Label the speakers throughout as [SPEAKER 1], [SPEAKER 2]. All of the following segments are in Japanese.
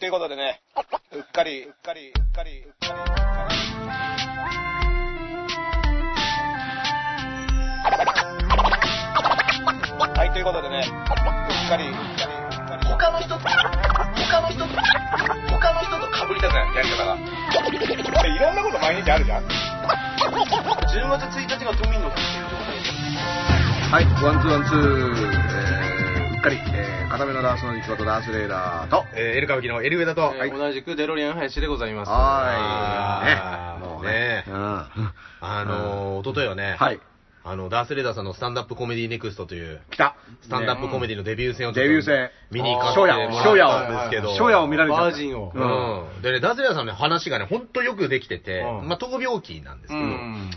[SPEAKER 1] ということでね、うっかり、うっかり、うっかり、うっかり、うっかり。はい、ということでね、うっかり、うっかり、うっかり。
[SPEAKER 2] 他の人と、他の人と、他の人と被りたくない、やり方が。
[SPEAKER 1] いろんなこと毎日あるじゃん。
[SPEAKER 2] 10月1日が都民の日っていうところで。
[SPEAKER 3] はい、ワンツーワンツー、えー、うっかり、えー、固めのダースの生き方ダースレーダーと、
[SPEAKER 4] えー、エル歌舞伎のエルウェダと、
[SPEAKER 3] はい
[SPEAKER 5] 同じくデロリアン林でございます。
[SPEAKER 3] は
[SPEAKER 4] あ
[SPEAKER 3] ーい、
[SPEAKER 4] ー
[SPEAKER 3] もう
[SPEAKER 4] ね
[SPEAKER 3] ね、うん、
[SPEAKER 4] あのー、一昨日はね、
[SPEAKER 3] はい、
[SPEAKER 4] あの、ダースレーダーさんのスタンダップコメディネクストという、
[SPEAKER 3] 来た、
[SPEAKER 4] スタンダップコメディのデビュー戦をちょっと
[SPEAKER 3] デビュー戦
[SPEAKER 4] 見に行かせて
[SPEAKER 3] 初
[SPEAKER 4] も
[SPEAKER 3] 夜
[SPEAKER 4] らっ
[SPEAKER 3] 初夜
[SPEAKER 4] たんですけど、
[SPEAKER 3] を、初夜を見られちゃった。
[SPEAKER 5] バージンを
[SPEAKER 3] うん
[SPEAKER 4] うん。でね、ダースレーダーさんのね話がね、ほんとよくできてて、
[SPEAKER 5] うん
[SPEAKER 4] まあ、闘病期なんです
[SPEAKER 5] う
[SPEAKER 4] けど、
[SPEAKER 5] ん。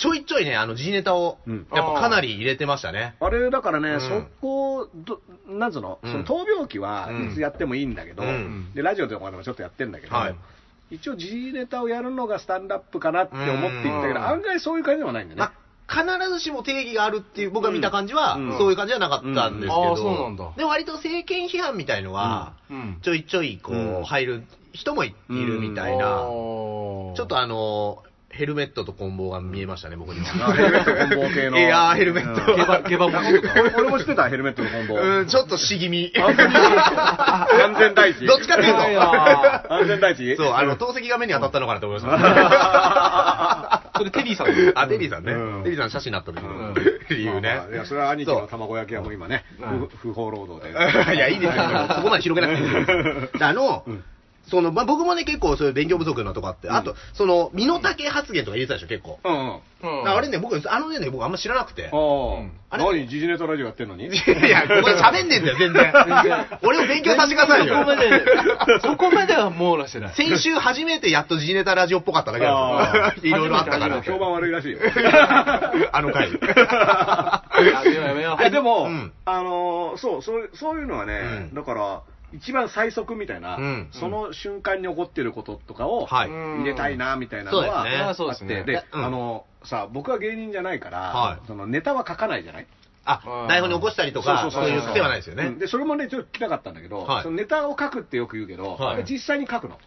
[SPEAKER 4] ちょいちょいね、あの、G ネタを、
[SPEAKER 3] うん
[SPEAKER 4] やっぱかなり入れてましたね。
[SPEAKER 3] あれだからね、
[SPEAKER 4] うん
[SPEAKER 3] そこど、なんつうの、
[SPEAKER 4] うん
[SPEAKER 3] その闘病期は
[SPEAKER 4] うん
[SPEAKER 3] いつやってもいいんだけど、
[SPEAKER 4] うん
[SPEAKER 3] でラジオとかでもちょっとやってんだけど、
[SPEAKER 4] はい
[SPEAKER 3] 一応、G ネタをやるのがスタンダップかなって思っていったけ
[SPEAKER 4] うん
[SPEAKER 3] ど、案外そういう感じではないんだよね
[SPEAKER 4] ま。あ、必ずしも定義があるっていう、僕が見た感じは、
[SPEAKER 3] うん
[SPEAKER 4] そういう感じじゃなかったんですけど、
[SPEAKER 5] うんあーそうなんだ
[SPEAKER 4] で、割と政権批判みたいのは、
[SPEAKER 5] うん。
[SPEAKER 4] ちょいちょいこう、
[SPEAKER 3] うん
[SPEAKER 4] 入る人もいいるみたいな、ちょっとあのヘルメットと棍棒が見えましたね、僕に
[SPEAKER 3] あ
[SPEAKER 4] は。
[SPEAKER 3] ヘルメットと棍棒系の
[SPEAKER 4] いやー、ヘルメット。
[SPEAKER 3] うん
[SPEAKER 5] ゲバボンとか。
[SPEAKER 3] 俺俺も知ってた、ヘルメットのコンボ。
[SPEAKER 4] うん、ちょっとし気味。
[SPEAKER 3] 安全第一。
[SPEAKER 4] どっちかっていう
[SPEAKER 5] いやいや
[SPEAKER 4] と。
[SPEAKER 3] 安全第一
[SPEAKER 4] そう、あの、透析画面に当たったのかなと思いました。
[SPEAKER 5] それテリーさんだよ
[SPEAKER 4] あ、テリーさんね。
[SPEAKER 3] うん
[SPEAKER 4] テリーさん写真になった時の
[SPEAKER 5] ん
[SPEAKER 4] 理由
[SPEAKER 3] まあまあいや、それは兄貴の卵焼きはもう今ね、
[SPEAKER 5] うん
[SPEAKER 3] 不不法労働で。
[SPEAKER 4] ね。 いや、いいですよ。そこまで広げなくていいですよ。あの、その、まあ、僕もね、結構そういう勉強不足なとこあって、あと、その、身の丈発言とか入れてたでしょ、結構。
[SPEAKER 3] うんうん。
[SPEAKER 4] あれね、僕、あのね、僕あんま知らなくて。
[SPEAKER 3] あ
[SPEAKER 4] あ
[SPEAKER 3] あ、
[SPEAKER 4] れ
[SPEAKER 3] 何、時事ネタラジオやってんのに
[SPEAKER 4] いや、ここで喋んねえんだよ、全然。俺を勉強させてくださいよ
[SPEAKER 5] そ。こまで、そこまでは網羅してない。
[SPEAKER 4] 先週初めてやっと G ネタラジオっぽかっただけなん ですよ。い
[SPEAKER 5] あー
[SPEAKER 4] ろいろあったか
[SPEAKER 3] あの
[SPEAKER 4] ら。
[SPEAKER 3] 評判悪いらしい よ。
[SPEAKER 4] あの回。
[SPEAKER 5] やめようやめよ
[SPEAKER 3] いやでも、
[SPEAKER 4] うん
[SPEAKER 3] あのーそうそう、そういうのはね、
[SPEAKER 4] うん
[SPEAKER 3] だから、一番最速みたいな、
[SPEAKER 4] うん
[SPEAKER 3] その瞬間に起こってることとかを
[SPEAKER 4] はい。
[SPEAKER 3] 入れたいな、みたいなの
[SPEAKER 4] そう
[SPEAKER 3] は、
[SPEAKER 4] ですね
[SPEAKER 3] あ
[SPEAKER 5] そうで
[SPEAKER 3] っ
[SPEAKER 5] す
[SPEAKER 3] て、
[SPEAKER 5] ね
[SPEAKER 3] で、
[SPEAKER 4] うん
[SPEAKER 3] あの、さ、僕は芸人じゃないから、
[SPEAKER 4] はい
[SPEAKER 3] そのネタは書かないじゃない
[SPEAKER 4] あ、台本に起こしたりとか、そういう癖はないです
[SPEAKER 3] う
[SPEAKER 4] よね
[SPEAKER 3] ん。で、それもね、ちょっと聞きたかったんだけど、
[SPEAKER 4] はい
[SPEAKER 3] そのネタを書くってよく言うけど、
[SPEAKER 4] はい
[SPEAKER 3] 実際に書くの。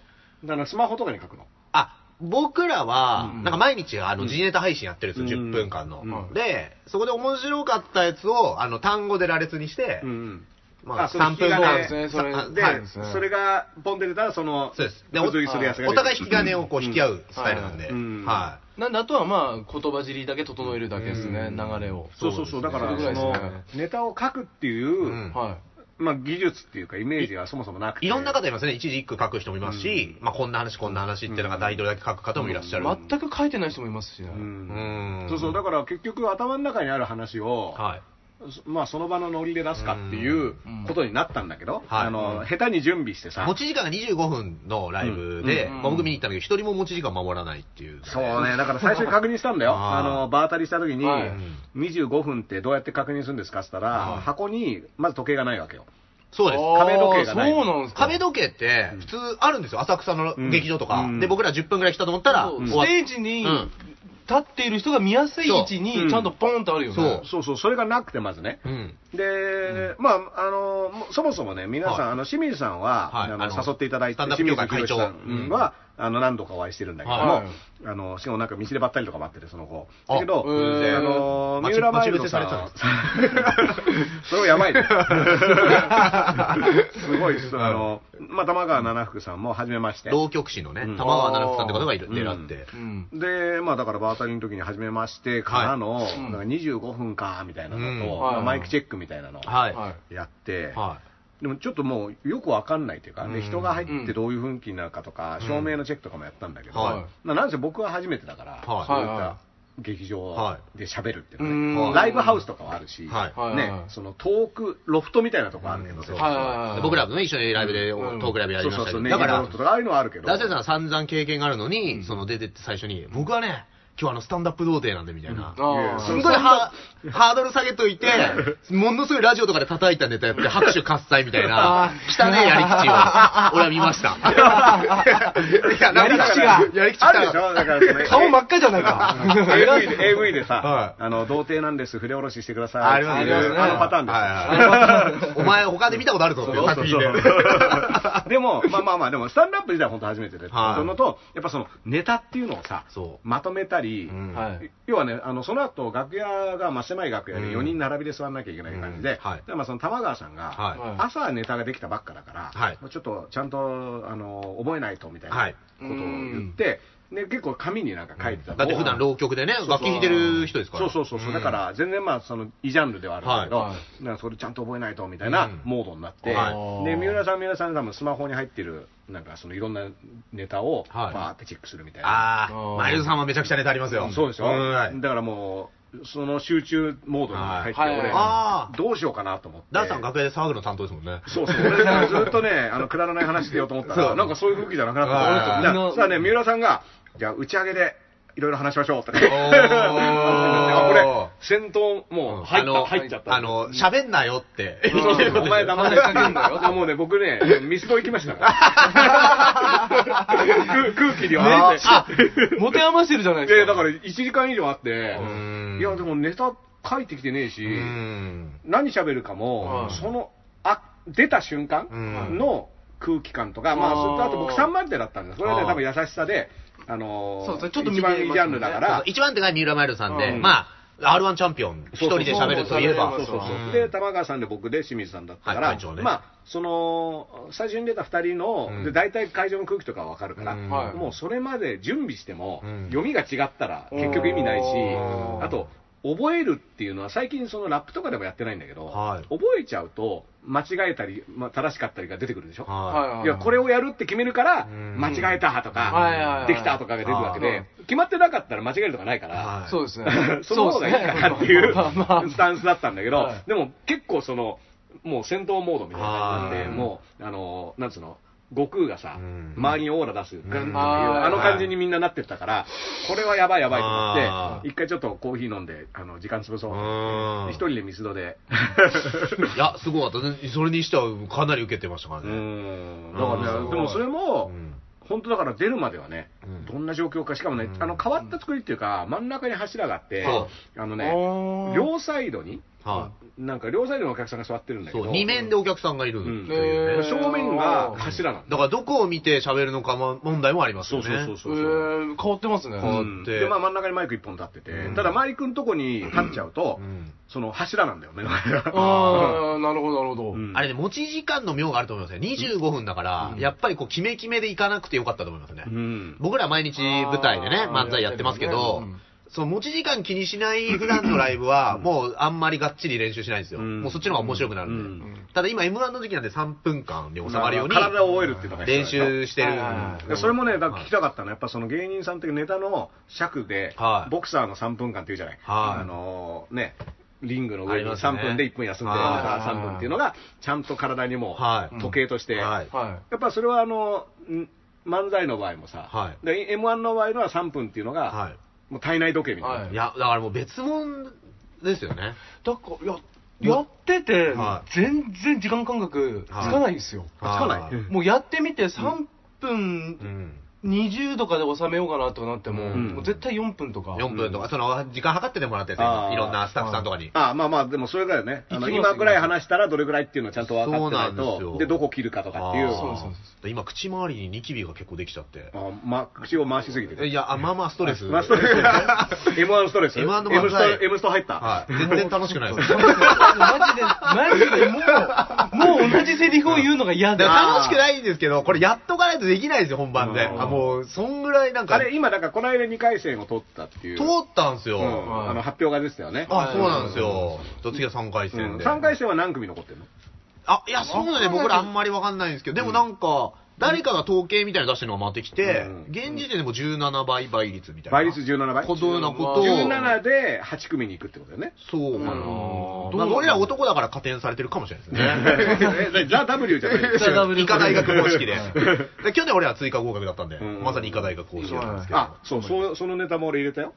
[SPEAKER 3] だからスマホとかに書くの。
[SPEAKER 4] あ、僕らは、
[SPEAKER 3] うん
[SPEAKER 4] なんか毎日あの G ネタ配信やってるんですよ、
[SPEAKER 3] うん
[SPEAKER 4] 10分間の。
[SPEAKER 3] うん
[SPEAKER 4] で、そこで面白かったやつを、あの、単語で羅列にして、
[SPEAKER 3] ん。
[SPEAKER 4] まあ、
[SPEAKER 3] あそれ
[SPEAKER 4] 3分
[SPEAKER 3] 引き金
[SPEAKER 4] 間
[SPEAKER 3] で。す
[SPEAKER 5] ねそれ
[SPEAKER 4] さ
[SPEAKER 3] で、
[SPEAKER 4] はい
[SPEAKER 5] そうですね
[SPEAKER 3] それがボンで出たら、その、
[SPEAKER 4] そうです。で、お
[SPEAKER 3] お釣りするやつが出てくる
[SPEAKER 4] お互い引き金をこう引き合うスタイルなんで、
[SPEAKER 3] うん
[SPEAKER 4] はい。
[SPEAKER 5] なんで、あとはまあ、言葉尻だけ整えるだけですね、流れを。
[SPEAKER 3] そうそうそう、だから、
[SPEAKER 5] そ
[SPEAKER 3] そ
[SPEAKER 5] れぐらい
[SPEAKER 3] の
[SPEAKER 5] ですね、
[SPEAKER 3] ネタを書くっていう、
[SPEAKER 4] うん
[SPEAKER 5] は
[SPEAKER 3] まあ、技術っていうか、イメージがそもそもなくて。
[SPEAKER 4] いろんな方いますね。一字一句書く人もいますし、まあこんな話こんな話ってなんかタイトルだけ書く方もいらっしゃる。
[SPEAKER 5] い。全く書いてない人もいますしね
[SPEAKER 3] う。ん。
[SPEAKER 4] ん
[SPEAKER 3] そうそう、だから結局、頭の中にある話を、
[SPEAKER 4] はい。
[SPEAKER 3] そまあ、その場のノリで出すかっていう
[SPEAKER 5] うん
[SPEAKER 3] ことになったんだけど、
[SPEAKER 4] はい
[SPEAKER 3] あの、下手に準備してさ、
[SPEAKER 4] 持ち時間が25分のライブで、
[SPEAKER 5] うん
[SPEAKER 4] まあ僕見に行ったんだけど、一人も持ち時間守らないっていう。
[SPEAKER 3] そうね、だから最初に確認したんだよ。
[SPEAKER 4] あー
[SPEAKER 3] あの、場当たりした時に、
[SPEAKER 5] はい
[SPEAKER 3] 25分ってどうやって確認するんですかって言ったら、
[SPEAKER 4] はい
[SPEAKER 3] 箱に、まず時計がないわけよ。
[SPEAKER 4] そうです。
[SPEAKER 3] 壁時計がない
[SPEAKER 5] あーそうなんですか。
[SPEAKER 4] 壁時計って普通あるんですよ、浅草の劇場とか。
[SPEAKER 3] うん
[SPEAKER 4] で、僕ら10分ぐらい来たと思ったら、
[SPEAKER 5] そう
[SPEAKER 4] 終わっ
[SPEAKER 5] ステージに
[SPEAKER 4] うん
[SPEAKER 5] 立っている人が見やすい位置
[SPEAKER 3] そうう
[SPEAKER 5] に
[SPEAKER 3] ん
[SPEAKER 5] ちゃんとポンとあるよね。
[SPEAKER 3] そ
[SPEAKER 4] そう
[SPEAKER 3] うそう、それがなくて、まずね。
[SPEAKER 4] うん。
[SPEAKER 3] で、まあ、あの、もうそもそもね、皆さん、
[SPEAKER 4] はい
[SPEAKER 3] あの、清水さんは、
[SPEAKER 4] はい
[SPEAKER 3] あの
[SPEAKER 4] あの
[SPEAKER 3] 誘っていただい
[SPEAKER 4] ス
[SPEAKER 3] て
[SPEAKER 4] タンダ、ップ
[SPEAKER 3] 清
[SPEAKER 4] 協
[SPEAKER 3] 水
[SPEAKER 4] 会
[SPEAKER 3] 宏さんは、あの、何度かお会いしてるんだけども、
[SPEAKER 5] はい
[SPEAKER 3] あの、しかもなんか道でばったりとかもあってて、その子。
[SPEAKER 4] あ
[SPEAKER 3] だけど、
[SPEAKER 5] へー
[SPEAKER 3] あの、
[SPEAKER 4] 待
[SPEAKER 3] 三
[SPEAKER 4] ち
[SPEAKER 3] 浦マイルドさん
[SPEAKER 4] 待ち伏せ
[SPEAKER 3] それもやばいね。 すごいです。あの、まあ、玉川七福さんも、はじめまして。
[SPEAKER 4] 浪曲師のね、
[SPEAKER 3] うん
[SPEAKER 4] 玉川七福さんって方がいる、狙って。
[SPEAKER 5] うん。
[SPEAKER 3] で、まあだから場当たりの時に初めましてからの、
[SPEAKER 5] いうん
[SPEAKER 3] なんか25分か、みたいなのと、
[SPEAKER 4] うん
[SPEAKER 3] まあ
[SPEAKER 5] はい
[SPEAKER 3] マイクチェックみたいなの
[SPEAKER 4] はい。
[SPEAKER 5] は
[SPEAKER 3] やって、
[SPEAKER 4] はい
[SPEAKER 3] でもちょっともうよくわかんないというか、
[SPEAKER 4] うん
[SPEAKER 3] で人が入ってどういう雰囲気になるかとか、
[SPEAKER 4] うん
[SPEAKER 3] 照明のチェックとかもやったんだけど、
[SPEAKER 4] はい
[SPEAKER 3] まあなんせ僕は初めてだから、
[SPEAKER 4] はい
[SPEAKER 3] そういっ
[SPEAKER 5] はいは
[SPEAKER 3] た劇場
[SPEAKER 4] は
[SPEAKER 3] で喋るっていう
[SPEAKER 5] う
[SPEAKER 3] のはね、
[SPEAKER 5] ん
[SPEAKER 3] ライブハウスとかはあるし、
[SPEAKER 4] はい
[SPEAKER 5] はい
[SPEAKER 3] ね
[SPEAKER 5] はい
[SPEAKER 3] その遠く、ロフトみたいなとこあるけど、
[SPEAKER 4] うん
[SPEAKER 3] そ
[SPEAKER 4] そうう
[SPEAKER 3] そ
[SPEAKER 5] はいはいはいは
[SPEAKER 4] で
[SPEAKER 5] い。
[SPEAKER 4] 僕らもね、一緒にライブで、
[SPEAKER 5] うん
[SPEAKER 4] トークライブやり
[SPEAKER 3] う
[SPEAKER 4] ました
[SPEAKER 3] そ
[SPEAKER 4] け
[SPEAKER 3] うそ
[SPEAKER 4] ど、
[SPEAKER 3] う、ね、
[SPEAKER 4] だか
[SPEAKER 3] ロ
[SPEAKER 4] ら
[SPEAKER 3] フト、とかああいうのはあるけど、
[SPEAKER 4] ダセさんは散々経験があるのに、その出てって最初に、僕はね、今日あの、スタンダップ童貞なんでみたいな。
[SPEAKER 5] あ
[SPEAKER 4] す
[SPEAKER 5] ー
[SPEAKER 4] ごいハハードル下げといて、ものすごいラジオとかで叩いたネタやって拍手喝采みたいな
[SPEAKER 5] あ、
[SPEAKER 4] 汚ねえやり口を、俺は見ました。いやなんか
[SPEAKER 3] やり口が
[SPEAKER 4] やり口
[SPEAKER 3] あるでしょだからその
[SPEAKER 6] 顔真っ赤じゃないか。
[SPEAKER 3] AV で AV でさ
[SPEAKER 4] は、
[SPEAKER 3] あの、童貞なんです、筆下ろししてください。
[SPEAKER 4] ありますね
[SPEAKER 3] っていうあのパターンです。
[SPEAKER 4] はいはいお前、他で見たことあるぞ、
[SPEAKER 3] そうそ
[SPEAKER 4] 作
[SPEAKER 3] う
[SPEAKER 4] 品で。
[SPEAKER 3] そう。 でも、まあまあまあ、でも、スタンダップ自体は本当初めてで、
[SPEAKER 4] はい
[SPEAKER 3] そのと、やっぱその、ネタっていうのをさ、
[SPEAKER 4] そう
[SPEAKER 3] まとめたり、
[SPEAKER 4] うん
[SPEAKER 5] はい
[SPEAKER 3] 要はね、あのその後楽屋が、まあ、狭い楽屋で
[SPEAKER 4] うん
[SPEAKER 3] 4人並びで座んなきゃいけない感じで、
[SPEAKER 4] うんはい
[SPEAKER 3] でまあ、その玉川さんが、
[SPEAKER 4] はい
[SPEAKER 5] はい
[SPEAKER 3] 朝ネタができたばっかだから、
[SPEAKER 4] はい
[SPEAKER 3] もうちょっとちゃんとあの覚えないとみたい
[SPEAKER 4] は
[SPEAKER 3] ないことを言って、で結構紙になんか書いてたの
[SPEAKER 4] だって普段浪曲でね、楽器弾いてる人ですから。
[SPEAKER 3] そうそうそうそう、だから全然まあその異ジャンルではあるんだけど、
[SPEAKER 5] はいは
[SPEAKER 3] なんかそれちゃんと覚えないとみたいな
[SPEAKER 4] うん
[SPEAKER 3] モードになって、
[SPEAKER 5] はい
[SPEAKER 3] で三浦さん、三浦さん、多分スマホに入ってるなんかそのいろんなネタを
[SPEAKER 4] は
[SPEAKER 3] バ
[SPEAKER 4] い
[SPEAKER 3] ーってチェックするみたいな、
[SPEAKER 4] あ
[SPEAKER 5] あ
[SPEAKER 4] あ、
[SPEAKER 5] ー
[SPEAKER 4] マイルドさんはめちゃくちゃネタありますよ。
[SPEAKER 3] そうでしょ、
[SPEAKER 4] んはい
[SPEAKER 3] だからもう、その集中モードに入って、
[SPEAKER 5] はい
[SPEAKER 3] 俺、
[SPEAKER 4] ああ
[SPEAKER 3] どうしようかなと思って。
[SPEAKER 4] ダンさん楽屋で騒ぐの担当ですもんね。
[SPEAKER 3] そうそう、俺なんかずっとね、あの、くだらない話でようと思った
[SPEAKER 4] そ
[SPEAKER 3] ら、
[SPEAKER 4] う
[SPEAKER 3] なんかそういう空気じゃなくな
[SPEAKER 4] あ
[SPEAKER 3] っ
[SPEAKER 4] ー
[SPEAKER 3] た。だからさあね、三浦さんが、じゃあ打ち上げで、いろいろ話しましょうとか。 あこれ、戦闘、もう、入
[SPEAKER 4] あ
[SPEAKER 3] った、
[SPEAKER 4] の
[SPEAKER 3] 入っちゃった。
[SPEAKER 4] あ、の、喋んなよって。
[SPEAKER 3] お前黙れかけんだよ。あ、もうね、僕ね、ミスド行きましたから。空空気には
[SPEAKER 5] あ
[SPEAKER 3] 合わ
[SPEAKER 5] ー
[SPEAKER 3] せて。
[SPEAKER 5] あ持て余してるじゃない
[SPEAKER 3] で、
[SPEAKER 5] です
[SPEAKER 3] だ
[SPEAKER 5] か。
[SPEAKER 3] から1時間以上あって
[SPEAKER 4] うん、
[SPEAKER 3] いや、でもネタ書いてきてねえし
[SPEAKER 4] う、ん。
[SPEAKER 3] 何喋るかも、
[SPEAKER 5] はい
[SPEAKER 3] そのあ出た瞬間
[SPEAKER 4] うん
[SPEAKER 3] の空気感とか、まあ、
[SPEAKER 5] あー
[SPEAKER 3] それとあと僕3番手だったんです、それはね、
[SPEAKER 4] あー
[SPEAKER 3] 多分優しさで、あのー
[SPEAKER 5] そうですねちょっと
[SPEAKER 3] 一番
[SPEAKER 5] 見て
[SPEAKER 3] いい
[SPEAKER 5] ま
[SPEAKER 3] ジ
[SPEAKER 5] す
[SPEAKER 3] ャ
[SPEAKER 5] よね
[SPEAKER 3] ンルだか
[SPEAKER 4] そうそ
[SPEAKER 3] ら
[SPEAKER 4] う、一番手が三浦マイルドさんで、
[SPEAKER 5] うん
[SPEAKER 4] まあ、R1 チャンピオン、一人で喋るといえば。
[SPEAKER 3] そうそうそう
[SPEAKER 4] うん
[SPEAKER 3] で、玉川さんで僕で清水さんだったから、
[SPEAKER 4] はい会長ね
[SPEAKER 3] まあ、その最初に出た2人の、
[SPEAKER 4] うん
[SPEAKER 3] で大体会場の空気とかは分かるから、
[SPEAKER 4] うん
[SPEAKER 5] はい
[SPEAKER 3] もうそれまで準備しても、
[SPEAKER 4] うん
[SPEAKER 3] 読みが違ったら結局意味ないし
[SPEAKER 5] お、ー
[SPEAKER 3] あと、覚えるっていうのは最近そのラップとかでもやってないんだけど、
[SPEAKER 4] はい
[SPEAKER 3] 覚えちゃうと間違えたり、まあ、正しかったりが出てくるでしょ、
[SPEAKER 5] はい
[SPEAKER 4] は
[SPEAKER 5] はい
[SPEAKER 3] いや、これをやるって決めるから、
[SPEAKER 4] うん
[SPEAKER 3] 間違えたと
[SPEAKER 5] はいはい
[SPEAKER 3] か
[SPEAKER 5] は、い
[SPEAKER 3] できたとかが出るわけで、決まってなかったら間違えるとかないから、。
[SPEAKER 4] はい
[SPEAKER 5] そうですね
[SPEAKER 3] その方がいいかなっていう
[SPEAKER 5] そうですねまあま あ
[SPEAKER 3] スタンスだったんだけど
[SPEAKER 5] はい、
[SPEAKER 3] でも結構その、もう戦闘モードみたいな感じで、
[SPEAKER 4] はい
[SPEAKER 3] もう、あの、なんつうの、悟空がさ
[SPEAKER 4] うん、
[SPEAKER 3] 周りにオーラ出す、ガンっていう、
[SPEAKER 4] うん
[SPEAKER 3] あの感じにみんななってったから、これはやばいやばいと思
[SPEAKER 4] あ
[SPEAKER 3] って、
[SPEAKER 4] ー
[SPEAKER 3] 一回ちょっとコーヒー飲んで、あの、時間潰そうと
[SPEAKER 4] う
[SPEAKER 3] 思っ
[SPEAKER 4] ん
[SPEAKER 3] て。一人でミスドで。
[SPEAKER 4] いや、すごかった。それにしてはかなり受けてましたから
[SPEAKER 3] う
[SPEAKER 4] ね。
[SPEAKER 3] ん。だから
[SPEAKER 4] う
[SPEAKER 3] ね、
[SPEAKER 4] ん
[SPEAKER 3] でもそれも
[SPEAKER 4] う、ん
[SPEAKER 3] 本当だから出るまではね、
[SPEAKER 4] うん
[SPEAKER 3] どんな状況か、しかもね、
[SPEAKER 4] うん
[SPEAKER 3] あの変わった作りっていうか、真ん中に柱があって、
[SPEAKER 4] そ
[SPEAKER 3] あの
[SPEAKER 5] あ
[SPEAKER 3] ね、
[SPEAKER 5] ー
[SPEAKER 3] 両サイドに、
[SPEAKER 4] は
[SPEAKER 3] なんか両サイドのお客さんが座ってるん
[SPEAKER 4] い。
[SPEAKER 3] だけ
[SPEAKER 4] そ
[SPEAKER 3] ど、
[SPEAKER 4] う、二面でお客さんがいると
[SPEAKER 3] うん
[SPEAKER 4] いうね。
[SPEAKER 3] 正面が柱なんだ。
[SPEAKER 4] だからどこを見て喋るのかも問題もありますよね。
[SPEAKER 5] えー変わってますね。
[SPEAKER 4] 変わっ
[SPEAKER 3] うん
[SPEAKER 4] て
[SPEAKER 3] で、まあ真ん中にマイク一本立ってて、
[SPEAKER 4] うん
[SPEAKER 3] ただマイクのとこに立っちゃうと、
[SPEAKER 4] うん
[SPEAKER 3] その柱なんだよ、目の前が。
[SPEAKER 5] ああ、なるほど、なるほど。
[SPEAKER 3] うん
[SPEAKER 4] あれね、持ち時間の妙があると思いますね。25分だから、やっぱりこう、キメキメで行かなくてよかったと思いますね
[SPEAKER 3] う。ん
[SPEAKER 4] 僕ら毎日舞台でね、
[SPEAKER 5] あー
[SPEAKER 4] 漫才やってますけ
[SPEAKER 5] う
[SPEAKER 4] ど
[SPEAKER 5] ん、
[SPEAKER 4] その持ち時間気にしない普段のライブは、もうあんまりがっちり練習しないんですよ。
[SPEAKER 3] うん
[SPEAKER 4] もうそっちの方が面白くなる
[SPEAKER 3] うん
[SPEAKER 4] で。
[SPEAKER 3] ん
[SPEAKER 4] ただ今 M1 の時なんで3分間に収まるように、
[SPEAKER 3] 体を覚えるっていうのが必要
[SPEAKER 4] 練
[SPEAKER 3] でしょ
[SPEAKER 4] 習してる。
[SPEAKER 5] はい
[SPEAKER 3] でそれもね、だから聞きたかったのは、やっぱその芸人さんっていうネタの尺で、
[SPEAKER 4] はい
[SPEAKER 3] ボクサーの3分間っていうじゃない、
[SPEAKER 4] はい
[SPEAKER 3] あのーね、リングの
[SPEAKER 4] あ
[SPEAKER 3] 上
[SPEAKER 4] り
[SPEAKER 3] に
[SPEAKER 4] ますね
[SPEAKER 3] 3分で1分休んで、
[SPEAKER 4] はい
[SPEAKER 3] また3分っていうのが、ちゃんと体にも
[SPEAKER 4] はい
[SPEAKER 3] 時計として、
[SPEAKER 4] はい
[SPEAKER 5] は
[SPEAKER 3] やっぱそれはあのん漫才の場合もさ、
[SPEAKER 4] は
[SPEAKER 3] で M1 の場合のは3分っていうのが、
[SPEAKER 4] は
[SPEAKER 3] もう体内時計みたいな、
[SPEAKER 5] はい
[SPEAKER 4] い。いや、だからもう別物ですよね。
[SPEAKER 5] い。だから、や、やってて
[SPEAKER 4] は、
[SPEAKER 5] 全然時間感覚つかないんですよ。
[SPEAKER 3] つかない、
[SPEAKER 4] はい
[SPEAKER 5] もうやってみて3
[SPEAKER 4] う
[SPEAKER 5] 分
[SPEAKER 4] ん。
[SPEAKER 5] 20とかで収めようかなとかなっても、
[SPEAKER 3] うん
[SPEAKER 5] もう絶対4分とか。
[SPEAKER 4] 4分とか、その、時間計っててもらってて、
[SPEAKER 3] あー
[SPEAKER 4] いろんなスタッフさんとかに。
[SPEAKER 3] ああまあまあ、でもそれだよね、あの
[SPEAKER 5] いきます
[SPEAKER 3] 今ぐらい話したらどれぐらいっていうのをちゃんと分かってない
[SPEAKER 4] そうなんです
[SPEAKER 3] と、
[SPEAKER 4] よ
[SPEAKER 3] でどこ切るかとかっていう、
[SPEAKER 4] あー
[SPEAKER 5] そうそう
[SPEAKER 4] 今、口周りにニキビが結構できちゃって。
[SPEAKER 3] あーま、口を回しすぎてね
[SPEAKER 4] いや、あまあまあストレス。
[SPEAKER 3] まあ、ストレス。M1 ストレス。
[SPEAKER 4] M1 の
[SPEAKER 3] M
[SPEAKER 4] 漫
[SPEAKER 3] スト
[SPEAKER 4] 才
[SPEAKER 3] M スト入った。
[SPEAKER 4] はい。全然楽しくないです。
[SPEAKER 5] マジで、マジでもう、もう同じセリフを言うのが嫌
[SPEAKER 4] で
[SPEAKER 5] だ。
[SPEAKER 4] 楽しくないんですけど、これやっとかないとできないですよ、本番で。
[SPEAKER 3] うん
[SPEAKER 4] あもう、そんぐらいなんか、
[SPEAKER 3] あ
[SPEAKER 4] 通
[SPEAKER 3] れ、今、だから、この間2回戦を取ったっていう。
[SPEAKER 4] ったんです
[SPEAKER 3] う
[SPEAKER 4] よ。
[SPEAKER 3] んあの、発表が出てたよね。
[SPEAKER 4] あ、そうなんですよ。じゃあ次は3回戦で。
[SPEAKER 3] 3回戦は何組残ってるの
[SPEAKER 4] あ、いや、そうだね、僕らあんまりわかんないんですけど、でもなんか、誰かが統計みたいなの出してるのが回ってきて、
[SPEAKER 3] うん
[SPEAKER 4] 現時点でもう17倍倍率みたいな。
[SPEAKER 3] 倍率17倍
[SPEAKER 4] こどうなことを。
[SPEAKER 3] 17で8組に行くってことだよね。
[SPEAKER 4] そうかな、
[SPEAKER 5] うん
[SPEAKER 4] まあ、俺ら男だから加点されてるかもしれな いです
[SPEAKER 3] え
[SPEAKER 4] ね。
[SPEAKER 3] ザ・ W じゃない
[SPEAKER 5] ザ W
[SPEAKER 4] 医科大学 方式で。で去年俺ら追加合格だったんで、
[SPEAKER 3] うん
[SPEAKER 4] まさに医科大学方式だったんですけど。
[SPEAKER 3] あ、そう、そうそのネタも俺入れたよ。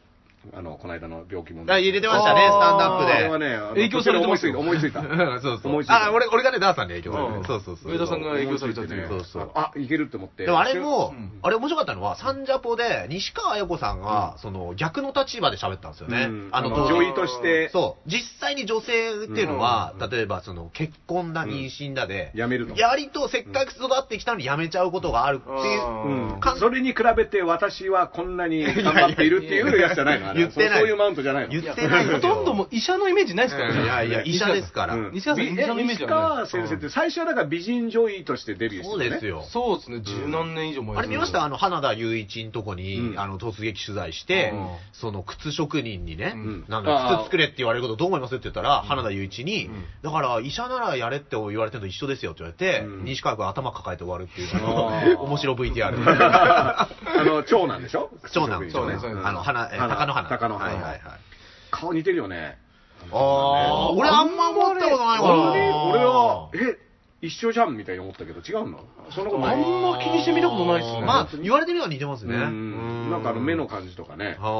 [SPEAKER 3] あの、この間の病気も。
[SPEAKER 4] あ入れてましたね、スタンダ
[SPEAKER 3] これ
[SPEAKER 4] ッ
[SPEAKER 3] は
[SPEAKER 4] プで。
[SPEAKER 3] ね、あの
[SPEAKER 5] 影響されてますよ
[SPEAKER 3] 思いついた。思いついた。
[SPEAKER 4] うん そう
[SPEAKER 3] 思
[SPEAKER 4] そ
[SPEAKER 3] いうつ。いた
[SPEAKER 4] あ、俺、俺がね、ダーさんに影響されて
[SPEAKER 5] う
[SPEAKER 4] る。
[SPEAKER 5] ん
[SPEAKER 4] そうそうそう。
[SPEAKER 5] 上田さんが影響されちゃって
[SPEAKER 3] ね
[SPEAKER 5] る。
[SPEAKER 4] そうそう
[SPEAKER 3] あ、あいけるって思って。
[SPEAKER 4] でもあれも
[SPEAKER 5] うん、
[SPEAKER 4] あれ面白かったのは、サンジャポで西川綾子さんが、その逆の立場で喋ったんですよ
[SPEAKER 3] うん、
[SPEAKER 4] ね。
[SPEAKER 3] あの、
[SPEAKER 4] 当時
[SPEAKER 3] 女医として、
[SPEAKER 4] そう。実際に女性っていうのは
[SPEAKER 3] うんうん、
[SPEAKER 4] 例えばその結婚だ、
[SPEAKER 3] うん
[SPEAKER 4] 妊娠だで、
[SPEAKER 3] やめるの。
[SPEAKER 4] やりとせっかく育ってきたのにやめちゃうことがあるっていう、
[SPEAKER 3] うん
[SPEAKER 4] かん
[SPEAKER 3] それに比べて私はこんな に頑張っているっていうやつじゃないのあれ
[SPEAKER 4] 言ってない
[SPEAKER 3] そうそういうマウントじゃないの
[SPEAKER 4] 言って
[SPEAKER 5] い
[SPEAKER 4] な
[SPEAKER 5] や
[SPEAKER 4] い
[SPEAKER 5] ほとんどもう医者のイメージないですからね。
[SPEAKER 4] いやいや、医者ですから。
[SPEAKER 3] うん
[SPEAKER 5] 西川さん
[SPEAKER 3] び
[SPEAKER 5] 医者のイメージ
[SPEAKER 3] 西
[SPEAKER 5] だよね
[SPEAKER 3] 川先生って最初はだから美人女医としてデビューして
[SPEAKER 4] そう
[SPEAKER 3] たよね
[SPEAKER 4] ですよ。
[SPEAKER 5] そうですね、十何年以上前
[SPEAKER 4] あれ見ましたあの、花田雄一のとこに、
[SPEAKER 3] うん
[SPEAKER 4] あの、突撃取材して、
[SPEAKER 5] うん
[SPEAKER 4] その、靴職人にね、
[SPEAKER 5] うん
[SPEAKER 4] なんか
[SPEAKER 3] あ、ー
[SPEAKER 4] 靴作れって言われることどう思いますって言ったら、花田雄一に、
[SPEAKER 5] うん
[SPEAKER 4] だから、医者ならやれって言われてるのと一緒ですよって言われて、
[SPEAKER 3] うん
[SPEAKER 4] 西川君頭抱えて終わるっていう、
[SPEAKER 3] あ
[SPEAKER 4] あ
[SPEAKER 3] ー
[SPEAKER 4] の、面白 VTR。
[SPEAKER 3] あの長男でしょ
[SPEAKER 4] 長男、
[SPEAKER 3] 長
[SPEAKER 4] 長
[SPEAKER 3] 男
[SPEAKER 5] そうね
[SPEAKER 4] 男。あの、花、えー
[SPEAKER 3] 花
[SPEAKER 4] 鷹の花。
[SPEAKER 3] 鷹の花
[SPEAKER 4] はいはいはい。
[SPEAKER 3] 顔似てるよね
[SPEAKER 4] あー、俺あんま思ったことないか
[SPEAKER 3] 俺
[SPEAKER 4] ら
[SPEAKER 3] はえ一緒じゃんみたいに思ったけど違うのそんなことな
[SPEAKER 5] あ
[SPEAKER 3] い
[SPEAKER 5] んま気にしてみたことないっすね
[SPEAKER 4] まあ、言われてみれば似てますね。
[SPEAKER 3] うんなんかあの目の感じとかね
[SPEAKER 4] あー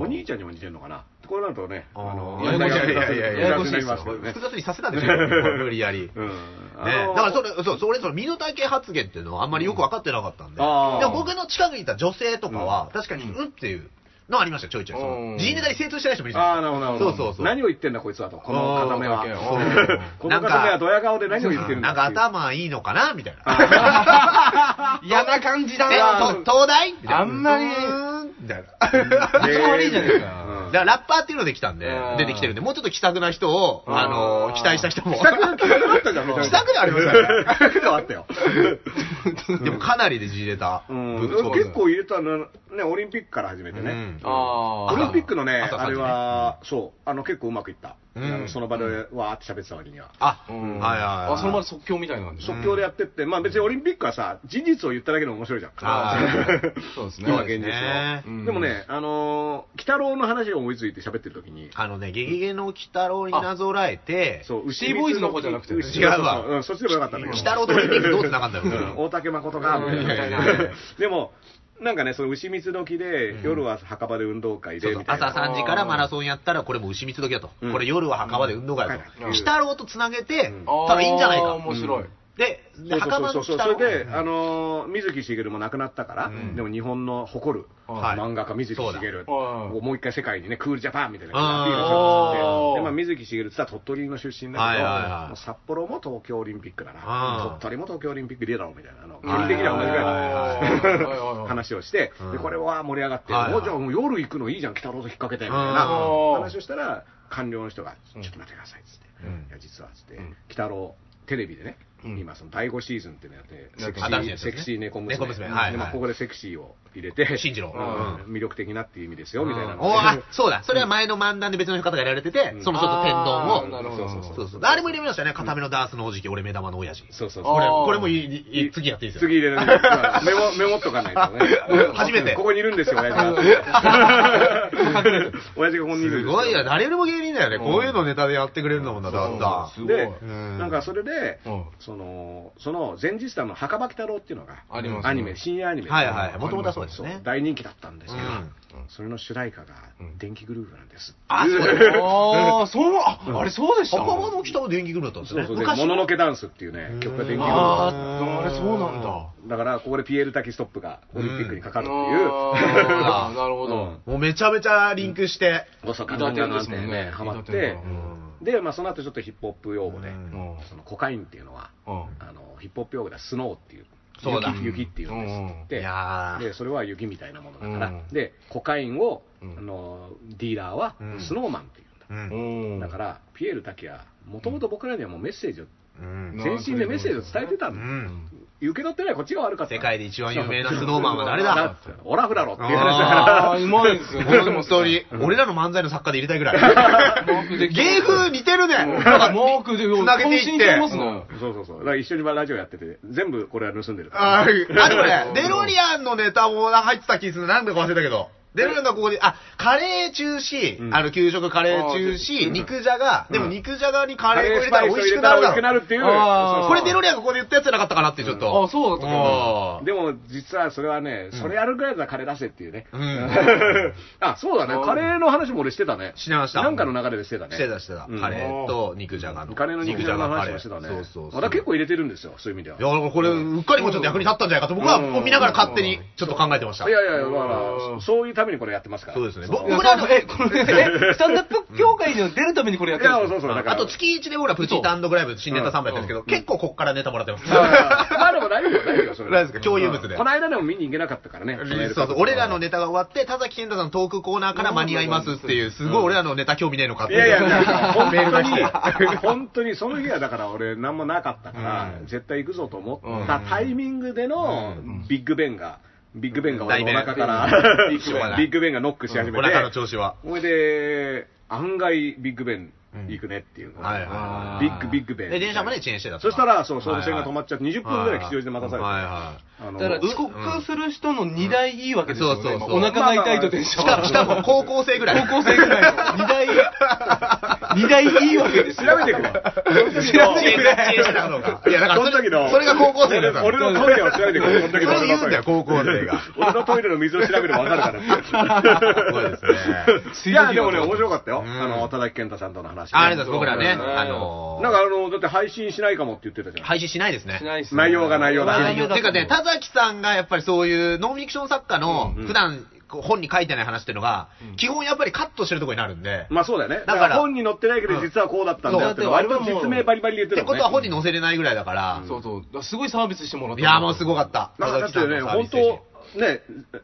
[SPEAKER 3] お兄ちゃんにも似てるのかなこれなるとねあの
[SPEAKER 4] いやいやいやいやいや
[SPEAKER 5] ややこしい
[SPEAKER 3] 複雑になりま
[SPEAKER 5] ですよ
[SPEAKER 3] すけどね
[SPEAKER 4] 複雑にさせたんですよ、無理やり。
[SPEAKER 3] うん
[SPEAKER 4] ね、
[SPEAKER 3] あの
[SPEAKER 4] だからそれ、そう、それ、その、身の丈発言っていうのはあんまりよく分かってなかったんで、
[SPEAKER 3] うんあー
[SPEAKER 4] でも僕の近くにいた女性とかは、確かに、
[SPEAKER 5] う
[SPEAKER 4] うんっていうのはありましたよ、ちょいちょい。そ
[SPEAKER 5] うん
[SPEAKER 4] の、ジーネタに精通してない人もいるじゃ
[SPEAKER 3] あ
[SPEAKER 4] な
[SPEAKER 3] あ、
[SPEAKER 4] い
[SPEAKER 3] な
[SPEAKER 4] で
[SPEAKER 3] るほど、なる
[SPEAKER 4] すか
[SPEAKER 3] ほど。
[SPEAKER 4] そうそうそう。
[SPEAKER 3] 何を言ってんだ、こいつはと。この片目は
[SPEAKER 5] おー。
[SPEAKER 3] この片目はドヤ顔で何を言ってるんだ。
[SPEAKER 4] なんか頭いいのかなみたいな。
[SPEAKER 5] 嫌な感じだ
[SPEAKER 4] え、
[SPEAKER 5] な
[SPEAKER 4] と東大みたいな。
[SPEAKER 5] あんまり
[SPEAKER 4] うーんみたいな。
[SPEAKER 5] 一番悪いじゃないですか
[SPEAKER 3] うん
[SPEAKER 4] だからラッパーっていうので来たんで
[SPEAKER 5] うん、
[SPEAKER 4] 出てきてるんで、もうちょっと気さくな人を、
[SPEAKER 5] ん
[SPEAKER 4] あのー、期待した人も。
[SPEAKER 3] 気さく だったじゃん、めちゃめちゃ
[SPEAKER 4] 気さくではありましたよね
[SPEAKER 3] 気さくではあったよ。
[SPEAKER 4] でもかなりでじれた。
[SPEAKER 3] うん
[SPEAKER 4] ぶっ壊す
[SPEAKER 3] 結構入れたの、ね、オリンピックから始めてね。
[SPEAKER 4] うん
[SPEAKER 5] あ
[SPEAKER 3] オリンピックのね、
[SPEAKER 4] 朝
[SPEAKER 3] あれは、そう、あの、結構うまくいった。あ
[SPEAKER 4] うん
[SPEAKER 3] のその場でわーって喋ってた割には。
[SPEAKER 4] あ、
[SPEAKER 5] う
[SPEAKER 4] はいは
[SPEAKER 5] ん
[SPEAKER 4] いはい。
[SPEAKER 5] あ、その場で即興みたいな感じ。
[SPEAKER 3] 即興でやってって、まあ別にオリンピックはさ、事実を言っただけでも面白いじゃん。
[SPEAKER 4] あー
[SPEAKER 5] そうですね。
[SPEAKER 3] 今
[SPEAKER 4] そう
[SPEAKER 3] 現実
[SPEAKER 4] ね
[SPEAKER 5] うん
[SPEAKER 3] の。でもね、あのー、北郎の話を思いついて喋ってる時に、
[SPEAKER 4] あのね、ゲゲゲの鬼太郎になぞらえて、
[SPEAKER 3] そう、
[SPEAKER 5] シーボーイズの方じゃなくてね
[SPEAKER 3] 牛
[SPEAKER 4] 違うわ
[SPEAKER 3] そうそううん、そっちでもよかったんだけど。
[SPEAKER 4] 鬼太郎とオリンピックどう繋がんだろう
[SPEAKER 3] うん大竹誠が、
[SPEAKER 5] うん
[SPEAKER 3] みたいな
[SPEAKER 5] うん
[SPEAKER 3] でも、なんかね、その牛蜜時で、
[SPEAKER 4] ん
[SPEAKER 3] 夜は墓場で運動会
[SPEAKER 4] そ
[SPEAKER 3] で、
[SPEAKER 4] うそう
[SPEAKER 3] みたい
[SPEAKER 4] 朝
[SPEAKER 3] な。
[SPEAKER 4] 3時からマラソンやったら、これもう牛蜜時だと。
[SPEAKER 3] うん
[SPEAKER 4] これ夜は墓場で運動会だと。
[SPEAKER 5] うん
[SPEAKER 4] 鬼太郎と繋げて
[SPEAKER 3] うん、
[SPEAKER 4] たらいいんじゃない
[SPEAKER 5] あー
[SPEAKER 4] か。
[SPEAKER 5] 面白い。
[SPEAKER 4] で、で
[SPEAKER 3] そう
[SPEAKER 4] 袴の
[SPEAKER 3] そ
[SPEAKER 4] 鬼
[SPEAKER 3] うそうそう
[SPEAKER 4] 太郎。
[SPEAKER 3] それで、あのー水木しげるも亡くなったから、
[SPEAKER 4] うん
[SPEAKER 3] でも日本の誇る、
[SPEAKER 5] はい
[SPEAKER 3] 漫画家水木しげる
[SPEAKER 5] はい
[SPEAKER 3] をもう一回世界にね、クールジャパンみたいな
[SPEAKER 4] あー
[SPEAKER 3] アピールしようと思って
[SPEAKER 5] あー
[SPEAKER 3] で、まあ、水木しげるって言ったら鳥取の出身だけど、
[SPEAKER 4] はいはいはい
[SPEAKER 3] もう札幌も東京オリンピックだ
[SPEAKER 4] あ
[SPEAKER 3] な
[SPEAKER 4] ー、
[SPEAKER 3] 鳥取も東京オリンピックでだろうみたいな、あの距
[SPEAKER 4] はい
[SPEAKER 3] 離的には同じぐらいだ
[SPEAKER 4] はいはいはい
[SPEAKER 3] 話をして、
[SPEAKER 4] うん
[SPEAKER 3] でこれは盛り上がって、
[SPEAKER 4] はいはい
[SPEAKER 3] もうじゃあもう夜行くのいいじゃん、鬼太郎と引っ掛けてみたい
[SPEAKER 5] うん
[SPEAKER 3] な話をしたら、官僚の人が、ち
[SPEAKER 5] う
[SPEAKER 3] ょ
[SPEAKER 5] ん
[SPEAKER 3] っと待ってくださいっつって、
[SPEAKER 4] うん
[SPEAKER 3] いや、実はっつって、
[SPEAKER 5] うん
[SPEAKER 3] 鬼太郎、テレビでね、
[SPEAKER 5] うん
[SPEAKER 3] 今、その第5シーズンっていうのやって、セクシ
[SPEAKER 4] 新しい
[SPEAKER 3] ー
[SPEAKER 4] やつですね
[SPEAKER 3] セクシー猫娘、
[SPEAKER 4] 猫娘はい
[SPEAKER 3] でまあ
[SPEAKER 4] はい
[SPEAKER 3] ここでセクシーを入れて、
[SPEAKER 4] 進次郎
[SPEAKER 3] うん魅力的なっていう意味ですよ、みたいな
[SPEAKER 4] うん
[SPEAKER 3] の
[SPEAKER 4] おーあそうだ、それは前の漫談で別の方がやられてて
[SPEAKER 3] う、ん
[SPEAKER 4] そのちょっと天
[SPEAKER 5] あーな
[SPEAKER 4] 丼
[SPEAKER 5] る
[SPEAKER 4] を。
[SPEAKER 5] ほど。なる
[SPEAKER 4] そ
[SPEAKER 5] ほど
[SPEAKER 4] うそう。あれも入れましたね、固めのダースのおじき、俺目玉の親父。
[SPEAKER 3] そうそう
[SPEAKER 5] あ
[SPEAKER 3] そ
[SPEAKER 4] これ、
[SPEAKER 5] ー
[SPEAKER 4] これもいいいい、次やっていいですよ。。
[SPEAKER 3] 次入れるんですよメモ、メモっとかないとね
[SPEAKER 4] 初めて
[SPEAKER 3] ここにいるんですよ、親父が。 親父がここにいるんですよ。
[SPEAKER 4] ごいよ、誰よりも芸人だよね。
[SPEAKER 5] うん
[SPEAKER 4] こういうのネタでやってくれるんだもんな、だんだ
[SPEAKER 5] すごい
[SPEAKER 3] で
[SPEAKER 4] うん、
[SPEAKER 3] なんかそれで
[SPEAKER 5] うん、
[SPEAKER 3] その、その前日談の墓場鬼太郎っていうのが、
[SPEAKER 5] ありますね
[SPEAKER 3] アニメ、深夜アニメ。
[SPEAKER 4] はいはい、もともとはそうです
[SPEAKER 3] そう
[SPEAKER 4] ね。
[SPEAKER 3] 大人気だったんですけど
[SPEAKER 4] うん、
[SPEAKER 3] それの主題歌が
[SPEAKER 5] うん
[SPEAKER 3] 電気グルーヴなんです。
[SPEAKER 4] あ、そうだ。
[SPEAKER 5] あー、そう、ああれそうでした。
[SPEAKER 4] 墓場の北は電気グルーだったん
[SPEAKER 3] そう
[SPEAKER 4] です
[SPEAKER 3] そ
[SPEAKER 4] ね。
[SPEAKER 3] うで、
[SPEAKER 4] 昔
[SPEAKER 3] もののけダンスっていうね、曲が電気グルーヴだったんです
[SPEAKER 5] あー、あれそうなんだ。
[SPEAKER 3] だから、ここでピエール・タキストップがオリンピックにかかるっていう、
[SPEAKER 5] あ ーなるほ
[SPEAKER 3] う
[SPEAKER 5] ど
[SPEAKER 3] ん。
[SPEAKER 4] もうめちゃめちゃリンクして。
[SPEAKER 3] ごそ
[SPEAKER 5] か
[SPEAKER 3] か
[SPEAKER 5] な
[SPEAKER 3] な
[SPEAKER 5] 女
[SPEAKER 3] 女な
[SPEAKER 5] な
[SPEAKER 3] んん
[SPEAKER 5] て
[SPEAKER 3] て
[SPEAKER 5] ね
[SPEAKER 3] ね、
[SPEAKER 5] ハ
[SPEAKER 3] ハ
[SPEAKER 5] マ
[SPEAKER 3] マ
[SPEAKER 5] っ
[SPEAKER 3] ってて
[SPEAKER 5] う、
[SPEAKER 3] で、まあ、その後ちょっとヒップホップ用語で、
[SPEAKER 4] うん
[SPEAKER 5] うん
[SPEAKER 3] そのコカインっていうのは、
[SPEAKER 5] うん
[SPEAKER 3] あのヒップホップ用語ではスノーっていう、
[SPEAKER 4] そうだ
[SPEAKER 3] 雪雪っていうんですって言っ
[SPEAKER 4] い
[SPEAKER 3] て、
[SPEAKER 4] やー
[SPEAKER 3] でそれは雪みたいなものだから、
[SPEAKER 5] うん
[SPEAKER 3] でコカインを、
[SPEAKER 5] うん
[SPEAKER 3] あのディーラーは
[SPEAKER 4] うん
[SPEAKER 3] スノーマンっていうんだ。
[SPEAKER 4] うん
[SPEAKER 5] うん
[SPEAKER 3] だから、ピエール・タキは、もともと僕らにはもうメッセージを、
[SPEAKER 4] うん
[SPEAKER 5] ん
[SPEAKER 3] 全身でメッセージを伝えてた
[SPEAKER 4] う
[SPEAKER 3] の。
[SPEAKER 4] ん
[SPEAKER 3] 受け取ってないこっちが悪かった。
[SPEAKER 4] 世界で一番有名なスノーマンは誰だ
[SPEAKER 3] オラフ だろっていう
[SPEAKER 5] あ
[SPEAKER 3] 話
[SPEAKER 5] あ、うまいですよ
[SPEAKER 4] こ のでも
[SPEAKER 5] ね。
[SPEAKER 4] ストーリー、俺らの漫才の作家で入れたいぐらい。芸風似てるね。
[SPEAKER 5] マークで、
[SPEAKER 4] つなげていっ
[SPEAKER 5] 渾身
[SPEAKER 4] て
[SPEAKER 5] に。ますね。
[SPEAKER 3] そうそうそう。だから一緒にラジオやってて、全部これは盗んでる。
[SPEAKER 4] あーあ、で もね、デロリアンのネタも入ってた気する。なんでか忘れたけど。デロリアンのここで、あ、カレー中止、
[SPEAKER 3] うん
[SPEAKER 4] あの、給食カレー中止、肉じゃが、でも肉じゃがにカレー粉入れたら美味しくな
[SPEAKER 3] カレースパイスを入れたら
[SPEAKER 4] る
[SPEAKER 3] 美
[SPEAKER 4] だ
[SPEAKER 3] 味しくな
[SPEAKER 4] ろ。
[SPEAKER 3] るっていう。
[SPEAKER 5] あー
[SPEAKER 3] そうそう
[SPEAKER 4] これデロリアンがここで言ったやつじゃなかったかなって、ちょっと。
[SPEAKER 5] あそうだったかな
[SPEAKER 4] うん
[SPEAKER 3] でも、実はそれはね、それやるぐらいだったら金出せっていうね。
[SPEAKER 4] う
[SPEAKER 3] あ、そうだね。カレーの話も俺してたね。
[SPEAKER 4] してました
[SPEAKER 3] なんかの流れでしてたね。
[SPEAKER 4] してたしてた
[SPEAKER 3] うん。
[SPEAKER 4] カレーと肉じゃがの。
[SPEAKER 3] カレーの肉じゃがの話もしてたね。
[SPEAKER 4] そうそうそう。
[SPEAKER 3] まだ結構入れてるんですよ、そういう意味では。
[SPEAKER 4] いや、だからこれ、うっかりもちょっと役に立ったんじゃないかと、僕は
[SPEAKER 3] うん
[SPEAKER 4] こう見ながら勝手にちょっと考えてました。
[SPEAKER 3] いやいやいや、ま
[SPEAKER 5] う
[SPEAKER 3] あ、
[SPEAKER 5] ん
[SPEAKER 3] そういうためにこれやってますから。
[SPEAKER 4] そうですね
[SPEAKER 3] 僕
[SPEAKER 4] 僕
[SPEAKER 5] 僕らの、え、これ、え、スタンダップ協会の出るためにこれやってるんです
[SPEAKER 3] そうそう、だから。
[SPEAKER 4] あと月1でほら、プチ単独ライブ、新ネタ3本やってるんですけど、結構こっからネタもらっ てます。
[SPEAKER 3] あーまあでも大丈夫、大丈夫よ、それは。
[SPEAKER 4] 大丈夫ですか共有物で
[SPEAKER 3] うんこの間でも見に行けなかったからね。
[SPEAKER 4] そうそう、俺らのネタが終わって、田崎健太さんのトークコーナーから間に合いますっていう、すごい俺らのネタ興味ねえのかっ
[SPEAKER 3] い
[SPEAKER 4] て
[SPEAKER 3] やいやい
[SPEAKER 4] いう。
[SPEAKER 3] や、本
[SPEAKER 4] メール
[SPEAKER 3] 当
[SPEAKER 4] が来て
[SPEAKER 3] に、本当に、その日はだから俺、何もなかったから、
[SPEAKER 4] うん
[SPEAKER 3] 絶対行くぞと思ったタイミングでの
[SPEAKER 4] うん
[SPEAKER 3] ビッグベンが、ビッグベンが俺
[SPEAKER 4] 大
[SPEAKER 3] の
[SPEAKER 4] 便
[SPEAKER 3] お腹から、ビ
[SPEAKER 4] ビッグベン
[SPEAKER 3] ッグベンがノックし始めて、
[SPEAKER 4] お腹の調子は。
[SPEAKER 3] ほいで、案外ビッグベン行くねっていう、
[SPEAKER 4] はいはいは
[SPEAKER 3] ビッグビッグベン。
[SPEAKER 4] で、電車まで遅延してたと
[SPEAKER 3] そ
[SPEAKER 4] か。
[SPEAKER 3] したら、そう、その線が止まっちゃって、20分ぐらい吉祥寺で待たされて、
[SPEAKER 4] はいは
[SPEAKER 3] あの
[SPEAKER 5] だから、遅刻する人の2台いいわけですよね。お腹が痛いと電
[SPEAKER 4] い。
[SPEAKER 5] 車
[SPEAKER 4] しかも、しかも高校生ぐらい。
[SPEAKER 5] 高校 生ぐらいの2台、2台いいわけです
[SPEAKER 3] 調
[SPEAKER 5] よ。
[SPEAKER 3] べてくわ。
[SPEAKER 4] 遅延してたかどうか。いや、だから
[SPEAKER 3] その時の
[SPEAKER 4] それが高校生だから。
[SPEAKER 3] 俺のトイレを調べてくる。その
[SPEAKER 4] そ
[SPEAKER 3] 時
[SPEAKER 4] れ
[SPEAKER 3] の
[SPEAKER 4] を
[SPEAKER 3] 俺のトイレ
[SPEAKER 4] 言うんだよ、。高校生が。
[SPEAKER 3] 俺のトイレの水を調べればわかるから。
[SPEAKER 4] 怖いですね。
[SPEAKER 3] いや、でもね、面白かったよ。あの、田崎健太さんとの話。
[SPEAKER 4] あありがとうございます僕らね
[SPEAKER 3] うん
[SPEAKER 4] あのー
[SPEAKER 3] なんかあの、だって配信しないかもって言ってたじゃん。
[SPEAKER 4] 配信しないですね。
[SPEAKER 5] しないっすね
[SPEAKER 3] 内容が内容だ
[SPEAKER 4] 内容
[SPEAKER 5] だ
[SPEAKER 4] てかね、田崎さんがやっぱりそういうノンフィクション作家の
[SPEAKER 3] うん
[SPEAKER 4] 普段こう本に書いてない話っていうのが、基本やっぱりカットしてるところになるんで、
[SPEAKER 3] まあそうだよね。だ
[SPEAKER 4] だ
[SPEAKER 3] か
[SPEAKER 4] から
[SPEAKER 3] ら本に載ってないけど実はこうだったんだよってのは割と実名バリバリで言って
[SPEAKER 4] っ
[SPEAKER 3] た
[SPEAKER 4] て
[SPEAKER 3] も
[SPEAKER 4] こ
[SPEAKER 3] ん
[SPEAKER 4] と
[SPEAKER 3] ね。
[SPEAKER 4] は本に載せれないぐらいだから、
[SPEAKER 5] そうそう。だからすごいサービスしてもらっ
[SPEAKER 4] い
[SPEAKER 5] た。
[SPEAKER 4] や、もうすごかった。
[SPEAKER 3] まあだ
[SPEAKER 4] 田
[SPEAKER 3] っ
[SPEAKER 4] 崎
[SPEAKER 3] て
[SPEAKER 4] さん
[SPEAKER 3] ね、
[SPEAKER 4] のサービ
[SPEAKER 3] 本
[SPEAKER 4] ス精神
[SPEAKER 3] 当、ね、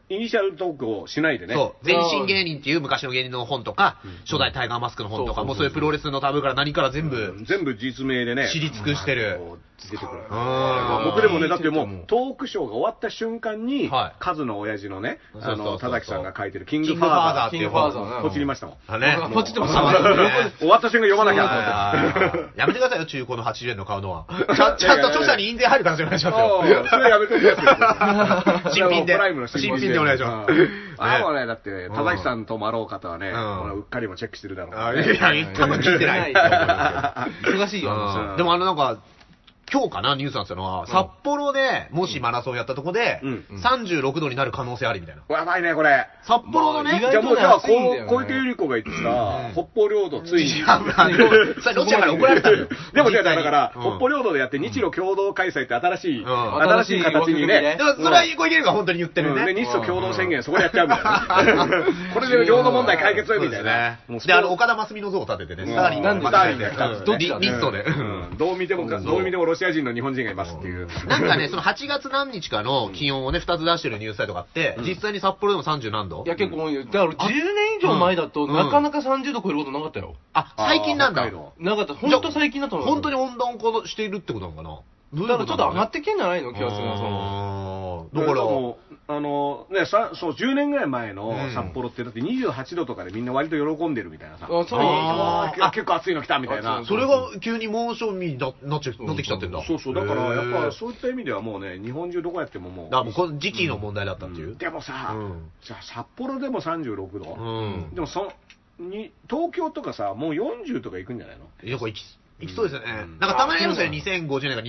[SPEAKER 3] イニシャルトークをしないでね。
[SPEAKER 4] そう、全身芸人っていう昔の芸人の本とか、初代タイガーマスクの本とか、もうそういうプロレスのタブから何から全部
[SPEAKER 3] 全部実名でね。
[SPEAKER 4] 知り尽くしてる。
[SPEAKER 3] こう出てくる。
[SPEAKER 4] うん
[SPEAKER 3] 僕でもね、だってもう、トークショーが終わった瞬間に、
[SPEAKER 4] はい
[SPEAKER 3] カズの親父のね、あ
[SPEAKER 4] そうそうそ
[SPEAKER 3] の、
[SPEAKER 4] う
[SPEAKER 3] 田崎さんが書いてる、キング
[SPEAKER 4] キン
[SPEAKER 3] フ
[SPEAKER 4] グファ
[SPEAKER 3] ァー
[SPEAKER 4] ーザー
[SPEAKER 3] ザ
[SPEAKER 4] っていう本。
[SPEAKER 3] ー、
[SPEAKER 5] ー
[SPEAKER 3] ポチりましたもん。
[SPEAKER 4] だね。
[SPEAKER 5] あポチってました
[SPEAKER 4] もうね
[SPEAKER 3] 終わった瞬間読まなきゃって。
[SPEAKER 4] やめてくださいよ、中古の80円の買うのは。ちゃんちゃんと著者に印税入る形お願い しますよ。
[SPEAKER 3] おうそれやめてください。
[SPEAKER 4] 新品で
[SPEAKER 3] あのプライムの
[SPEAKER 4] 新品でお願いします
[SPEAKER 3] うん
[SPEAKER 4] ね
[SPEAKER 3] あもうね、だってね、田崎さんともあろう方はね、
[SPEAKER 4] ん
[SPEAKER 3] ほらうっかりもチェックしてるだろう。
[SPEAKER 4] あいや、多分聞いてない。
[SPEAKER 5] 忙しいよ。
[SPEAKER 4] うんでもあのなんか、今日かな、ニュースなんですよな。札幌で、もしマラソンやったとこで
[SPEAKER 3] うん、
[SPEAKER 4] 36度になる可能性ありみたいな。
[SPEAKER 3] やばいね、これ。
[SPEAKER 4] 札幌の
[SPEAKER 5] まあ
[SPEAKER 4] ね
[SPEAKER 5] 意、
[SPEAKER 3] じゃあもう、じゃあ、
[SPEAKER 5] 外とね
[SPEAKER 3] こ
[SPEAKER 5] 暑いんだよ
[SPEAKER 3] う
[SPEAKER 5] ね
[SPEAKER 3] 小池百合子が言ってさ、北方領土つ いに。
[SPEAKER 4] あのそれロシアから怒られたのよ。
[SPEAKER 3] でもね、だから、
[SPEAKER 4] うん
[SPEAKER 3] 北方領土でやって日ロ共同開催って新しい、
[SPEAKER 4] うん
[SPEAKER 3] 新しい形にね
[SPEAKER 5] 新
[SPEAKER 4] で。もそれは小池百合が本当に言ってる
[SPEAKER 3] うん
[SPEAKER 4] ね。
[SPEAKER 3] で、日ソ共同宣言、そこでやっちゃうみたいな。 これで領土問題解決
[SPEAKER 4] そう
[SPEAKER 3] みた
[SPEAKER 4] です
[SPEAKER 3] いな
[SPEAKER 4] ね。。
[SPEAKER 3] もう。
[SPEAKER 4] で、あの、岡田真澄の像を立ててね、スターリン
[SPEAKER 5] なんでスターリン
[SPEAKER 4] で
[SPEAKER 5] が
[SPEAKER 3] 二つね
[SPEAKER 4] どっちかね日ソで。
[SPEAKER 3] うんどう見ても、どう見てもロシア人の日本人がいますっていう。
[SPEAKER 4] なんかね、その8月何日かの気温をね、2つ出してるニュースサイトがあって、実際に札幌でも30何度
[SPEAKER 5] いや、結構多いよ。だから10年以上前だと、
[SPEAKER 4] うん
[SPEAKER 5] なかなか30度超えることなかったよ。
[SPEAKER 4] あ、最近なん
[SPEAKER 3] あ
[SPEAKER 4] だ
[SPEAKER 3] ー北海。道
[SPEAKER 5] なかった。本当最近だと思う。
[SPEAKER 4] 本当に温暖化しているってことなのかなどうい
[SPEAKER 5] だ
[SPEAKER 4] う
[SPEAKER 5] か
[SPEAKER 4] こ
[SPEAKER 5] らち
[SPEAKER 4] と
[SPEAKER 5] ょっと上がっててきてんじゃないの気がするな、その。
[SPEAKER 3] だ
[SPEAKER 4] のだ
[SPEAKER 3] か
[SPEAKER 4] からら、
[SPEAKER 3] もう、あの、ね、さそう、10年ぐらい前の
[SPEAKER 4] うん
[SPEAKER 3] 札幌って、だって28度とかでみんな割と喜んでるみたいなさ。
[SPEAKER 5] あそう
[SPEAKER 3] あ
[SPEAKER 4] あ
[SPEAKER 3] ーあ結構暑いの来たみたいな。
[SPEAKER 5] 暑い
[SPEAKER 4] それが急に猛暑日にななっちゃなってきちゃってんだ。
[SPEAKER 3] そうそう、だからやっぱ
[SPEAKER 4] う。
[SPEAKER 3] そういった意味ではもうね、日本中どこやってももう。
[SPEAKER 4] だからもうこの時期の問題だったっていう。
[SPEAKER 3] でもさ、
[SPEAKER 4] うん
[SPEAKER 3] じゃあ札幌でも36
[SPEAKER 4] う
[SPEAKER 3] 度、
[SPEAKER 4] ん。
[SPEAKER 3] でもそに東京とかさ、もう40とか行くんじゃないの
[SPEAKER 4] よく行き、行きそうですよね
[SPEAKER 3] う。ん
[SPEAKER 4] なんかたまにありますよね、2050年か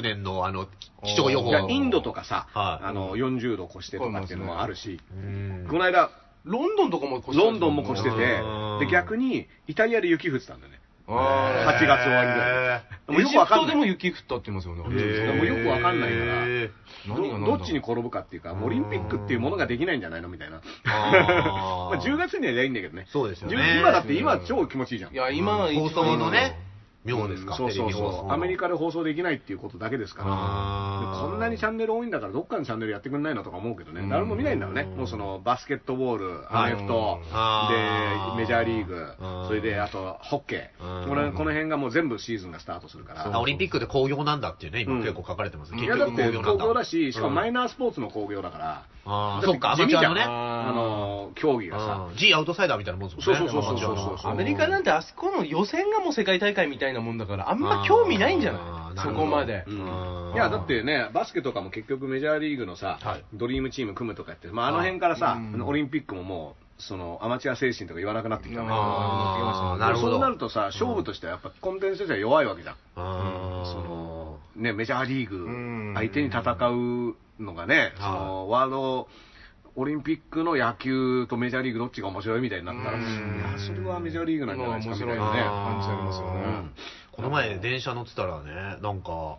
[SPEAKER 4] 2100年のあの、気象予
[SPEAKER 5] お
[SPEAKER 4] 報
[SPEAKER 3] い
[SPEAKER 5] ー。
[SPEAKER 3] やインドとかさ、
[SPEAKER 4] はい
[SPEAKER 3] あの40度越してとかっていうのもあるし、
[SPEAKER 4] うん
[SPEAKER 3] この間、
[SPEAKER 5] ロンドンとかも越してた
[SPEAKER 3] ロンドンも越してて
[SPEAKER 4] うん、
[SPEAKER 3] で逆にイタリアで雪降ってたんだよね、
[SPEAKER 5] あ
[SPEAKER 3] 8月終わりぐらい。
[SPEAKER 5] ー
[SPEAKER 3] もう
[SPEAKER 5] エ
[SPEAKER 3] よ
[SPEAKER 5] ジ
[SPEAKER 3] くわ
[SPEAKER 5] プ
[SPEAKER 3] か
[SPEAKER 5] ト
[SPEAKER 3] んな
[SPEAKER 5] で
[SPEAKER 3] い
[SPEAKER 5] も雪降ったって言いますよね。
[SPEAKER 3] へーもうよくわかんないから
[SPEAKER 4] へ
[SPEAKER 3] ど
[SPEAKER 5] 何が何だ
[SPEAKER 3] どっちに転ぶかっていうか、もうオリンピックっていうものができないんじゃないのみたいな。
[SPEAKER 4] ー
[SPEAKER 3] まあ10月にはやりゃいいんだけどね。
[SPEAKER 4] そうですよね
[SPEAKER 3] 10今だって今超気持ちいいじゃん。
[SPEAKER 5] いや、今は一
[SPEAKER 4] 放
[SPEAKER 5] 番
[SPEAKER 4] 送のね、妙ですか、
[SPEAKER 3] うんそう
[SPEAKER 4] テレ
[SPEAKER 3] そう
[SPEAKER 4] ビ放
[SPEAKER 3] そ
[SPEAKER 4] 送
[SPEAKER 3] う。アメリカで放送できないっていうことだけですから
[SPEAKER 4] あ、ー
[SPEAKER 3] でこんなにチャンネル多いんだから、どっかのチャンネルやってくんないのとか思うけど
[SPEAKER 4] う
[SPEAKER 3] ね、
[SPEAKER 4] ん
[SPEAKER 3] 誰も見ないんだろうね。もうその、バスケットボール、アメフト
[SPEAKER 4] うんあ、ー
[SPEAKER 3] で、メジャーリーグ
[SPEAKER 4] うん、
[SPEAKER 3] それで、あと、ホッケ
[SPEAKER 4] う
[SPEAKER 3] ー。
[SPEAKER 4] ん
[SPEAKER 3] これこの辺がもう全部シーズンがスタートするから。
[SPEAKER 4] あオリンピックで興行なんだっていうね、今
[SPEAKER 3] うん
[SPEAKER 4] 結構書かれてますね。
[SPEAKER 3] いやだって
[SPEAKER 4] 結局
[SPEAKER 3] 工業だし、しかもマイ
[SPEAKER 4] うん
[SPEAKER 3] ナースポーツの工業だから、
[SPEAKER 4] あー
[SPEAKER 3] だ
[SPEAKER 4] そっか、ア
[SPEAKER 3] て
[SPEAKER 4] マ
[SPEAKER 3] 地
[SPEAKER 4] チ
[SPEAKER 3] 味
[SPEAKER 4] ュア
[SPEAKER 3] じゃん
[SPEAKER 4] のね。
[SPEAKER 3] あの競技がさ、
[SPEAKER 4] うん G アウトサイダーみたいなもんですもんね。
[SPEAKER 3] そうそうそうそうそう
[SPEAKER 4] アマチュア
[SPEAKER 5] ア
[SPEAKER 4] の
[SPEAKER 5] メリカなんてあそこの予選がもう世界大会みたいなもんだから、あんま興味ないんじゃ
[SPEAKER 4] あ
[SPEAKER 5] な
[SPEAKER 4] ー
[SPEAKER 5] い
[SPEAKER 4] なる
[SPEAKER 5] そ
[SPEAKER 4] ほど
[SPEAKER 5] こまで
[SPEAKER 3] う。
[SPEAKER 4] うん
[SPEAKER 3] んいやだってね、バスケとかも結局メジャーリーグのさ、
[SPEAKER 4] はい
[SPEAKER 3] ドリームチーム組むとかやって、まあ、あの辺からさ、
[SPEAKER 5] うん
[SPEAKER 3] オリンピックももうそのアマチュア精神とか言わなくなってきたね
[SPEAKER 4] あーなるほど
[SPEAKER 3] そうなるとさ、勝負としてはやっぱコンテンツとしては弱いわけじゃん。
[SPEAKER 4] あー
[SPEAKER 3] そのね、メジャーリー
[SPEAKER 5] うん
[SPEAKER 3] グ、相手に戦うのがね、そのワールド、オリンピックの野球とメジャーリーグどっちが面白いみたいになったら、
[SPEAKER 5] う
[SPEAKER 3] い
[SPEAKER 5] ん
[SPEAKER 3] や、それはメジャーリーグなんじゃないですかみたい
[SPEAKER 5] まあ面白
[SPEAKER 3] な
[SPEAKER 5] い
[SPEAKER 3] ね。
[SPEAKER 5] 感じありますよね
[SPEAKER 4] うんこの前、電車乗ってたらね、なんか、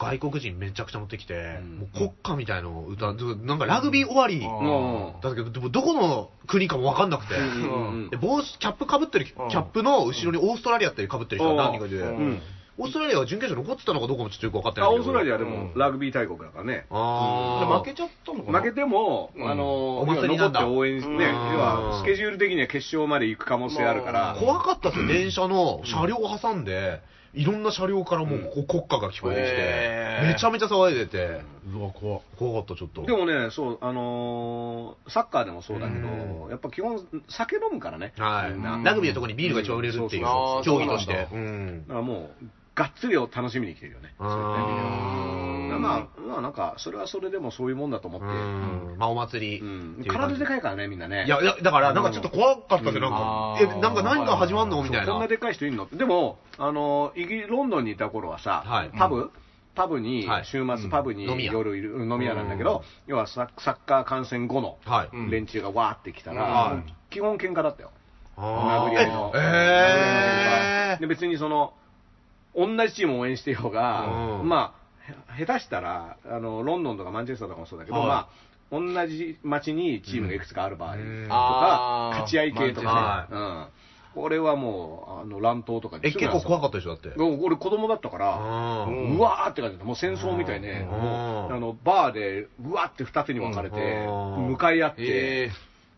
[SPEAKER 4] 外国人めちゃくちゃ乗ってきて、
[SPEAKER 3] うん
[SPEAKER 4] もう国歌みたいの歌、なんかラグビー終わり
[SPEAKER 5] あ
[SPEAKER 3] も
[SPEAKER 4] だけど、でもどこの国かもわかんなくて、
[SPEAKER 3] うんうんうん
[SPEAKER 4] で帽子、キャップかぶってる、キ
[SPEAKER 5] うん
[SPEAKER 4] ャップの後ろにオーストラリアってかぶってる人が何人かいて、
[SPEAKER 5] うん
[SPEAKER 3] うん
[SPEAKER 4] オーストラリアは準決勝残ってたのかどうかもちょっとよくわかってない
[SPEAKER 3] あ
[SPEAKER 4] ん
[SPEAKER 3] オ
[SPEAKER 4] だけ
[SPEAKER 3] ース
[SPEAKER 4] ど。
[SPEAKER 3] トラリアで
[SPEAKER 5] う
[SPEAKER 3] も
[SPEAKER 5] ん
[SPEAKER 3] ラグビー大国だからね。
[SPEAKER 4] あ
[SPEAKER 5] 負け
[SPEAKER 4] ー
[SPEAKER 5] ちゃったのかな
[SPEAKER 3] 負けても、
[SPEAKER 5] うん
[SPEAKER 3] あの、
[SPEAKER 4] お祭りな
[SPEAKER 3] 残
[SPEAKER 4] ん
[SPEAKER 3] っ
[SPEAKER 4] だ
[SPEAKER 3] て応援して、
[SPEAKER 5] うん
[SPEAKER 3] ね、要は、スケジュール的には決勝まで行く可能性あるから、
[SPEAKER 5] もう
[SPEAKER 4] 怖かったですよ、電車の車両を挟んで、いろんな車両からもうこ国歌が聞こえ
[SPEAKER 5] へ
[SPEAKER 4] てきて、
[SPEAKER 5] ー
[SPEAKER 4] めちゃめちゃ騒いでて、
[SPEAKER 5] うわ、怖っ
[SPEAKER 4] 怖かった、ちょっと。
[SPEAKER 3] でもね、そう、あのーサッカーでもそうだけど、
[SPEAKER 5] うん
[SPEAKER 3] やっぱ基本、酒飲むからね、
[SPEAKER 4] は、
[SPEAKER 3] みんない
[SPEAKER 4] ラグビーは特にビールが一番売れるっていう、
[SPEAKER 3] うん
[SPEAKER 5] そうそう
[SPEAKER 4] 競技として
[SPEAKER 5] あー。そ
[SPEAKER 4] うん
[SPEAKER 3] だからもう、がっつりを楽しみに来てるよね。
[SPEAKER 4] あ
[SPEAKER 5] ー
[SPEAKER 3] そういう意味ではまあ、まあなんか、それはそれでもそういうもんだと思って、
[SPEAKER 4] うんまあ、お祭り。
[SPEAKER 3] うん
[SPEAKER 4] っていう感
[SPEAKER 3] 体
[SPEAKER 4] じ
[SPEAKER 3] でかいからね、みんなね。
[SPEAKER 4] いや、いやだから、なんかちょっと怖かったですよ、なん
[SPEAKER 5] あ
[SPEAKER 4] か。
[SPEAKER 5] ー
[SPEAKER 4] え、なんか何か始まんのみたい
[SPEAKER 3] こん
[SPEAKER 4] な
[SPEAKER 3] な。でかい人いるのでも、あのイギリロンドンにいた頃はさ、
[SPEAKER 4] はい
[SPEAKER 3] パブ、パブに、
[SPEAKER 4] はい
[SPEAKER 3] 週末、パブに
[SPEAKER 4] 飲み屋
[SPEAKER 3] 夜いる、うん飲み屋なんだけど、要はササッカー観戦後の
[SPEAKER 4] はい。
[SPEAKER 5] うん
[SPEAKER 3] 連中がわーって来た
[SPEAKER 4] う
[SPEAKER 3] ら、
[SPEAKER 4] ん
[SPEAKER 3] 基本喧嘩だったよ、
[SPEAKER 4] あ
[SPEAKER 3] 殴
[SPEAKER 4] ー
[SPEAKER 3] り合いの
[SPEAKER 4] ええ
[SPEAKER 3] で別にその同じチームを応援してようが、
[SPEAKER 4] うん
[SPEAKER 3] まあ、へ下手したらあの、ロンドンとかマンチェスターとかもそうだけど、
[SPEAKER 4] はい
[SPEAKER 3] まあ、同じ町にチームがいくつかある場合と
[SPEAKER 4] う
[SPEAKER 3] か
[SPEAKER 4] ん
[SPEAKER 5] あ、ー
[SPEAKER 3] 勝ち合い系と
[SPEAKER 4] マ
[SPEAKER 3] か
[SPEAKER 4] ンチェス
[SPEAKER 3] ね、うん、俺はもうあの乱闘とか
[SPEAKER 4] え、結構怖
[SPEAKER 3] い。
[SPEAKER 4] かったでしょ、だって。
[SPEAKER 3] もう俺、子供だったから、
[SPEAKER 4] うん
[SPEAKER 5] ん
[SPEAKER 3] うわーって感じで、もう戦争みたいね、
[SPEAKER 4] うん
[SPEAKER 3] もうあのバーでうわーって二手に分かれて、
[SPEAKER 4] うん
[SPEAKER 3] 向かい合って、
[SPEAKER 5] え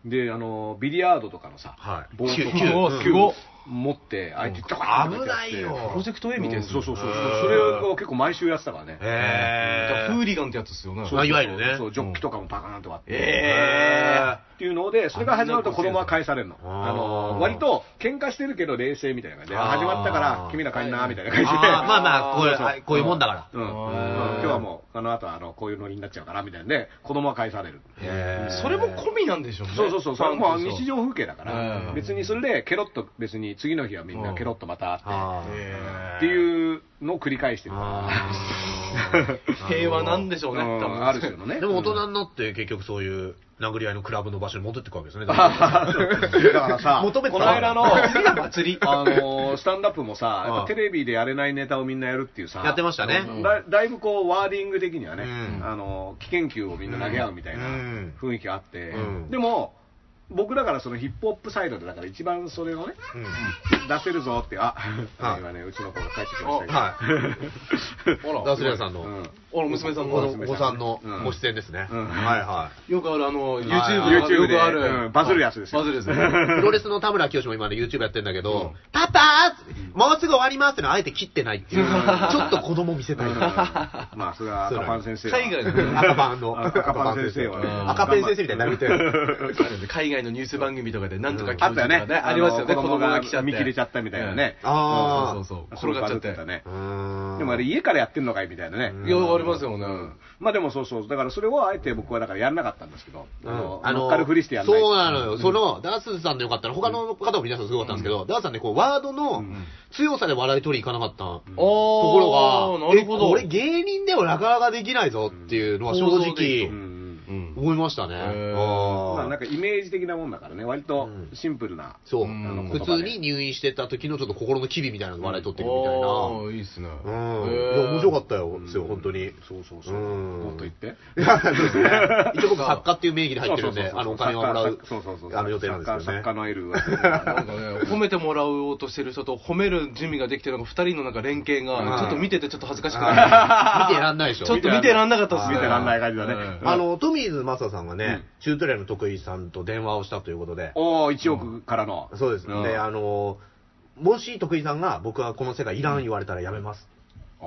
[SPEAKER 3] であのビリヤードとかのさ、
[SPEAKER 4] はい
[SPEAKER 3] 棒と
[SPEAKER 4] 球
[SPEAKER 3] か
[SPEAKER 4] 球
[SPEAKER 5] うんすごっ
[SPEAKER 3] 持って、相手、ドカーンとか
[SPEAKER 4] 危
[SPEAKER 3] ってやっ
[SPEAKER 4] な
[SPEAKER 3] て
[SPEAKER 4] いよ。
[SPEAKER 5] プロジェクト A みたいなやつ
[SPEAKER 3] そうそうそう
[SPEAKER 4] へ
[SPEAKER 3] そう
[SPEAKER 4] ー
[SPEAKER 3] それを結構毎週やってたからね、
[SPEAKER 4] え
[SPEAKER 5] フー
[SPEAKER 4] ー。
[SPEAKER 5] リガンってやつですよね。
[SPEAKER 4] まあいわゆるね
[SPEAKER 3] そうジョッキとかもパカーンと割って、
[SPEAKER 5] え
[SPEAKER 3] っていうのでそれが始まると子供は返されるの
[SPEAKER 4] あんな
[SPEAKER 3] あ
[SPEAKER 4] あー
[SPEAKER 3] の割と喧嘩してるけど冷静みたいな感じで
[SPEAKER 4] あー
[SPEAKER 3] あ始まったから君ら帰んなみたいな感じで、
[SPEAKER 4] あーまあまあ、こうい
[SPEAKER 3] そうそう
[SPEAKER 4] う、こういうもんだから。
[SPEAKER 3] うん、うん
[SPEAKER 5] あ
[SPEAKER 3] 今
[SPEAKER 5] ー
[SPEAKER 3] 日はもうあの後はあのこういうノリになっちゃうからみたいなんで子供は返される
[SPEAKER 4] へー
[SPEAKER 5] それも込みなんでしょうね。
[SPEAKER 3] そうそうそう、それもう
[SPEAKER 5] ファンとして
[SPEAKER 3] 日常風景だから、
[SPEAKER 5] うん
[SPEAKER 3] 別にそれでケロッと別に次の日はみん
[SPEAKER 5] う
[SPEAKER 3] なんケロッとまた会
[SPEAKER 4] あー
[SPEAKER 3] って、
[SPEAKER 5] えー
[SPEAKER 3] っていうのを繰り返してるから。
[SPEAKER 4] あー
[SPEAKER 5] 平和なんでしょうね。
[SPEAKER 3] うん
[SPEAKER 5] 多分
[SPEAKER 3] ある種のね。
[SPEAKER 4] でも大人になって結局そういう殴り合いのクラブの場所に戻っていくわけですね。
[SPEAKER 3] だからさ、
[SPEAKER 4] 求めて
[SPEAKER 3] こ
[SPEAKER 4] た
[SPEAKER 3] の間の、
[SPEAKER 5] 祭り
[SPEAKER 3] あ のースタンダップもさ、やっ
[SPEAKER 4] うん
[SPEAKER 3] ぱテレビでやれないネタをみんなやるっていうさ、
[SPEAKER 4] やってましたね
[SPEAKER 3] うんだだいぶこう、ワーディング的にはね、
[SPEAKER 4] うん
[SPEAKER 3] あのー危険球をみんな投げ合うみたいな
[SPEAKER 4] うん
[SPEAKER 3] 雰囲気があって、
[SPEAKER 4] うん
[SPEAKER 3] でも、僕だからそのヒップホップサイドで、だから一番それをね、
[SPEAKER 4] うん
[SPEAKER 3] 出せるぞって、あ、
[SPEAKER 4] はい
[SPEAKER 3] 今ね、うちの子が帰ってきましたけど、
[SPEAKER 4] は
[SPEAKER 5] あら
[SPEAKER 4] い。ダースレアさんの、
[SPEAKER 3] うん
[SPEAKER 5] あら、娘さん
[SPEAKER 4] お
[SPEAKER 5] も。
[SPEAKER 4] お子さんの
[SPEAKER 3] うん
[SPEAKER 4] ご出演ですね。
[SPEAKER 3] うん
[SPEAKER 4] はいは
[SPEAKER 5] よくある、あの、YouTube
[SPEAKER 4] はい
[SPEAKER 5] の
[SPEAKER 3] YouTube で
[SPEAKER 5] よくあ
[SPEAKER 3] う
[SPEAKER 5] る。
[SPEAKER 3] んバズるやつですよ
[SPEAKER 5] バズるですね。
[SPEAKER 4] い。 プロレスの田村清も今ね、YouTube やってんだけど、パパーもうすぐ終わりますってのはあえて切ってないっていう、ちょっと子供見せたい。
[SPEAKER 3] まあ、それは赤パン先生は。
[SPEAKER 5] 海外の
[SPEAKER 4] 赤パンの。
[SPEAKER 3] 赤パン先生はね
[SPEAKER 4] 赤ペン先生みたいになるみたいな。
[SPEAKER 5] 海外のニュース番組とかで、なんとか
[SPEAKER 3] あったよね。
[SPEAKER 5] ありますよね。
[SPEAKER 3] の
[SPEAKER 5] 子
[SPEAKER 3] 子
[SPEAKER 5] 供
[SPEAKER 3] 供
[SPEAKER 5] が
[SPEAKER 3] が
[SPEAKER 5] 来ちゃって。
[SPEAKER 3] 見切れちゃったみたいなね。
[SPEAKER 4] あ
[SPEAKER 5] そう
[SPEAKER 4] ー
[SPEAKER 5] そう
[SPEAKER 3] そ
[SPEAKER 5] そう。
[SPEAKER 3] れ
[SPEAKER 5] 転がっちゃ
[SPEAKER 3] バ
[SPEAKER 5] って。
[SPEAKER 3] ズたね
[SPEAKER 4] う。ーん
[SPEAKER 3] でもあれ、家からやってんのかいみたいなね。
[SPEAKER 5] いや、ありますよね。
[SPEAKER 3] まあでもそうそう。だからそれをあえて僕はだからやんなかったんですけど、あの、
[SPEAKER 4] あの
[SPEAKER 3] 乗っかるふりしてやんない。
[SPEAKER 4] そうなのよ。その、ダースさんでよかったら、他の方も皆さんすごかったんですけど、ダースさんね、こう、ワードの強さで笑い取りいかなかったところが、
[SPEAKER 5] ああ、なるほ
[SPEAKER 4] え
[SPEAKER 5] ど。
[SPEAKER 4] これ芸人でもなかなかできないぞっていうのは正
[SPEAKER 5] うん行動でいい
[SPEAKER 4] 直
[SPEAKER 3] う、ん
[SPEAKER 4] うん
[SPEAKER 3] うん
[SPEAKER 4] 思いましたね。
[SPEAKER 3] ま
[SPEAKER 4] あ
[SPEAKER 3] あなん
[SPEAKER 4] ー
[SPEAKER 3] かイメージ的なもんだからね、割と
[SPEAKER 4] うん
[SPEAKER 3] シンプルな。
[SPEAKER 4] そう。
[SPEAKER 3] うん
[SPEAKER 4] 普通に入院してた時のちょっと心の機微みたいなの笑い取ってるみたいな。
[SPEAKER 5] ああいいっすね
[SPEAKER 4] うん。
[SPEAKER 5] へ
[SPEAKER 4] い
[SPEAKER 5] え
[SPEAKER 4] や、面白かったよ、ですよ、
[SPEAKER 3] うん
[SPEAKER 4] 本当に。
[SPEAKER 3] そうそうそう。
[SPEAKER 4] うん
[SPEAKER 3] もっと言って。
[SPEAKER 4] いやそうですね。一応僕、作家っていう名義で入ってるんで、
[SPEAKER 3] そうそうそう
[SPEAKER 4] あの、お金はもらう
[SPEAKER 3] 作家、そうそうそう。
[SPEAKER 4] あの、予定なんですけ
[SPEAKER 3] 作
[SPEAKER 4] ど
[SPEAKER 3] 家
[SPEAKER 4] ね
[SPEAKER 3] 作家。のエルは。
[SPEAKER 5] なんかね、褒めてもらおうとしてる人と褒める準備ができてるのが2人のなんか連携
[SPEAKER 3] うん
[SPEAKER 5] が、ちょっと見ててちょっと恥ずかしくなる。
[SPEAKER 4] 見てらんないでしょ。
[SPEAKER 5] ちょっと見てらんなかったっすね。
[SPEAKER 3] 見てらんない感じだね
[SPEAKER 5] うん
[SPEAKER 4] あの、トミーズ・マサさんが
[SPEAKER 3] うん
[SPEAKER 4] ね、チュートリアルの得意さんと電話をしたということで、
[SPEAKER 3] おお、1億からの。
[SPEAKER 4] そうです。
[SPEAKER 3] ん
[SPEAKER 4] で、あの、もし得意さんが、僕はこの世界いらん言われたらやめます。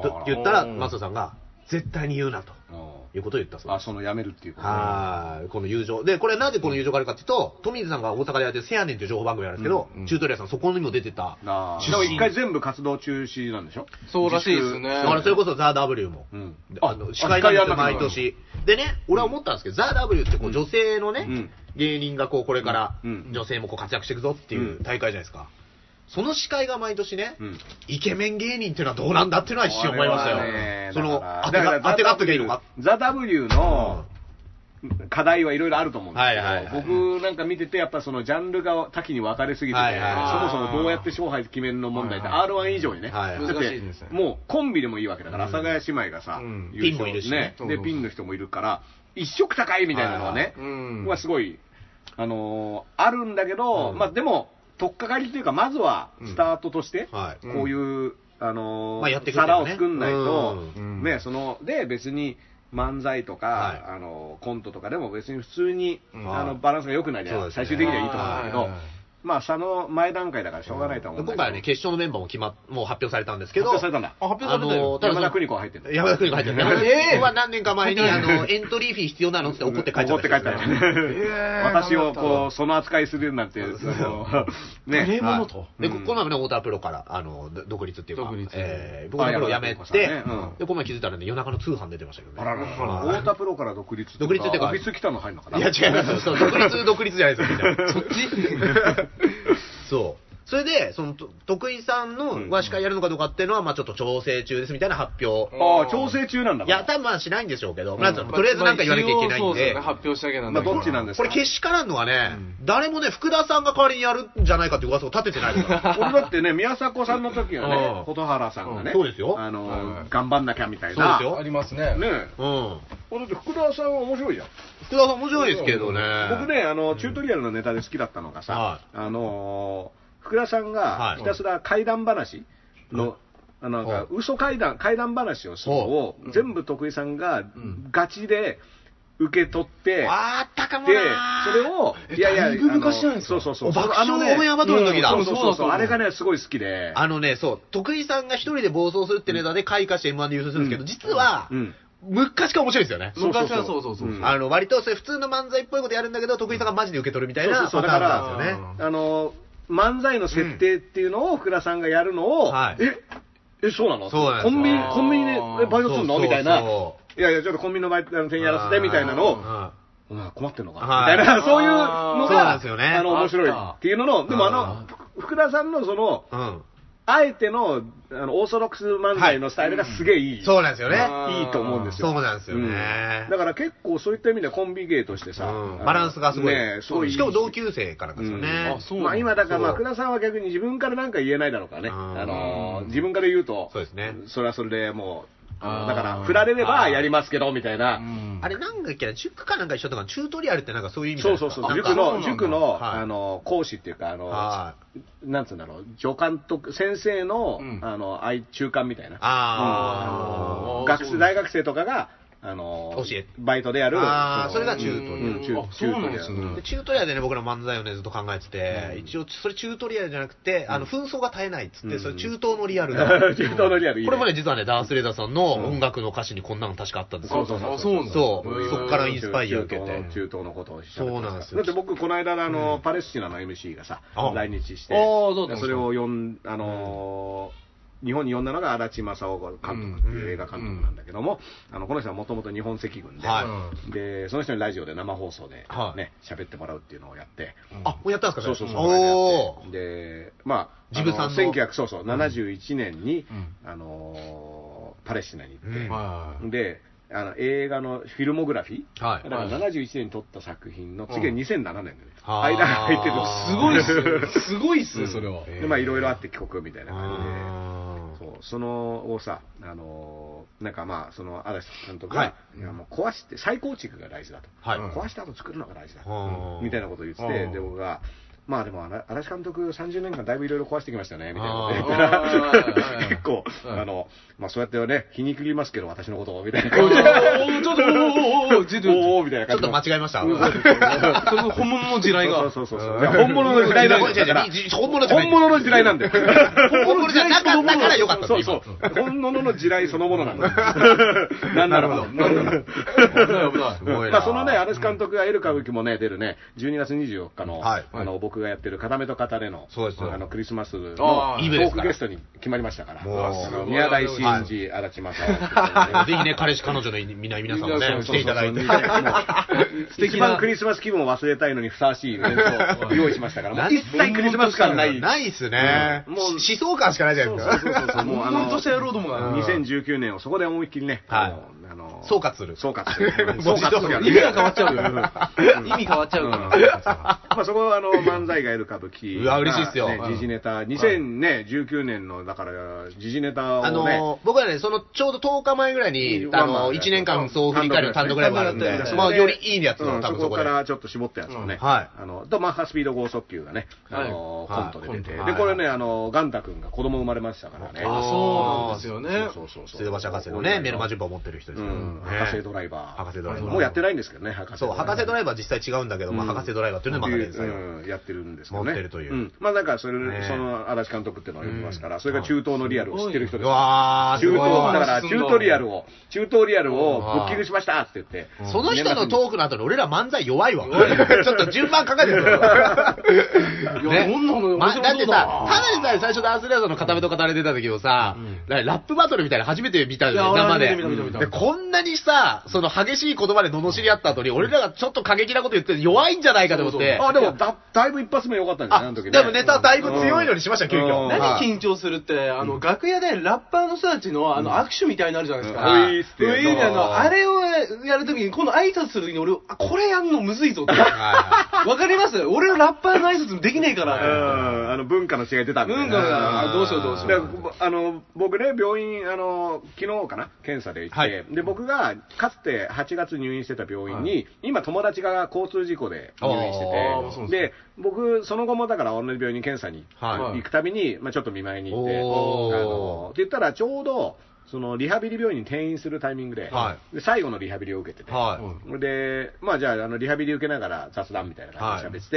[SPEAKER 4] と言ったら、
[SPEAKER 5] うん
[SPEAKER 4] マサさんが、絶対に言うな、と
[SPEAKER 3] お
[SPEAKER 4] いうことを言ったそう
[SPEAKER 3] あ、。
[SPEAKER 4] です
[SPEAKER 3] その辞めるっていうことね
[SPEAKER 4] はい、この友情。で、これなぜこの友情があるかっていうと、トミーズさんが大阪でやってるせやねんという情報番組なんですけど、
[SPEAKER 5] うんうん
[SPEAKER 4] チュートリアルさんそこにも出てた。
[SPEAKER 3] なあ
[SPEAKER 4] 出身
[SPEAKER 3] でも一回全部活動中止なんでしょ
[SPEAKER 5] そうらしいですね。
[SPEAKER 4] だからそれこそザ・ W も。
[SPEAKER 3] うん
[SPEAKER 4] あの司会なんですよ、毎。年。でね、俺は思ったんですけど、ザ・ W ってこう女性のね、
[SPEAKER 3] うん
[SPEAKER 4] 芸人がこうこれから
[SPEAKER 3] うん
[SPEAKER 4] 女性もこう活躍していくぞっていう大会じゃないですか。その司会が毎年ね、
[SPEAKER 3] うん
[SPEAKER 4] イケメン芸人っていうのはどうなんだっていうのは一瞬思いましたよ。その、当てが当てがっとけばいいのか。
[SPEAKER 3] ザ・ W の課題はいろいろあると思うんですけど、
[SPEAKER 4] はいはいはい
[SPEAKER 3] 僕なんか見てて、やっぱそのジャンルが多岐に分かれすぎてて、
[SPEAKER 4] はいはいはい
[SPEAKER 3] そもそもどうやって勝敗決めるの問題って、
[SPEAKER 5] はい
[SPEAKER 3] R1 以上にね、
[SPEAKER 4] はいはい
[SPEAKER 3] だっ
[SPEAKER 5] 難していですね
[SPEAKER 3] もうコンビでもいいわけだから、阿佐ヶ谷姉妹がさ、
[SPEAKER 5] うん
[SPEAKER 3] 優勝
[SPEAKER 4] ピンもいるしね
[SPEAKER 5] そうそ
[SPEAKER 3] で、
[SPEAKER 5] うそう
[SPEAKER 3] ピンの人もいるから、一色高いみたいなのはね、
[SPEAKER 5] うん
[SPEAKER 3] はすごい、あのーあるんだけど、
[SPEAKER 4] うん
[SPEAKER 3] まあでも、取っかかりというか、まずはスタートとして、
[SPEAKER 4] はい。
[SPEAKER 5] うん
[SPEAKER 3] こういう、あのー
[SPEAKER 4] まあやっていくんだ
[SPEAKER 3] 皿
[SPEAKER 4] よ
[SPEAKER 3] を
[SPEAKER 4] ね
[SPEAKER 3] 作んないと、
[SPEAKER 5] うん
[SPEAKER 3] ね、その、で、別に漫才とか、
[SPEAKER 4] はい
[SPEAKER 3] あのーコントとかでも別に普通に、
[SPEAKER 5] うん
[SPEAKER 3] あ
[SPEAKER 4] は
[SPEAKER 3] の
[SPEAKER 4] い
[SPEAKER 3] バランスが良くないで、
[SPEAKER 4] そうですね
[SPEAKER 3] 最終的にはいいと思うんだけど、
[SPEAKER 5] はいはいはい
[SPEAKER 3] まあ、その前段階だからしょうがないとは思う
[SPEAKER 4] 今
[SPEAKER 3] んだけど。
[SPEAKER 4] 回はね、決勝のメンバーも決まっ、もう発表されたんですけど、
[SPEAKER 3] 発表されたんだ。
[SPEAKER 5] あ発表されたよ。
[SPEAKER 4] ただその
[SPEAKER 3] 山田邦子が入ってるの
[SPEAKER 4] 山田邦子入ってる。山田邦子は何年か前に、あの、エントリーフィー必要なのって怒って帰っち
[SPEAKER 3] 怒
[SPEAKER 4] ゃっ
[SPEAKER 3] ったて
[SPEAKER 4] 人
[SPEAKER 3] 帰っ
[SPEAKER 4] です
[SPEAKER 3] た
[SPEAKER 4] ね。
[SPEAKER 3] よね。私をこう、その扱いするなんて、あの
[SPEAKER 5] ね。
[SPEAKER 3] ね。
[SPEAKER 5] 物と。
[SPEAKER 4] で、
[SPEAKER 3] う
[SPEAKER 4] こ
[SPEAKER 3] ん
[SPEAKER 4] この前ね、太田プロから、あの、ど独立っていうか、
[SPEAKER 5] 独立
[SPEAKER 4] えー僕のプロ辞め
[SPEAKER 3] あ山田邦子
[SPEAKER 4] て、
[SPEAKER 3] さんねうん
[SPEAKER 4] で、この前気づいたらね、夜中の通販出てましたけどね。
[SPEAKER 3] あらら
[SPEAKER 4] ほ
[SPEAKER 3] ら
[SPEAKER 4] ら
[SPEAKER 3] 太田プロから独立
[SPEAKER 4] 独立っていうか
[SPEAKER 3] オフィス来たの入んのかない
[SPEAKER 4] や、違います。そう、独立、独立じゃないですよ、みんな。そっち そう。それで、その、と徳井さん
[SPEAKER 3] うん
[SPEAKER 4] の、は司会やるのかどうかっていうのは、まあちょっと調整中です、みたいな発表。
[SPEAKER 3] ああ、調整中なんだ。
[SPEAKER 4] いや、多分まあしないんでしょうけど、まず、とりあえずなんか言わなきゃいけないんで
[SPEAKER 5] まあ一応そうすよね。発表してあげな
[SPEAKER 3] まあ、どっちなんです
[SPEAKER 4] こ
[SPEAKER 3] か
[SPEAKER 4] れ、けしからんのはね、誰もね、福田さんが代わりにやるんじゃないかって噂を立ててないですから
[SPEAKER 3] 俺だってね、宮迫さんの時は
[SPEAKER 4] う
[SPEAKER 3] ね
[SPEAKER 4] ん、
[SPEAKER 3] 蛍原さんがね、
[SPEAKER 4] うんそうですよ
[SPEAKER 3] あの
[SPEAKER 5] はいはい
[SPEAKER 3] ー、頑張んなきゃみたい
[SPEAKER 4] そうで
[SPEAKER 3] な。
[SPEAKER 4] すよ
[SPEAKER 5] ありますね。
[SPEAKER 3] ね
[SPEAKER 4] うん。
[SPEAKER 3] え。だって福田さんは面白いじゃん。
[SPEAKER 4] 福田さん面白いですけどね。
[SPEAKER 3] 僕、ね、あの、チュートリアルのネタで好きだったのが
[SPEAKER 4] は
[SPEAKER 3] さ
[SPEAKER 4] い、
[SPEAKER 3] あのー、福田さんが
[SPEAKER 4] はい
[SPEAKER 3] ひたすら怪談話の、あのなんか
[SPEAKER 4] は、
[SPEAKER 3] 嘘怪談、怪談話をするのを
[SPEAKER 5] うん、
[SPEAKER 3] 全部徳井さんが
[SPEAKER 5] ん
[SPEAKER 3] ガチで受け取って、
[SPEAKER 4] あったかも
[SPEAKER 3] で
[SPEAKER 4] な、
[SPEAKER 3] それを、
[SPEAKER 5] え
[SPEAKER 3] いやいや、
[SPEAKER 5] だいぶ昔じゃないですか
[SPEAKER 3] あのそうそうそう。
[SPEAKER 4] 爆笑オンエアバトルの時だ
[SPEAKER 3] そうそう
[SPEAKER 5] そう
[SPEAKER 3] そ
[SPEAKER 5] だ
[SPEAKER 3] う
[SPEAKER 5] そ
[SPEAKER 3] そうう。
[SPEAKER 5] だ
[SPEAKER 3] あれがね、すごい好きで。
[SPEAKER 4] あのね、そう、徳井さんが一人で暴走するってネタで開花して M1 で優勝するんですけど、実は、
[SPEAKER 3] うん。
[SPEAKER 4] 昔から面白いですよね。
[SPEAKER 5] 昔はそうそうそう。
[SPEAKER 3] うん
[SPEAKER 4] あの、割とそれ普通の漫才っぽいことやるんだけど、徳井さんがマジで受け取るみたいな
[SPEAKER 3] そうそうそう
[SPEAKER 4] パターンなんですよね。
[SPEAKER 3] あの、漫才の設定っていうのを福田さんがやるのを、
[SPEAKER 4] はい
[SPEAKER 3] え、え、そうなの
[SPEAKER 4] そうなんで
[SPEAKER 3] コ
[SPEAKER 4] すよ
[SPEAKER 3] ンビニ
[SPEAKER 5] あ、ー
[SPEAKER 3] コンビニでえバイトする
[SPEAKER 4] そうそうそ
[SPEAKER 3] の
[SPEAKER 4] う
[SPEAKER 3] みたいな。いやいや、ちょっとコンビニのバイト、あの店員やらせて、みたいなのを、
[SPEAKER 4] あ
[SPEAKER 3] お前困ってんのか、
[SPEAKER 4] はい
[SPEAKER 3] みたいな、そういうの
[SPEAKER 4] そうなん
[SPEAKER 3] が、
[SPEAKER 4] ですよね
[SPEAKER 3] あの、面白い
[SPEAKER 5] あった
[SPEAKER 3] っていうのの、でもあ
[SPEAKER 4] あ
[SPEAKER 3] の、ふ福田さんのその、
[SPEAKER 4] ーうん。
[SPEAKER 3] あえての、あの、オーソドックス漫才のスタイルがすげえいい。
[SPEAKER 4] そうなんですよね。
[SPEAKER 5] あー
[SPEAKER 3] いいと思うんですよ。
[SPEAKER 4] そうなんですよね
[SPEAKER 3] うんだから結構そういった意味ではコンビ芸としてさ、
[SPEAKER 4] うんバランスがすごい。
[SPEAKER 3] ねえすごいいい
[SPEAKER 4] しかも同級生からなんですよね
[SPEAKER 5] あ。そう
[SPEAKER 3] まあ今だから、まあ、
[SPEAKER 4] そう
[SPEAKER 3] 福田さんは逆に自分からなんか言えないだろうからね。
[SPEAKER 4] うん
[SPEAKER 3] あのー、自分から言うと、
[SPEAKER 4] そうですね
[SPEAKER 3] それはそれでもう、あ
[SPEAKER 5] あ
[SPEAKER 3] の
[SPEAKER 5] ー
[SPEAKER 3] だから、振られれ
[SPEAKER 4] あ
[SPEAKER 3] ば
[SPEAKER 4] ー
[SPEAKER 3] やりますけど、みたいな。
[SPEAKER 4] あれなんだっけな、塾かなんか一緒だから、チュートリアルってなんかそういう意味
[SPEAKER 3] そうそうそう
[SPEAKER 4] なん、か
[SPEAKER 3] 塾
[SPEAKER 5] そうなん
[SPEAKER 3] の、
[SPEAKER 5] だ
[SPEAKER 3] 塾の、
[SPEAKER 4] はい
[SPEAKER 3] あの、講師っていうか、あの、
[SPEAKER 4] はい
[SPEAKER 3] なんつうんだろう、助監督、先生の、
[SPEAKER 5] うん
[SPEAKER 3] あの、愛中間みたいな。うんあ
[SPEAKER 4] あー
[SPEAKER 3] の
[SPEAKER 5] あー
[SPEAKER 3] 学
[SPEAKER 5] そう
[SPEAKER 3] 生、大学生とかが、あの、
[SPEAKER 4] 教え
[SPEAKER 3] バイトでやる。
[SPEAKER 4] あーそれが
[SPEAKER 3] の
[SPEAKER 4] 中途
[SPEAKER 3] うん中
[SPEAKER 5] あそうなんです
[SPEAKER 3] 中
[SPEAKER 5] ね
[SPEAKER 4] で。 チュートリアルでね、僕ら漫才をね、ずっと考えてて、一応、それチュートリアルじゃなくて、あの、紛争が絶えないっつって、
[SPEAKER 3] うん
[SPEAKER 4] それ中東のリアルだ。
[SPEAKER 3] 途のリアルいいね
[SPEAKER 4] これもね、実はね、ダンスレーザーさんの音楽の歌詞にこんなの確かあったんです
[SPEAKER 3] そう
[SPEAKER 4] よ。
[SPEAKER 3] そうそう
[SPEAKER 5] あそうなんだ
[SPEAKER 4] そうそっからインスパイア
[SPEAKER 3] 中
[SPEAKER 4] 受け
[SPEAKER 3] 東
[SPEAKER 4] て
[SPEAKER 3] の中東のことを調べて
[SPEAKER 4] そうなんですよ
[SPEAKER 3] だって僕この間あの、パレスチナの MC がさ
[SPEAKER 4] あ
[SPEAKER 3] 来日して
[SPEAKER 5] あーどうだったんですか
[SPEAKER 3] それを呼んあのー日本に呼んだのが足立正夫監督っていう映画監督なんだけども、あのこの人はもともと日本赤軍で、
[SPEAKER 4] は
[SPEAKER 3] でその人にラジオで生放送でね
[SPEAKER 4] はい
[SPEAKER 3] 喋、ってもらうっていうのをやって、
[SPEAKER 4] あ、もうやったんです
[SPEAKER 3] そ
[SPEAKER 4] か
[SPEAKER 3] うそうそう、
[SPEAKER 4] おー。
[SPEAKER 3] で、まあ、
[SPEAKER 4] ジブさんの
[SPEAKER 3] 1971年に、
[SPEAKER 5] うん
[SPEAKER 3] あのーパレスチナに行って、
[SPEAKER 4] うん
[SPEAKER 5] はいはいはい
[SPEAKER 3] で、あの映画のフィルモグラフィー、
[SPEAKER 4] はい
[SPEAKER 3] だから71年に撮った作品の次は
[SPEAKER 4] うん
[SPEAKER 3] 2007年だね、
[SPEAKER 4] あー
[SPEAKER 3] 間が入ってる
[SPEAKER 5] すごいっすよ。すごいっす
[SPEAKER 4] う
[SPEAKER 5] よ、
[SPEAKER 4] ん
[SPEAKER 5] それは。
[SPEAKER 4] え
[SPEAKER 3] でまあいろいろあって帰国みたいな感
[SPEAKER 4] あ
[SPEAKER 3] じで
[SPEAKER 4] ー
[SPEAKER 3] そうそのをさあのーなんかまあその嵐監督
[SPEAKER 4] はい
[SPEAKER 3] が、いやもう壊して再構築が大事だと、
[SPEAKER 4] はい
[SPEAKER 3] 壊した後作るのが大事だ、
[SPEAKER 4] あー
[SPEAKER 3] みたいなことを言って
[SPEAKER 4] あ
[SPEAKER 3] て
[SPEAKER 4] ー
[SPEAKER 3] で僕がまあでもあ嵐監督30年間だいぶいろいろ壊してきましたねみたいなこと言った
[SPEAKER 4] あ
[SPEAKER 3] ら
[SPEAKER 4] ーはいはい
[SPEAKER 3] 結構
[SPEAKER 4] はい
[SPEAKER 3] あのまあそうやってね皮肉りますけど私のことをみたいな感
[SPEAKER 5] お
[SPEAKER 3] じで
[SPEAKER 5] ーちょっと、おーおーおーおーちょっと、
[SPEAKER 3] おーみたいな
[SPEAKER 4] ちょ
[SPEAKER 3] 感
[SPEAKER 4] っ
[SPEAKER 3] じで
[SPEAKER 4] と間違えました。
[SPEAKER 5] その本物の地雷が。
[SPEAKER 3] そうそうそうそう
[SPEAKER 4] うん
[SPEAKER 3] いや本物の時代なんだよだから
[SPEAKER 4] 本物じゃな
[SPEAKER 3] 本
[SPEAKER 4] い
[SPEAKER 3] 物の時代なんだよ
[SPEAKER 4] 本物じゃなかったからよかったんだ
[SPEAKER 3] そう
[SPEAKER 4] 今
[SPEAKER 3] そう。本物の地雷そのものなん だ。なんならば。
[SPEAKER 4] 危ない危な い
[SPEAKER 3] まあそのね、嵐監督がエル歌舞伎もね、出るね、12月24日の、
[SPEAKER 4] はい
[SPEAKER 3] あの、僕がやってる、片目と片手の、
[SPEAKER 4] そうです
[SPEAKER 3] あの、クリスマスの、
[SPEAKER 5] あ
[SPEAKER 3] ト
[SPEAKER 5] ー
[SPEAKER 4] イブで
[SPEAKER 3] ー
[SPEAKER 4] すか
[SPEAKER 3] ク
[SPEAKER 4] ら
[SPEAKER 3] ゲストに決まりましたから。
[SPEAKER 4] もう
[SPEAKER 3] あ
[SPEAKER 4] すご
[SPEAKER 3] の
[SPEAKER 5] い
[SPEAKER 3] 宮台真司、足立正
[SPEAKER 4] あ
[SPEAKER 3] 夫。
[SPEAKER 4] ぜひね、彼氏彼女の皆皆さんもね
[SPEAKER 5] そう、
[SPEAKER 4] 来ていただいて。
[SPEAKER 3] そうそうそうもう
[SPEAKER 5] 素敵な
[SPEAKER 3] 一番クリスマス気分を忘れたいのにふさわしいイベントを用意しましたから、もう一切クリスマス感ない。
[SPEAKER 4] ないっすね。
[SPEAKER 3] うん
[SPEAKER 4] も
[SPEAKER 3] も
[SPEAKER 4] う
[SPEAKER 3] う
[SPEAKER 4] 思想感しかないじゃないですか。
[SPEAKER 3] そうそうそうそうもうあの
[SPEAKER 5] 本当した野郎どもが
[SPEAKER 4] うん
[SPEAKER 3] 2019年をそこで思いっきりね、
[SPEAKER 4] はい
[SPEAKER 3] もうあの
[SPEAKER 4] 総括する
[SPEAKER 3] 総括する
[SPEAKER 4] 文字通り
[SPEAKER 3] 総括する
[SPEAKER 5] 意味が変わっちゃうよ。意味変わっちゃう
[SPEAKER 3] うん
[SPEAKER 5] から。
[SPEAKER 3] まあそこはあの漫才がいる歌舞伎
[SPEAKER 4] うわ嬉しいっすよ
[SPEAKER 3] ね
[SPEAKER 4] うん
[SPEAKER 3] 時事ネタ2019年のだから時事ネタ
[SPEAKER 4] あ
[SPEAKER 3] をね
[SPEAKER 4] の僕はね、そのちょうど10日前ぐらいに、あの1年間そう振り返る単独ライブがあるんで、
[SPEAKER 5] 単独
[SPEAKER 4] ま
[SPEAKER 5] ラ
[SPEAKER 4] あ、よりいいやつ
[SPEAKER 3] う
[SPEAKER 4] を
[SPEAKER 3] ん
[SPEAKER 4] 多分
[SPEAKER 3] そ
[SPEAKER 4] そ
[SPEAKER 3] こ
[SPEAKER 4] こ
[SPEAKER 3] か
[SPEAKER 4] で。
[SPEAKER 3] らちょっと絞ったやつをね、
[SPEAKER 4] うんはい
[SPEAKER 3] あのとマッハスピード剛速球がね、あの
[SPEAKER 4] はい
[SPEAKER 3] コントで出て、
[SPEAKER 4] はい
[SPEAKER 3] でこれねあのガンタ君が子供生まれましたからね
[SPEAKER 5] あ、そうなんですよね。
[SPEAKER 3] そうそうそう
[SPEAKER 4] 瀬戸橋博士のね、メルマジンバを持ってる人です
[SPEAKER 3] う
[SPEAKER 4] よね
[SPEAKER 3] ん、博士ドライバー
[SPEAKER 4] 博士ドライバー。
[SPEAKER 3] もうやってないんですけどね博士
[SPEAKER 4] そう、博士ドライバー実際違うんだけど、まあ、
[SPEAKER 3] うん
[SPEAKER 4] 博士ドライバーっていうのはまだ現在は
[SPEAKER 3] うんやってるんですけどね。
[SPEAKER 4] 持ってるというん
[SPEAKER 3] まあなんかそれ、
[SPEAKER 4] ね
[SPEAKER 3] その嵐監督っていうのを呼びますから、それが中東のリアルを知ってる人
[SPEAKER 4] う
[SPEAKER 3] です。
[SPEAKER 4] わー、
[SPEAKER 3] 中
[SPEAKER 4] すご
[SPEAKER 3] 東
[SPEAKER 4] い。
[SPEAKER 3] だから中東リアルを、中東リアルをブッキングしましたって言って。
[SPEAKER 4] その人の
[SPEAKER 3] 年
[SPEAKER 4] トークの後に俺ら漫才弱いわ。ちょっと順番考えてくれ
[SPEAKER 5] い
[SPEAKER 4] よ。
[SPEAKER 5] やどんなの面白
[SPEAKER 4] ま
[SPEAKER 5] そうだな
[SPEAKER 4] だってさ、ただでさえ最初ダンスレーザーの片目と片目出た時をさ、ラップバトルみたいなの初めて見た
[SPEAKER 5] いや
[SPEAKER 4] よね、生
[SPEAKER 5] 俺
[SPEAKER 4] で
[SPEAKER 5] 見た見た見た見た。
[SPEAKER 4] でこんなにさ、その激しい言葉で罵り合った後に、俺らがちょっと過激なこと言って弱いんじゃないかと思っ
[SPEAKER 5] そ
[SPEAKER 4] て
[SPEAKER 5] う。
[SPEAKER 3] 末。あ、でもだだいぶ一発目良かったんじゃないあ
[SPEAKER 4] あ、
[SPEAKER 3] の時ね
[SPEAKER 4] でもネタだいぶ強いのにしました、急
[SPEAKER 3] う
[SPEAKER 4] 遽。
[SPEAKER 3] ん
[SPEAKER 5] 何
[SPEAKER 4] はい
[SPEAKER 5] 緊張するって、あの、楽屋でラッパーの人たちの、あの、握手みたいになるじゃないですか。
[SPEAKER 3] うん
[SPEAKER 5] は
[SPEAKER 3] うい
[SPEAKER 5] い
[SPEAKER 3] っすよ
[SPEAKER 5] ういあの、あれをやるときに、この挨拶するときに俺、あ、これやんのむず いぞって。
[SPEAKER 4] は
[SPEAKER 5] わかります俺のラッパーの挨拶できねえか
[SPEAKER 3] う
[SPEAKER 5] ら。
[SPEAKER 3] ん、あの文化の違い出たみたい
[SPEAKER 5] 文
[SPEAKER 3] な
[SPEAKER 5] 化が、あどうしようどうし
[SPEAKER 3] で
[SPEAKER 5] よう。
[SPEAKER 3] あの僕ね、病院、あの昨日かな、検査で行って、
[SPEAKER 4] はい
[SPEAKER 3] で僕がかつて8月入院してた病院に、今、友達が交通事故で入院
[SPEAKER 4] あ
[SPEAKER 5] ーそう
[SPEAKER 3] してて、で僕、その後もだから、同じ病院に検査に
[SPEAKER 4] はい
[SPEAKER 3] 行くたびに、まあ、ちょっと見舞いに行って、あ
[SPEAKER 4] おー
[SPEAKER 3] のって言ったら、ちょうどそのリハビリ病院に転院するタイミングで、
[SPEAKER 4] は
[SPEAKER 3] で最後のリハビリを受けてて。
[SPEAKER 4] い。は
[SPEAKER 5] うん
[SPEAKER 3] で、まあじゃあ、あの、リハビリ受けながら雑談みたいな感じで喋って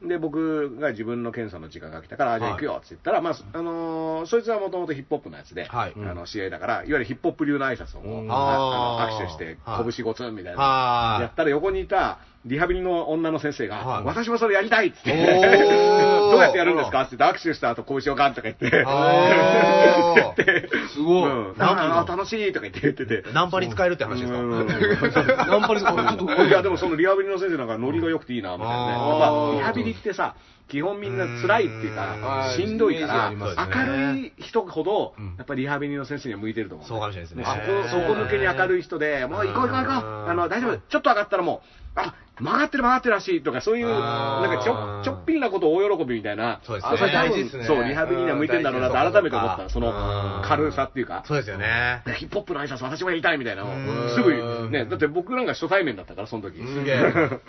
[SPEAKER 3] て、で、僕が自分の検査の時間が来たから、あじゃあ行くよって言ったら、まあ、あのーそいつはもともとヒップホップのやつで、
[SPEAKER 4] はい
[SPEAKER 3] あの、知り合いだから、いわゆるヒップホップ流の挨拶をこう、
[SPEAKER 5] うん
[SPEAKER 3] ああの
[SPEAKER 4] あー
[SPEAKER 3] 握手して
[SPEAKER 4] はい、
[SPEAKER 3] 拳ごつんみたいな、
[SPEAKER 4] はい。
[SPEAKER 3] やったら横にいた、リハビリの女の先生が、
[SPEAKER 4] はい
[SPEAKER 3] 私もそれやりたいって言っ
[SPEAKER 4] お
[SPEAKER 3] て、
[SPEAKER 4] ー
[SPEAKER 3] どうやってやるんですかって言って、握手した後、拳をガンとか言って、
[SPEAKER 4] あ ー
[SPEAKER 5] すごい。
[SPEAKER 3] うん、
[SPEAKER 4] なんか
[SPEAKER 3] あー楽しいとか言って言ってて、
[SPEAKER 4] ナンパに使えるって話で すか
[SPEAKER 3] うん
[SPEAKER 5] ナンパリスコ、ちょっとこれ
[SPEAKER 3] いや、でもそのリハビリの先生なんかノリが良くていいな、みたいなね。
[SPEAKER 4] あ
[SPEAKER 3] やっ
[SPEAKER 4] ー
[SPEAKER 3] ぱリハビリってさ、基本みんな辛いっていうか、
[SPEAKER 5] うん
[SPEAKER 3] しんどいか
[SPEAKER 5] あーイメー
[SPEAKER 4] ジあります
[SPEAKER 3] ら、
[SPEAKER 4] ね
[SPEAKER 3] 明るい人ほど、やっぱりリハビリの先生には向いてると思う。
[SPEAKER 4] そうかもしれないですね
[SPEAKER 3] あそこ、そこ向けに明るい人で、もう行こう行こう行こう、
[SPEAKER 4] うん
[SPEAKER 3] あの、大丈夫、ちょっと上がったらもう、あ、曲がってる曲がってるらしいとか、そういう、
[SPEAKER 4] あー
[SPEAKER 3] なんかちょ、ちょっぴりなことを大喜びみたいな、
[SPEAKER 4] そうです
[SPEAKER 3] あ
[SPEAKER 4] ね
[SPEAKER 3] れ多分
[SPEAKER 5] 大事ですね
[SPEAKER 3] そう、リハビリには向いてんだろうなって改めて思っ
[SPEAKER 4] う
[SPEAKER 3] た、
[SPEAKER 4] ん
[SPEAKER 3] そ
[SPEAKER 4] うん
[SPEAKER 3] の軽さっていうか。
[SPEAKER 4] そうですよね。
[SPEAKER 3] で ヒップホップの挨拶私もやりたいみたいなの
[SPEAKER 4] う
[SPEAKER 3] を
[SPEAKER 4] ん
[SPEAKER 3] すぐね、だって僕なんか初対面だったから、その時。す
[SPEAKER 4] げえ
[SPEAKER 3] だ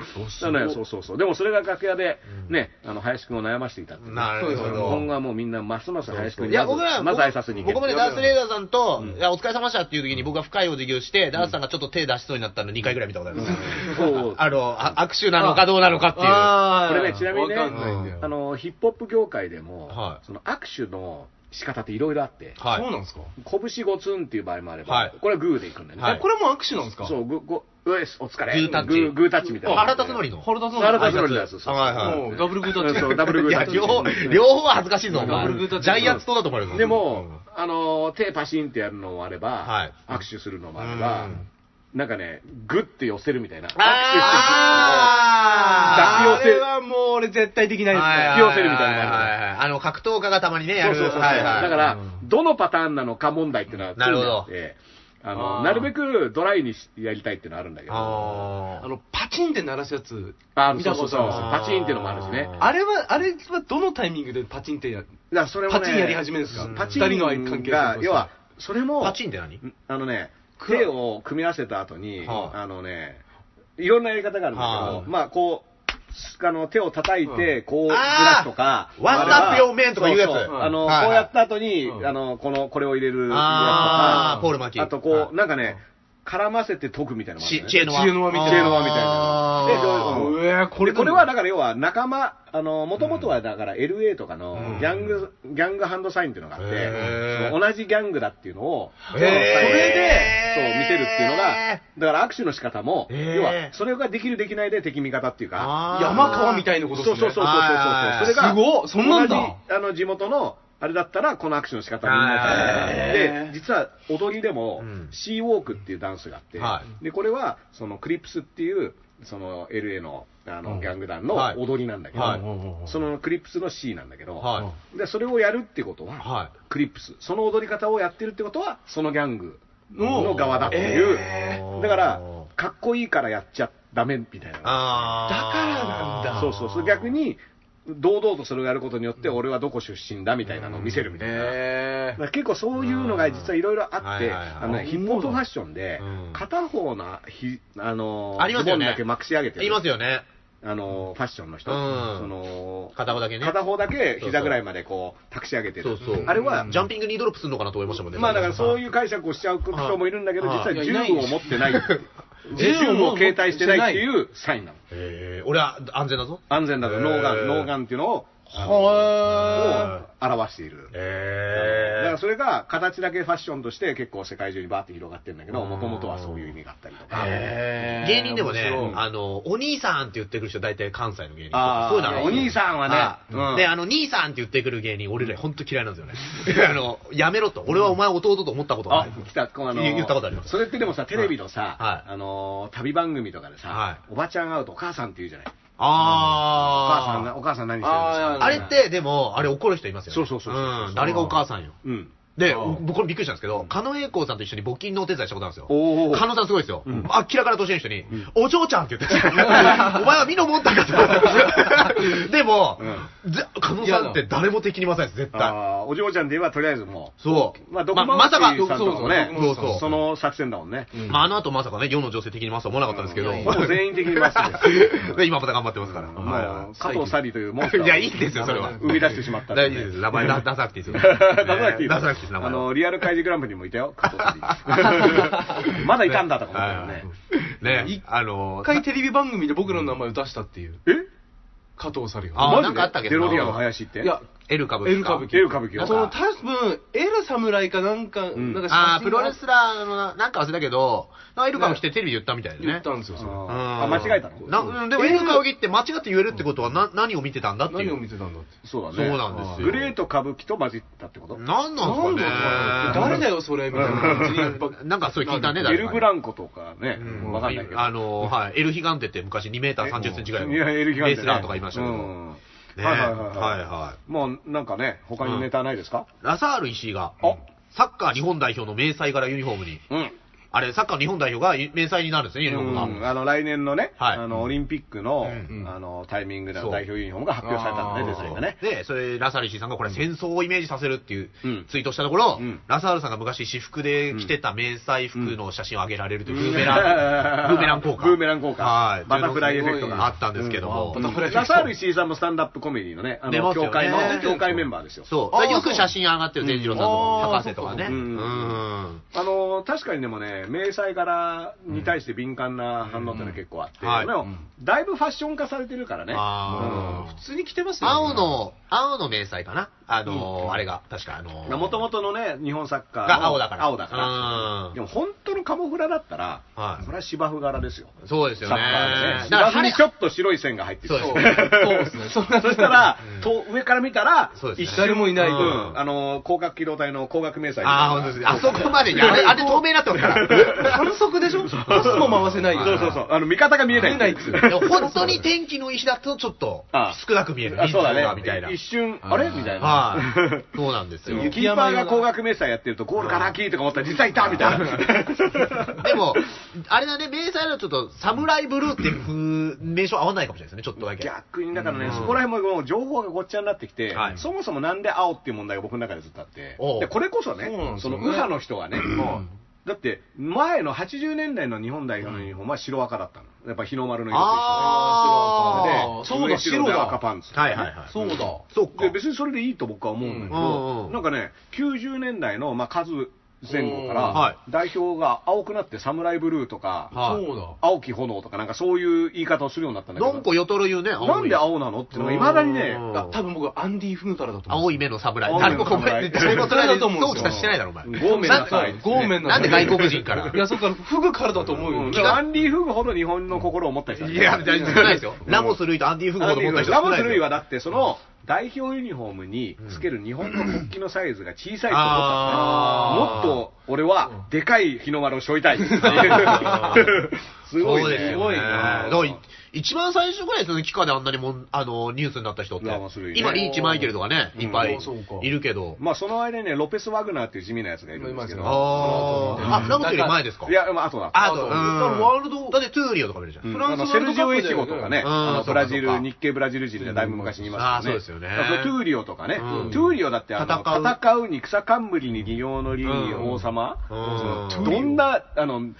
[SPEAKER 3] ね、そうそうそう。でもそれが楽屋で、ね、あの、林くんを悩ましていたっていうね
[SPEAKER 4] なるほ
[SPEAKER 3] 今後
[SPEAKER 4] ど。
[SPEAKER 3] はもうみんなますます林くん
[SPEAKER 4] い
[SPEAKER 3] に
[SPEAKER 4] や、
[SPEAKER 3] まず
[SPEAKER 4] 僕ら、
[SPEAKER 3] まず挨拶に行け
[SPEAKER 4] 僕もね、
[SPEAKER 3] る
[SPEAKER 4] ダースレーダーさんと、いや、お疲れ様でしたっていう時に僕が深いお辞儀をして、ダースさんがちょっと手出しそうになったの2回ぐらい見たことあります。
[SPEAKER 3] そう
[SPEAKER 4] あの、あ握手なのかどうなのかっていう。
[SPEAKER 5] あ
[SPEAKER 3] これね、ちなみにね、
[SPEAKER 5] わかんないんだよ
[SPEAKER 3] あの、ヒップホップ業界でも
[SPEAKER 4] は、い
[SPEAKER 3] その握手の仕方っていろいろあって、
[SPEAKER 4] はい
[SPEAKER 5] そうなんですか
[SPEAKER 3] 拳ごつんっていう場合もあれ
[SPEAKER 4] は
[SPEAKER 3] ば
[SPEAKER 4] い、
[SPEAKER 3] これはグーでいくんだよね。
[SPEAKER 4] はい
[SPEAKER 5] えこれも握手なんですか
[SPEAKER 3] そう、グー、グーうえす、お疲れ。
[SPEAKER 4] グータッチ
[SPEAKER 3] グーグータッチみたいな。
[SPEAKER 4] あ原田つのりの。
[SPEAKER 5] 原田さん
[SPEAKER 3] 原田つのりのやつ。そうそう
[SPEAKER 4] はいはい
[SPEAKER 5] もうダブルグータ
[SPEAKER 3] う
[SPEAKER 5] ッ
[SPEAKER 3] ん
[SPEAKER 5] チ。
[SPEAKER 3] そうダブルグ
[SPEAKER 4] い
[SPEAKER 3] ータッ
[SPEAKER 4] や、
[SPEAKER 3] チ。
[SPEAKER 4] 両方、両方は恥ずかしいぞ、お前
[SPEAKER 5] ダブルグータッチ
[SPEAKER 4] ジャイアンツ党だと思われるぞ
[SPEAKER 3] でも、あの、手パシンってやるのもあれば、
[SPEAKER 4] はい
[SPEAKER 3] 握手するのもあれ
[SPEAKER 4] う
[SPEAKER 3] ば
[SPEAKER 4] ん、
[SPEAKER 3] なんかね、グッて寄せるみたいな。握手
[SPEAKER 4] あ
[SPEAKER 5] あ
[SPEAKER 3] ー
[SPEAKER 5] れはもう俺絶対できないですね。
[SPEAKER 3] い引き寄せるみたいなのがある
[SPEAKER 4] はいはいはいあの、格闘家がたまにね、
[SPEAKER 3] して
[SPEAKER 4] や
[SPEAKER 3] る
[SPEAKER 4] る。
[SPEAKER 3] そうそうそうそう。
[SPEAKER 4] はいはい
[SPEAKER 3] だから、どのパターンなのか問題っていうのは常にあって、
[SPEAKER 4] なるほど
[SPEAKER 3] あ
[SPEAKER 5] あ
[SPEAKER 3] の
[SPEAKER 5] ー
[SPEAKER 3] なるべくドライにしやりたいっていうのあるんだけど、
[SPEAKER 4] あ
[SPEAKER 5] あ
[SPEAKER 4] ー
[SPEAKER 5] の、パチンって鳴らすやつ、
[SPEAKER 3] あの
[SPEAKER 5] 見
[SPEAKER 3] そ
[SPEAKER 5] た
[SPEAKER 3] うそ
[SPEAKER 5] こ
[SPEAKER 3] うそ
[SPEAKER 5] と
[SPEAKER 3] う、
[SPEAKER 5] あるんですよ
[SPEAKER 3] パチンっていうのもあるしね。
[SPEAKER 5] あれは、あれはどのタイミングでパチンってやる
[SPEAKER 3] だからそれもね
[SPEAKER 5] パチンやり始めるんですか
[SPEAKER 3] パチ
[SPEAKER 5] 二人の関
[SPEAKER 3] ン
[SPEAKER 5] 係性
[SPEAKER 3] が
[SPEAKER 5] と、して
[SPEAKER 3] 要は、それも、
[SPEAKER 4] パチンって何
[SPEAKER 3] あのね、手を組み合わせた後に、
[SPEAKER 4] はあ
[SPEAKER 3] あのね、いろんなやり方があるんだ
[SPEAKER 4] は
[SPEAKER 3] け
[SPEAKER 4] あ
[SPEAKER 3] ど、まあこう、あの手を叩いて、こう、ずら
[SPEAKER 4] あー
[SPEAKER 3] すとか、
[SPEAKER 4] ワンタップ
[SPEAKER 3] あれは
[SPEAKER 4] 四面とかいうやつ
[SPEAKER 3] そそ
[SPEAKER 4] うん
[SPEAKER 3] あの、こ
[SPEAKER 4] はいはいう
[SPEAKER 3] やった後に、
[SPEAKER 5] うん
[SPEAKER 3] あの、この、これを入れるやつとか
[SPEAKER 4] あー、ポール巻き
[SPEAKER 3] あとこ
[SPEAKER 4] は
[SPEAKER 3] う、
[SPEAKER 4] い
[SPEAKER 3] なんかね、絡ませて解くみたいなのもあるん
[SPEAKER 4] ち
[SPEAKER 3] だよね
[SPEAKER 4] 知恵の輪。
[SPEAKER 5] 知恵の輪みたいな
[SPEAKER 3] 知恵の輪みたいなで
[SPEAKER 4] あー
[SPEAKER 3] どううん
[SPEAKER 5] うわーこれ
[SPEAKER 3] でこれはだから要は仲間、あの、もともとはだから LA とかの
[SPEAKER 4] うん
[SPEAKER 3] ギャング、ギャングハンドサインっていうのがあっ
[SPEAKER 4] へ
[SPEAKER 3] て、
[SPEAKER 4] ー
[SPEAKER 3] その同じギャングだっていうのを、
[SPEAKER 4] へー
[SPEAKER 3] それで、そう、見せるっていうの
[SPEAKER 4] へ
[SPEAKER 3] が、だから握手の仕方も、
[SPEAKER 4] へー
[SPEAKER 3] 要は、それができるできないで敵味方っていうか、
[SPEAKER 4] あー
[SPEAKER 5] 山川みたいな
[SPEAKER 3] そう
[SPEAKER 5] こと
[SPEAKER 3] そう
[SPEAKER 5] です
[SPEAKER 3] そうそうそう、
[SPEAKER 5] ね。
[SPEAKER 3] そ
[SPEAKER 4] はい
[SPEAKER 3] れが、
[SPEAKER 5] すごいそんなんだ
[SPEAKER 3] 同じあの、地元の、あれだったら、この握手の仕方みんな
[SPEAKER 5] へ
[SPEAKER 3] で、
[SPEAKER 5] ー
[SPEAKER 3] で、実は踊りでも
[SPEAKER 4] うん、
[SPEAKER 3] シーウォークっていうダンスがあって、
[SPEAKER 4] は
[SPEAKER 3] でこれはそのクリップスっていうその LA のあ
[SPEAKER 4] う
[SPEAKER 3] の
[SPEAKER 4] ん
[SPEAKER 3] ギャング団の
[SPEAKER 4] はい
[SPEAKER 3] 踊りなんだけど、
[SPEAKER 4] はい
[SPEAKER 3] そのクリップスの C なんだけど、
[SPEAKER 4] は
[SPEAKER 3] でそれをやるってこと
[SPEAKER 4] い。
[SPEAKER 3] は、
[SPEAKER 4] は
[SPEAKER 3] クリップスその踊り方をやってるってことはそのギャング
[SPEAKER 5] お
[SPEAKER 3] の側だっていう、
[SPEAKER 5] え
[SPEAKER 4] ー
[SPEAKER 3] だからかっこいいからやっちゃダメみたい
[SPEAKER 4] い。
[SPEAKER 3] な
[SPEAKER 4] あ
[SPEAKER 5] だからなんだ
[SPEAKER 3] そうそうそう逆に堂々とそれをやることによって俺はどこ出身だみたいなのを見せるみたいな、
[SPEAKER 5] え
[SPEAKER 3] だから結構そういうのが実はいろいろあって、
[SPEAKER 4] うんはいはいはい
[SPEAKER 3] あのヒップホップファッションで、
[SPEAKER 4] うん
[SPEAKER 3] 片方のひあの
[SPEAKER 4] ありますよ
[SPEAKER 3] ズボ
[SPEAKER 4] ね
[SPEAKER 3] ンだけまくし上げてる
[SPEAKER 4] いますよね。
[SPEAKER 3] あのファッションの人、
[SPEAKER 4] うん
[SPEAKER 3] その
[SPEAKER 4] 片方だけね。
[SPEAKER 3] 片方だけ膝ぐらいまでこう託し上げて
[SPEAKER 4] そう
[SPEAKER 3] る、
[SPEAKER 4] そう。
[SPEAKER 3] あれは、
[SPEAKER 4] ジャンピングニードロップするのかなと思いましたもんね。。
[SPEAKER 3] まあだからそういうう解釈をしちゃう人もいるんだけど、
[SPEAKER 4] はい
[SPEAKER 3] 実はい銃
[SPEAKER 5] やいない
[SPEAKER 3] を持って ない、
[SPEAKER 5] 銃
[SPEAKER 3] 銃
[SPEAKER 5] を持
[SPEAKER 3] を
[SPEAKER 5] って
[SPEAKER 3] 携帯してないっていうサインなの、
[SPEAKER 4] えー、俺は安全だぞ。
[SPEAKER 3] 安全だと、
[SPEAKER 4] へー
[SPEAKER 3] ノーガン、ノーガンっていうのをあの
[SPEAKER 5] は
[SPEAKER 3] を表している。だか
[SPEAKER 4] え
[SPEAKER 3] らそれが形だけファッションとして結構世界中にバーって広がってるんだけど、もともとはそういう意味があったりとか。
[SPEAKER 5] え
[SPEAKER 4] 芸人でもね
[SPEAKER 5] 面白い、
[SPEAKER 4] あの、お兄さんって言ってくる人、大体関西の芸人と
[SPEAKER 3] あー。
[SPEAKER 4] かそういうのある
[SPEAKER 3] お兄さんはね
[SPEAKER 4] い
[SPEAKER 3] うん
[SPEAKER 4] で、あの、兄さんって言ってくる芸人、俺ら本当嫌いなんですよね。あ の、やめろと。俺はお前弟と思ったことがな
[SPEAKER 3] あ
[SPEAKER 4] い。、
[SPEAKER 3] 来た、このあの
[SPEAKER 4] 言ったことあります
[SPEAKER 3] それってでもさ、テレビのさ、
[SPEAKER 4] はい
[SPEAKER 3] あのー、旅番組とかでさ、
[SPEAKER 4] は
[SPEAKER 3] おばちゃん会うとお母さんって言うじゃない。お母さんな、
[SPEAKER 4] あ
[SPEAKER 3] お母さん何してるんです
[SPEAKER 5] あー
[SPEAKER 3] か
[SPEAKER 4] あ。あれって、でも、あれ怒る人いますよね。、
[SPEAKER 3] そうそうそうそうん
[SPEAKER 4] 誰がお母さんよ。
[SPEAKER 3] うん。
[SPEAKER 4] で、僕これびっくりしたんですけど、狩野英孝さんと一緒に募金のお手伝いしたことあるんですよ。
[SPEAKER 3] おー
[SPEAKER 4] 狩野さんすごいですよ。
[SPEAKER 3] ん
[SPEAKER 4] 明らかな年の人に、お嬢ちゃんって 言ってた。お前は身の持ったか と。でも、ぜ狩野さんって誰も敵にませんです、絶対。
[SPEAKER 3] あーお嬢ちゃんで言えばとりあえずも
[SPEAKER 4] そう。
[SPEAKER 3] う、まあ、どこ
[SPEAKER 4] ままさか、
[SPEAKER 3] さんとかもね、
[SPEAKER 4] そうそうそう
[SPEAKER 3] その作戦だもんね。
[SPEAKER 4] まあ、あの後まさかね、世の女性的に回すとは思わなかったんですけど、
[SPEAKER 3] もう全員的にマスク です。
[SPEAKER 4] で今また頑張ってますから。
[SPEAKER 3] も
[SPEAKER 4] は
[SPEAKER 3] う、
[SPEAKER 4] い
[SPEAKER 3] 加藤サリーというモンスターを
[SPEAKER 4] いや、いいんですよ、それは。
[SPEAKER 3] 生み出してしまったってい
[SPEAKER 4] 大
[SPEAKER 3] うね
[SPEAKER 4] 丈夫です。名前出さなくて いいですよ。
[SPEAKER 3] 出さなくていい
[SPEAKER 4] 出さなくていいです、名
[SPEAKER 3] あ
[SPEAKER 4] 前は。
[SPEAKER 3] の、リアル開示グランプリにもいたよ、加藤さ ん。まだいたんだとか思ったよね。
[SPEAKER 4] ね。
[SPEAKER 5] 一
[SPEAKER 4] ね、あの
[SPEAKER 5] 一、回テレビ番組で僕らの名前を出したっていう、
[SPEAKER 3] え
[SPEAKER 5] 加藤サリが。
[SPEAKER 4] あ
[SPEAKER 3] マジで
[SPEAKER 4] なんかあったっけ
[SPEAKER 3] デロリアンの林って。
[SPEAKER 5] いや、
[SPEAKER 4] エル歌舞伎。
[SPEAKER 5] エル歌舞伎。
[SPEAKER 3] エル歌舞伎を
[SPEAKER 5] その、多分、エル侍かなんか、
[SPEAKER 3] ん
[SPEAKER 5] なんか写真が
[SPEAKER 4] ああ、プロレスラーのな、なんか忘れたけど、なんかエル歌舞伎ってテレビで言ったみたいだね。
[SPEAKER 5] 言ったんですよ、それ
[SPEAKER 3] あ
[SPEAKER 4] うん
[SPEAKER 3] あ、間違えたの
[SPEAKER 4] なうんでも、エル歌舞伎って間違って言えるってことは、な、何を見てたんだってい
[SPEAKER 5] 何を見
[SPEAKER 4] う。
[SPEAKER 5] てたんだって。
[SPEAKER 3] そうだね。
[SPEAKER 4] そうなんですよ
[SPEAKER 3] グレート歌舞伎と混じったってこと
[SPEAKER 4] なんなんですか
[SPEAKER 5] 誰
[SPEAKER 4] ね。
[SPEAKER 5] だよ、それ、みたいな感じにばっか。
[SPEAKER 4] なんかそれ聞いたね、
[SPEAKER 3] エ
[SPEAKER 4] 誰か
[SPEAKER 3] ル
[SPEAKER 4] に
[SPEAKER 3] ブランコとかね、
[SPEAKER 4] うん
[SPEAKER 3] わかんないけど。
[SPEAKER 4] あの、はい、エルヒガンテって昔2メーター30センチぐらいの。
[SPEAKER 3] いや、エルギガン
[SPEAKER 4] レ
[SPEAKER 3] テね
[SPEAKER 4] ースラーとかいましたけど。
[SPEAKER 3] う
[SPEAKER 4] ね
[SPEAKER 3] んはいはいはい
[SPEAKER 4] は
[SPEAKER 3] はいい
[SPEAKER 4] は
[SPEAKER 3] もう、なんかね、他にネタないですか
[SPEAKER 4] い。ラサール石井が
[SPEAKER 3] あ、
[SPEAKER 4] サッカー日本代表の迷彩柄ユニフォームに、
[SPEAKER 3] うん。
[SPEAKER 4] あれ、サッカー日本代表が迷彩になるんですね、ユニフォームが。
[SPEAKER 3] うんあの来年のね、
[SPEAKER 4] はい
[SPEAKER 3] あのオリンピックの,、
[SPEAKER 4] うん
[SPEAKER 5] うん
[SPEAKER 3] あのタイミングで
[SPEAKER 4] そ
[SPEAKER 3] の
[SPEAKER 4] う
[SPEAKER 3] 代表ユニフォームが発表されたん
[SPEAKER 5] あ
[SPEAKER 3] だ
[SPEAKER 5] ー
[SPEAKER 3] ね、デザインがね。
[SPEAKER 4] で、それ、ラサール石井さんがこれ戦争をイメージさせるっていう
[SPEAKER 3] うん
[SPEAKER 4] ツイートしたところ、
[SPEAKER 3] うん
[SPEAKER 4] ラサールさんが昔私服で着てた迷彩服の写真を上げられるというう、
[SPEAKER 3] ん
[SPEAKER 4] ブー メラン、ブーメラン効果。
[SPEAKER 3] ブーメラン効果
[SPEAKER 4] はい。
[SPEAKER 3] バタフライエフェクト
[SPEAKER 5] が
[SPEAKER 4] あったんですけども。
[SPEAKER 5] うんあバタフライエフェ
[SPEAKER 3] ラ
[SPEAKER 5] クト
[SPEAKER 3] サール石井さんもスタンダップコメディのね、あ
[SPEAKER 4] 出ま
[SPEAKER 3] の
[SPEAKER 4] すよね
[SPEAKER 3] 協会の協会メンバーですよ。
[SPEAKER 4] そう。
[SPEAKER 5] あ
[SPEAKER 4] だ
[SPEAKER 5] ー
[SPEAKER 4] からよく写真上がって
[SPEAKER 3] そ
[SPEAKER 4] る、
[SPEAKER 3] う
[SPEAKER 4] 善次郎さんの博士とかね。
[SPEAKER 5] あ
[SPEAKER 4] う。
[SPEAKER 5] ー
[SPEAKER 3] そうそうんあの確かにでもね、迷彩柄に対して敏感な反応っていうのは結構あって、
[SPEAKER 4] うんはい
[SPEAKER 3] でもだいぶファッション化されてるからね、
[SPEAKER 4] あー
[SPEAKER 5] 普通に来てますよ、
[SPEAKER 4] 青の、青の迷彩かなあのー、あれが、確かあのー、
[SPEAKER 3] もともとのね、日本サッカーの
[SPEAKER 4] が青だから。
[SPEAKER 3] 青だから
[SPEAKER 4] うん
[SPEAKER 3] でも本当のカモフラだったら、
[SPEAKER 4] はい
[SPEAKER 3] これは芝生柄ですよ、
[SPEAKER 4] そうですよね
[SPEAKER 3] サッカーでね。。
[SPEAKER 4] だか
[SPEAKER 3] 芝生
[SPEAKER 4] ら晴
[SPEAKER 3] に
[SPEAKER 4] れ
[SPEAKER 3] ちょっと白い線が入ってる
[SPEAKER 4] そうです
[SPEAKER 5] そうそうですね。そんな
[SPEAKER 3] そしたら、と上から見たら、
[SPEAKER 4] そうですね
[SPEAKER 3] 一瞬
[SPEAKER 5] 誰もいない
[SPEAKER 3] うんあの、広角機動隊の光学迷彩
[SPEAKER 4] ああ、本当ですね。あそこまでに、あれ、あれ透明になってますから。
[SPEAKER 5] 反則でしょパスも回せない
[SPEAKER 4] そ
[SPEAKER 3] そうう
[SPEAKER 4] そ
[SPEAKER 3] そうう
[SPEAKER 4] そ
[SPEAKER 3] そう。あの、味方が見えない。
[SPEAKER 5] 見えないっつう
[SPEAKER 4] でも本当に天気の石だとちょっと
[SPEAKER 3] ああ
[SPEAKER 4] 少なく見える。
[SPEAKER 3] あそうだ
[SPEAKER 4] 人数がみたいな
[SPEAKER 3] ね。一。瞬、あれみたいな。
[SPEAKER 4] はい。そうなんですよ。
[SPEAKER 3] キーパーが高額明細やってるとゴールからキーとか思ったら実際いたみたいな。
[SPEAKER 4] でも、あれだね、迷彩のちょっと、サムライブルーっていう風名称合わないかもしれないですね、ちょっとだけ。
[SPEAKER 3] 逆にだからね、
[SPEAKER 4] うん
[SPEAKER 3] そこら辺ももう情報がごっちゃになってきて、
[SPEAKER 4] はい
[SPEAKER 3] そもそもなんで青っていう問題が僕の中でずっとあって
[SPEAKER 4] おう
[SPEAKER 3] でこれこそね
[SPEAKER 5] そうなんです
[SPEAKER 3] そ
[SPEAKER 5] よね
[SPEAKER 3] の右派の人はね、もうだって前の80年代の日本代表のユニフォームは白赤だったのやっぱ日の丸の色と一緒で
[SPEAKER 5] あー
[SPEAKER 3] で
[SPEAKER 5] そうだ
[SPEAKER 3] 上白で赤パンツ、
[SPEAKER 4] はいはいはい。
[SPEAKER 5] そうだ。
[SPEAKER 4] そうか
[SPEAKER 3] で。別にそれでいいと僕は思うんだけ
[SPEAKER 4] うんうん
[SPEAKER 3] ど、
[SPEAKER 4] うん
[SPEAKER 3] なんかね、90年代の、まあ、数前後か
[SPEAKER 5] うん
[SPEAKER 4] は
[SPEAKER 3] ら、代表が青くなって、サムライブルーとか、
[SPEAKER 4] はい
[SPEAKER 5] そうだ。
[SPEAKER 3] 青き炎とか、なんかそういう言い方をするようになったんだけど、
[SPEAKER 4] どんこよとる言うね、
[SPEAKER 3] なんで青なのっていうのが、いまだにね、
[SPEAKER 4] うん
[SPEAKER 5] あ多分僕、アンディ・フヌタラだと思う。
[SPEAKER 4] 青い目の侍。
[SPEAKER 3] 青い目の侍
[SPEAKER 4] 誰も絶対それだと思う。そう
[SPEAKER 5] そう
[SPEAKER 4] き
[SPEAKER 5] だと思うんですよ
[SPEAKER 4] たしてないだろ、お前。
[SPEAKER 3] ごめんなさい。
[SPEAKER 5] ごめんなさ
[SPEAKER 4] な
[SPEAKER 5] い。
[SPEAKER 4] んで外国人から
[SPEAKER 5] いや、そうから、フグからだと思う
[SPEAKER 3] う
[SPEAKER 5] よ。
[SPEAKER 3] ん
[SPEAKER 5] 気
[SPEAKER 3] だから
[SPEAKER 5] が
[SPEAKER 3] アンディ・フグほど日本の心を持った人だね
[SPEAKER 4] いや、大丈夫少ないですよ。ラモス・ルイとアンディ・フグほど持った人
[SPEAKER 3] ラ
[SPEAKER 4] 少
[SPEAKER 3] モ
[SPEAKER 4] ない
[SPEAKER 3] ス・
[SPEAKER 4] ですよ
[SPEAKER 3] ルイはだって、その代表ユニフォームにつける日本の国旗のサイズが小さいと思ったん
[SPEAKER 4] あー
[SPEAKER 3] だよもっと俺はでかい日の丸を背負いたい。すご
[SPEAKER 4] そう
[SPEAKER 3] い
[SPEAKER 4] です
[SPEAKER 3] ね。
[SPEAKER 4] よね。だか
[SPEAKER 3] どう
[SPEAKER 4] らい一番最初ぐらいですよね、期間であんなにもんあのニュースになった人って
[SPEAKER 3] ラモスルイ。ね
[SPEAKER 4] 今、リーチ・マイケルとかね、
[SPEAKER 3] うん
[SPEAKER 4] いっぱい
[SPEAKER 5] あそうか
[SPEAKER 4] いるけど。
[SPEAKER 3] まあその間にね、ロペス・ワグナーっていう地味なやつがいるんですけ
[SPEAKER 5] いま
[SPEAKER 3] ど。
[SPEAKER 4] あ
[SPEAKER 5] う
[SPEAKER 4] あ。
[SPEAKER 5] ん
[SPEAKER 4] あ、ラモスより前ですか
[SPEAKER 3] いや、まあ後だ。
[SPEAKER 4] あ
[SPEAKER 5] あと
[SPEAKER 4] と、
[SPEAKER 5] うん
[SPEAKER 4] ワールド。だってトゥーリオとか見るじゃん。
[SPEAKER 3] うん
[SPEAKER 5] フランス
[SPEAKER 3] あの
[SPEAKER 5] ワ
[SPEAKER 3] セ
[SPEAKER 5] ール
[SPEAKER 3] ル
[SPEAKER 5] ド
[SPEAKER 3] ジ
[SPEAKER 5] カッ
[SPEAKER 3] オ・
[SPEAKER 5] プ
[SPEAKER 3] エ
[SPEAKER 5] だ
[SPEAKER 3] チ
[SPEAKER 5] よ
[SPEAKER 3] ゴとかね、
[SPEAKER 4] うん
[SPEAKER 3] あ
[SPEAKER 4] そ
[SPEAKER 3] の
[SPEAKER 4] うか
[SPEAKER 3] ブラジ
[SPEAKER 4] そう
[SPEAKER 3] ル、
[SPEAKER 4] か
[SPEAKER 3] 日系ブラジル人でだいぶ昔にいました
[SPEAKER 4] あーそう
[SPEAKER 3] よ
[SPEAKER 4] ですよね
[SPEAKER 3] ね。だからトゥーリオとかね、
[SPEAKER 4] うん
[SPEAKER 3] トゥーリオだってあの
[SPEAKER 4] 戦う
[SPEAKER 3] 戦うに草冠に利用の利に王様、
[SPEAKER 4] うん
[SPEAKER 3] そのどんな、あの、
[SPEAKER 4] ね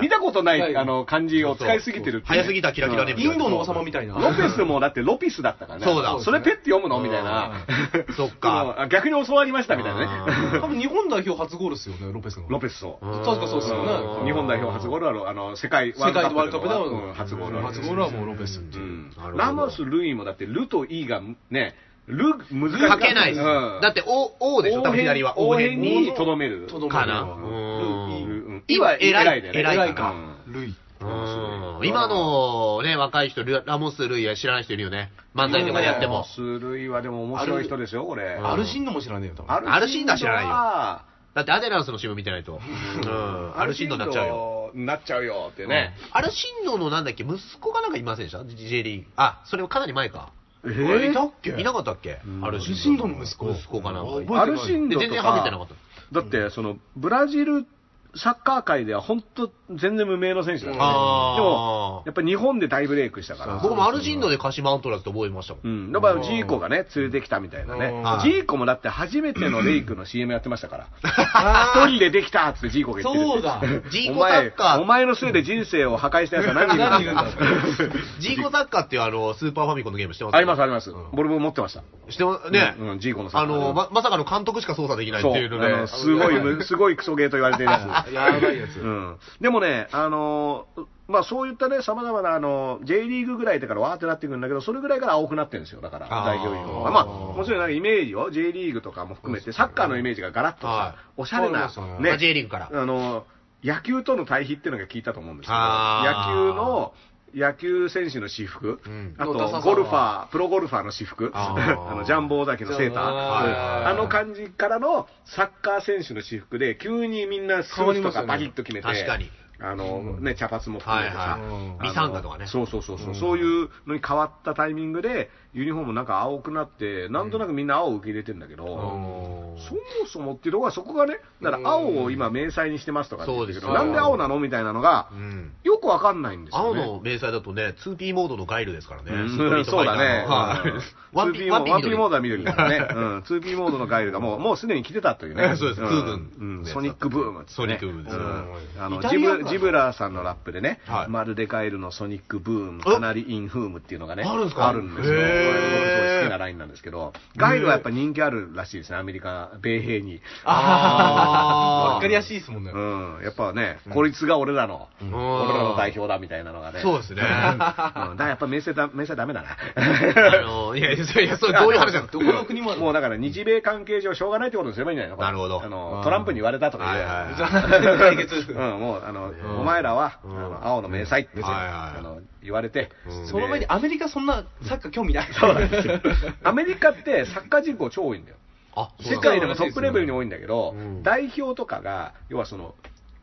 [SPEAKER 3] 見たことな
[SPEAKER 5] ない
[SPEAKER 3] いあの漢字を使いすぎてるっていう
[SPEAKER 4] 早すぎたキラキラネーム
[SPEAKER 5] インドの王様みたいな。
[SPEAKER 3] ロペスもだってロピスだったからね。
[SPEAKER 4] そうだ
[SPEAKER 3] それペって読むのみたいな。
[SPEAKER 4] そっか。
[SPEAKER 3] でもあ逆に教わりましたみたいなね。
[SPEAKER 5] 多分日本代表初ゴールですよね、ロペスの。
[SPEAKER 3] ロペスを。
[SPEAKER 5] 確かそうですよ
[SPEAKER 4] うん
[SPEAKER 5] ね。
[SPEAKER 3] 日本代表初ゴールは、あの、世界
[SPEAKER 5] 世界ワールドカップで
[SPEAKER 3] うん
[SPEAKER 5] は
[SPEAKER 3] 初ゴール
[SPEAKER 5] 初ゴールはもうロペスって
[SPEAKER 3] う
[SPEAKER 5] いうん
[SPEAKER 4] なるほど
[SPEAKER 3] ラモス、ルイもだって、ルとイがね、ル、難し
[SPEAKER 4] 書けないです。
[SPEAKER 3] うん
[SPEAKER 4] だって、O、O でしょ、多分左は。
[SPEAKER 3] 応
[SPEAKER 4] O
[SPEAKER 3] 変
[SPEAKER 4] 変に。
[SPEAKER 3] にとどめる。
[SPEAKER 5] とどめる
[SPEAKER 4] かな。う。
[SPEAKER 3] うんん
[SPEAKER 4] 今偉い
[SPEAKER 3] だよね
[SPEAKER 4] 偉い
[SPEAKER 5] 偉い
[SPEAKER 4] か
[SPEAKER 5] か
[SPEAKER 3] うん。
[SPEAKER 5] ルイ。
[SPEAKER 4] うん今のね、若い人、ルラモス・ルイは知らない人いるよね。漫才とかでやって
[SPEAKER 3] ラモ
[SPEAKER 4] も。
[SPEAKER 3] ス、ルイはでも面白い人ですよ、これ。
[SPEAKER 5] アルシンドも知らねえよ、多分。
[SPEAKER 4] アルシンドは知らないよ
[SPEAKER 3] よ。
[SPEAKER 4] だってアデランスの CM 見てないと。うん。アルシンドになっちゃうよ。
[SPEAKER 3] よ。なっちゃうよってね。
[SPEAKER 4] アルシンドのなんだっけ、息子がなんかいませんでした ?J リーグ。あ、それもかなり前か。
[SPEAKER 3] え
[SPEAKER 5] えいたっけ
[SPEAKER 4] いなかったっけ
[SPEAKER 3] ん
[SPEAKER 4] アル
[SPEAKER 5] アル
[SPEAKER 4] シ
[SPEAKER 5] シ
[SPEAKER 4] ン
[SPEAKER 5] ン
[SPEAKER 4] ド
[SPEAKER 5] ド
[SPEAKER 4] の
[SPEAKER 5] の
[SPEAKER 4] 息
[SPEAKER 5] 息
[SPEAKER 4] 子
[SPEAKER 5] 子。
[SPEAKER 4] かなんか
[SPEAKER 5] 覚えてない
[SPEAKER 3] アルシンドとか
[SPEAKER 4] で全然ハゲてなかっ
[SPEAKER 3] だ
[SPEAKER 4] た。
[SPEAKER 3] って、その、ブラジルサッカー界では本当全然無名の選手だからね。でも、
[SPEAKER 4] あ
[SPEAKER 3] やっぱ日本で大ブレイクしたか
[SPEAKER 4] あ。
[SPEAKER 3] ら。
[SPEAKER 4] 僕もアルシンドで鹿島アントラーズって覚えましたも。
[SPEAKER 3] うんん。だからジーコがね、連れてきたみたいなね
[SPEAKER 4] うん。
[SPEAKER 3] ジーコもだって初めてのレイクの CM やってましたから。一
[SPEAKER 5] あ
[SPEAKER 3] 人でできたっつってジーコが言ってる。
[SPEAKER 5] そうだ。
[SPEAKER 4] ジー
[SPEAKER 3] お
[SPEAKER 4] コサ
[SPEAKER 3] 前
[SPEAKER 4] ッカ、
[SPEAKER 3] お
[SPEAKER 4] ー、
[SPEAKER 3] 前のせいで人生を破壊したやつは何人いる
[SPEAKER 5] 何言うん
[SPEAKER 3] んだ
[SPEAKER 5] だ
[SPEAKER 4] ジーコサッカーっていうあの、スーパーファミコンのゲームしてます
[SPEAKER 3] ありますあり
[SPEAKER 4] ま
[SPEAKER 3] ます。俺も持ってました。
[SPEAKER 4] す。してます、ね。
[SPEAKER 3] うんうんジーコのサッ
[SPEAKER 4] あ
[SPEAKER 3] カー
[SPEAKER 4] の、ま、まさかの監督しか操作できないって
[SPEAKER 3] そう。
[SPEAKER 4] いうので。
[SPEAKER 3] あのすごいむ、すごいクソゲーと言われてるやつ。
[SPEAKER 5] やばいやつ。
[SPEAKER 3] うんでもね、あのーまあ、そういったね、さまざまなあの J リーグぐらいだからわーってなってくるんだけど、それぐらいから青くなってるんですよ、だから、
[SPEAKER 4] あー
[SPEAKER 3] 代表ユニフォームがまあ、もちろんなんかイメージを、J リーグとかも含めて、サッカーのイメージがガラッと
[SPEAKER 4] は
[SPEAKER 3] さ、
[SPEAKER 4] い
[SPEAKER 3] おしゃれな
[SPEAKER 5] そうです、よ
[SPEAKER 4] ね、まあ
[SPEAKER 3] ね
[SPEAKER 4] J リーグから。
[SPEAKER 3] あのー野球との対比っていうのが聞いたと思うんですけど、
[SPEAKER 4] あー
[SPEAKER 3] 野球の野球選手の私服、
[SPEAKER 4] うん
[SPEAKER 3] あと
[SPEAKER 5] 野田さん
[SPEAKER 3] ゴルファー、プロゴルファーの私服、
[SPEAKER 4] あ
[SPEAKER 3] あ
[SPEAKER 4] ー
[SPEAKER 3] のジャンボ尾崎のセーター、
[SPEAKER 5] あ
[SPEAKER 4] ー
[SPEAKER 3] うん
[SPEAKER 4] はい
[SPEAKER 3] あの感じからのサッカー選手の私服で、急にみんなスーツとかバキッと決めて、
[SPEAKER 4] 確かに。
[SPEAKER 3] あのね、茶髪も含めてさあ
[SPEAKER 4] はいはい、
[SPEAKER 3] の
[SPEAKER 4] ミサンガとかね
[SPEAKER 3] そうそうそうそう、そういうのに変わったタイミングで、ユニフォームなんか青くなって、なんとなくみんな青を受け入れてんだけど、そもそもっていうところは、そこがね、だから青を今、迷彩にしてますとかって言ってるけど、
[SPEAKER 4] そうです
[SPEAKER 3] な
[SPEAKER 4] よ
[SPEAKER 3] んで青なのみたいなのが
[SPEAKER 4] う、ん。
[SPEAKER 3] よくわかんないんですよ、
[SPEAKER 4] 青
[SPEAKER 3] ね。
[SPEAKER 4] の迷彩だとね、2P モードのガイルですからね。
[SPEAKER 3] うん
[SPEAKER 4] ストリートファイターのはい。
[SPEAKER 3] そうだね。2P
[SPEAKER 4] ワン
[SPEAKER 3] モ
[SPEAKER 4] ピ
[SPEAKER 3] ワンピーモード
[SPEAKER 4] は。
[SPEAKER 3] は緑だからね。うん。2P モードのガイルがもう、もうすでに来てたというね
[SPEAKER 4] そうです
[SPEAKER 3] ん
[SPEAKER 4] 空軍
[SPEAKER 3] うんソニックブームっつってね。
[SPEAKER 4] ソニックブームです
[SPEAKER 3] うんあの
[SPEAKER 5] イ
[SPEAKER 3] ジ
[SPEAKER 5] タリア
[SPEAKER 3] ブ
[SPEAKER 5] か
[SPEAKER 3] ジブラーさんのラップでね
[SPEAKER 4] はい、
[SPEAKER 3] まるでガイルのソニックブーム、
[SPEAKER 4] え
[SPEAKER 3] かなりインフームっていうのがね。
[SPEAKER 4] あるんですか
[SPEAKER 3] あるんですよ。
[SPEAKER 4] へ
[SPEAKER 3] こ
[SPEAKER 4] ー
[SPEAKER 3] れ僕好きなラインなんですけど、ガイルはやっぱ人気あるらしいですね、アメリカ、米兵に。
[SPEAKER 5] あ
[SPEAKER 4] あー
[SPEAKER 5] あ。わかりやすいですもんね。
[SPEAKER 3] うん。やっぱね、こいつが俺らの、
[SPEAKER 4] ん
[SPEAKER 3] 俺らの代表だみたいなのがね。
[SPEAKER 4] そうで すね
[SPEAKER 3] んうんだからやっぱ名声だ、名声ダメだな。
[SPEAKER 4] あの、いやいや、いや、そうどういう話じゃなくて
[SPEAKER 5] どこの国もある。
[SPEAKER 3] もうだから日米関係上しょうがないってことにすればいいんじゃないの
[SPEAKER 4] なるほど
[SPEAKER 3] あ
[SPEAKER 5] う
[SPEAKER 3] の
[SPEAKER 5] ん
[SPEAKER 3] トランプに言われたとか言えば
[SPEAKER 4] はいはい
[SPEAKER 5] 解決
[SPEAKER 3] うん、もう、あの、
[SPEAKER 4] ん
[SPEAKER 3] お前らは、あ
[SPEAKER 4] うん
[SPEAKER 3] の青の迷彩って、
[SPEAKER 4] うんはいはい
[SPEAKER 3] あの言われて、
[SPEAKER 4] うん
[SPEAKER 5] その前に
[SPEAKER 3] で
[SPEAKER 5] アメリカそんなサッカー興味ない。
[SPEAKER 3] そうなんです よ。 アメリカってサッカー人口超多いんだよ。
[SPEAKER 4] あ、そう
[SPEAKER 3] 世
[SPEAKER 4] なんだ
[SPEAKER 3] 界でもトップレベルに多いんだけど
[SPEAKER 4] うん、
[SPEAKER 3] 代表とかが、要はその、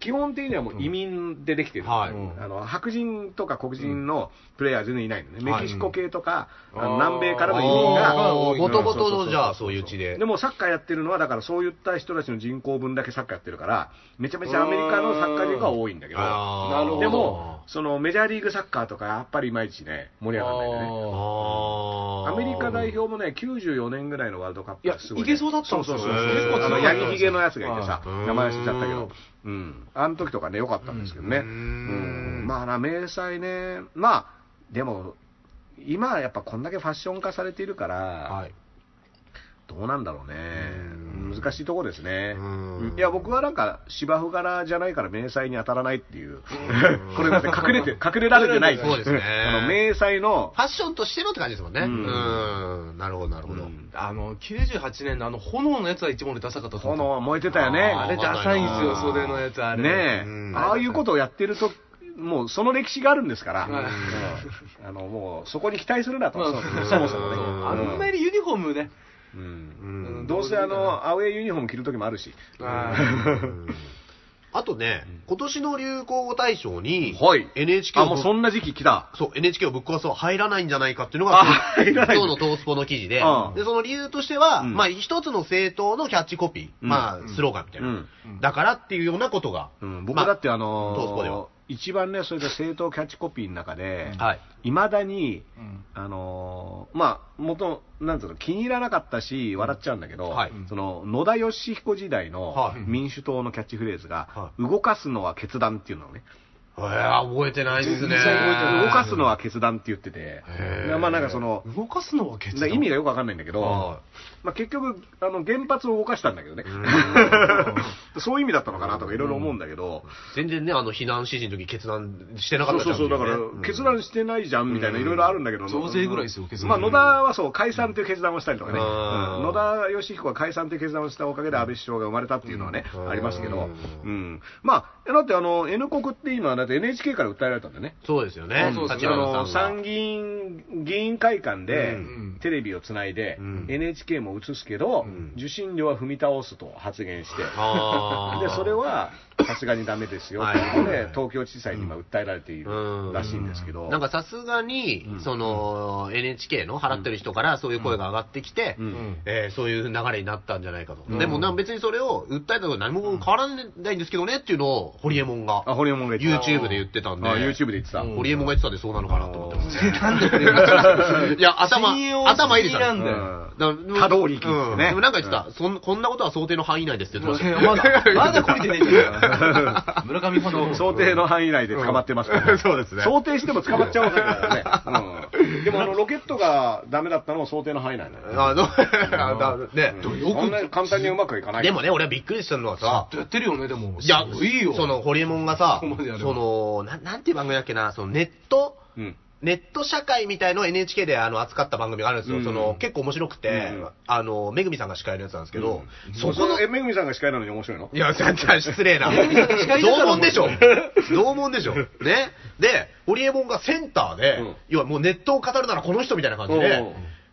[SPEAKER 3] 基本的にはもう移民でできてる、
[SPEAKER 4] うんはい
[SPEAKER 3] うんあの白人とか黒人のプレイヤーは全然いないのね、
[SPEAKER 4] はい
[SPEAKER 3] メキシコ系とか、
[SPEAKER 4] うん
[SPEAKER 3] あの
[SPEAKER 4] あー
[SPEAKER 3] 南米からの移民が
[SPEAKER 4] あー
[SPEAKER 3] うん
[SPEAKER 4] 元々の
[SPEAKER 3] そうそうそう
[SPEAKER 4] じゃあそういう地で
[SPEAKER 3] でもサッカーやってるのは、だからそういった人たちの人口分だけサッカーやってるから、めちゃめちゃアメリカのサッカー人が多いんだけど、
[SPEAKER 4] あ
[SPEAKER 1] ー
[SPEAKER 3] でも、そのメジャーリーグサッカーとか、やっぱりいまいちね、盛り上がらないんだよね。
[SPEAKER 4] あ
[SPEAKER 3] アメリカ代表もね、94年ぐらいのワールドカップがすごい、ね、
[SPEAKER 5] いやいけそうだったんですよ
[SPEAKER 3] そうそう
[SPEAKER 4] へ
[SPEAKER 3] そう
[SPEAKER 4] ー
[SPEAKER 3] 結構あの、
[SPEAKER 4] 強い
[SPEAKER 3] ヤギヒゲのやつがいてさ、
[SPEAKER 4] うん
[SPEAKER 3] 名前忘れちゃったけど、うん。あの時とかね、良かったんですけどね。
[SPEAKER 4] う
[SPEAKER 3] うんん。まあな、迷彩ね、まあ、でも、今はやっぱこんだけファッション化されているから、
[SPEAKER 4] はい。
[SPEAKER 3] どうなんだろうね
[SPEAKER 4] うん。
[SPEAKER 3] 難しいとこですね
[SPEAKER 4] うん。
[SPEAKER 3] いや、僕はなんか、芝生柄じゃないから迷彩に当たらないっていう。 これだって隠れて、隠れられてない。
[SPEAKER 4] そうですね
[SPEAKER 3] あの、迷彩の
[SPEAKER 4] フ、ァッションとしてのって感じですもんね。う
[SPEAKER 3] うんん。
[SPEAKER 4] なるほど、なるほど。
[SPEAKER 3] うん
[SPEAKER 5] あの、98年のあの、炎のやつが一番俺ダサかったと思う
[SPEAKER 3] 炎燃えてたよね。
[SPEAKER 5] あれダサいんですよ、袖のやつ、あれ。
[SPEAKER 3] ねえ、
[SPEAKER 4] うん
[SPEAKER 3] ああいうことをやってると、もうその歴史があるんですから、
[SPEAKER 5] はい
[SPEAKER 3] うんあのもうそこに期待するなと、
[SPEAKER 5] まあ
[SPEAKER 3] そもそもね。
[SPEAKER 4] うん
[SPEAKER 5] あんまりユニフォームね。
[SPEAKER 3] う
[SPEAKER 4] うんん
[SPEAKER 3] どうせあの、アウェーユニフォーム着る時もあるし。
[SPEAKER 5] あ
[SPEAKER 4] あとね、今年の流行語大賞に、
[SPEAKER 3] はい。
[SPEAKER 4] NHK を
[SPEAKER 3] あ、もうそんな時期来た。
[SPEAKER 4] そう、NHK をぶっ壊そう、入らないんじゃないかっていうの
[SPEAKER 3] あ
[SPEAKER 4] が、
[SPEAKER 3] 入らない
[SPEAKER 4] 今日のトースポの記事で、
[SPEAKER 3] うん
[SPEAKER 4] で、その理由としては、
[SPEAKER 3] うん
[SPEAKER 4] まあ、一つの政党のキャッチコピー、
[SPEAKER 3] うん
[SPEAKER 4] まあ、スローガンみたいな、
[SPEAKER 3] うん
[SPEAKER 4] だからっていうようなことが、
[SPEAKER 3] うん、僕だってあ
[SPEAKER 4] まあトースポでは
[SPEAKER 3] のー一番ね、それで政党キャッチコピーの中で、
[SPEAKER 4] はい。
[SPEAKER 3] いまだに、
[SPEAKER 5] うん
[SPEAKER 3] あのーまあ、元なんつうの、気に入らなかったし、笑っちゃうんだけど、
[SPEAKER 4] はい
[SPEAKER 3] その野田佳彦時代の
[SPEAKER 4] はい
[SPEAKER 3] 民主党のキャッチフレーズ
[SPEAKER 4] は
[SPEAKER 3] が、動かすのは決断っていうのをね、
[SPEAKER 4] えー、覚えてないですね。
[SPEAKER 3] 動かすのは決断って言ってて
[SPEAKER 4] へー、
[SPEAKER 3] まあなんかその、
[SPEAKER 5] 動かすのは決
[SPEAKER 3] な
[SPEAKER 5] 断。
[SPEAKER 3] 意味がよくわかんないんだけど、
[SPEAKER 4] は
[SPEAKER 3] まあ、結局あの、原発を動かしたんだけどね、 そういう意味だったのかなとか、いろいろ思うんだけど、
[SPEAKER 4] 全然ね、あの、避難指示の時決断してなか
[SPEAKER 3] そ
[SPEAKER 4] っ
[SPEAKER 3] う
[SPEAKER 4] た
[SPEAKER 3] そうそう、だから、決断
[SPEAKER 4] し
[SPEAKER 3] してないじゃんみたいな、
[SPEAKER 4] うん
[SPEAKER 3] いろいろあるんだけど、
[SPEAKER 5] 増税ぐらいですよ決断
[SPEAKER 3] まあ、野田はそう、解散という決断をしたりとかね、
[SPEAKER 4] うん
[SPEAKER 3] うん野田義彦が解散という決断をしたおかげで安倍首相が生まれたっていうのはね、
[SPEAKER 4] うん
[SPEAKER 3] ありますけど、
[SPEAKER 4] う
[SPEAKER 3] うんんまあ、だってあの、N 国って今、だって NHK から訴えられたんだよね。
[SPEAKER 4] そうですよね、
[SPEAKER 5] そうです
[SPEAKER 4] 立
[SPEAKER 5] ね
[SPEAKER 3] あ
[SPEAKER 4] 花
[SPEAKER 3] の
[SPEAKER 4] さん
[SPEAKER 3] 参
[SPEAKER 4] が。
[SPEAKER 3] 議院議員会館で、
[SPEAKER 4] うん
[SPEAKER 3] テレビをつないで、
[SPEAKER 4] うん
[SPEAKER 3] NHK も映すけど、
[SPEAKER 4] うん
[SPEAKER 3] 受信料は踏み倒すと発言して、
[SPEAKER 4] あー
[SPEAKER 3] でそれ、はさすがにダメですよ
[SPEAKER 4] は
[SPEAKER 3] と
[SPEAKER 4] い
[SPEAKER 3] いうことで、東京地裁に今、訴えられているらしいんですけど、
[SPEAKER 4] なんかさすがに、
[SPEAKER 3] うん
[SPEAKER 4] その、NHK の払ってる人からそういう声が上がってきて、
[SPEAKER 3] うん
[SPEAKER 5] うん
[SPEAKER 4] えーそういう流れになったんじゃないかと。
[SPEAKER 5] うん
[SPEAKER 4] でもな別にそれを訴えたこと何も変わらないんですけどねっていうのを、ホリエモンが
[SPEAKER 3] あ、堀江門が言ってた
[SPEAKER 4] YouTube で言ってたんで、
[SPEAKER 3] あ YouTube で言ってた、
[SPEAKER 5] うん
[SPEAKER 4] ホリエモンが言ってたんでそうなのかなと思ってますね。
[SPEAKER 5] なんでこれが
[SPEAKER 4] いや、頭
[SPEAKER 5] 信用、
[SPEAKER 4] 頭いいでしょ。
[SPEAKER 5] 信用なんだ
[SPEAKER 3] よ
[SPEAKER 4] だから
[SPEAKER 3] 多動力です
[SPEAKER 4] う
[SPEAKER 3] よ
[SPEAKER 4] ん
[SPEAKER 3] ね
[SPEAKER 4] でもなんか言ってた、そん、こんなことは想定の範囲内ですって言って ましたよ。
[SPEAKER 5] まだ、まだ懲りてねえじゃん。村上本
[SPEAKER 3] そ
[SPEAKER 5] の
[SPEAKER 3] う想定の範囲内で捕まってますから、
[SPEAKER 4] うんそうですね
[SPEAKER 3] 想定しても捕まっちゃうわけだからね、 うんでもあのロケットがダメだったのも想定の範囲内だよね
[SPEAKER 4] あの、だね、
[SPEAKER 3] そんな簡単にうまくいかない
[SPEAKER 4] でもね、俺はびっくりしたのはさ、
[SPEAKER 5] やってるよね、でも。
[SPEAKER 4] いや、
[SPEAKER 5] いいよ。
[SPEAKER 4] その、ホリエモンがさ、
[SPEAKER 5] そこまでやれば
[SPEAKER 4] その、ななんていう番組だっけな、そのネット、
[SPEAKER 3] うん
[SPEAKER 4] ネット社会みたいのを NHK であの扱った番組があるんですよ、
[SPEAKER 3] うん
[SPEAKER 4] その結構面白く
[SPEAKER 3] う
[SPEAKER 4] て、
[SPEAKER 3] ん
[SPEAKER 4] あのめぐみさんが司会のやつなんですけど、
[SPEAKER 3] そ
[SPEAKER 4] そ
[SPEAKER 3] こ
[SPEAKER 4] この
[SPEAKER 3] の、え、めぐみさんが司会なのに面白いの
[SPEAKER 4] いや、ちゃんちゃん失礼な、
[SPEAKER 5] めぐみさんが司会だか
[SPEAKER 4] 同
[SPEAKER 5] ら
[SPEAKER 4] 門でしょ、同門でしょ、ね、で、ホリエモンがセンターで、
[SPEAKER 3] うん
[SPEAKER 4] 要はもうネットを語るならこの人みたいな感じ
[SPEAKER 3] おうお
[SPEAKER 4] で
[SPEAKER 3] う。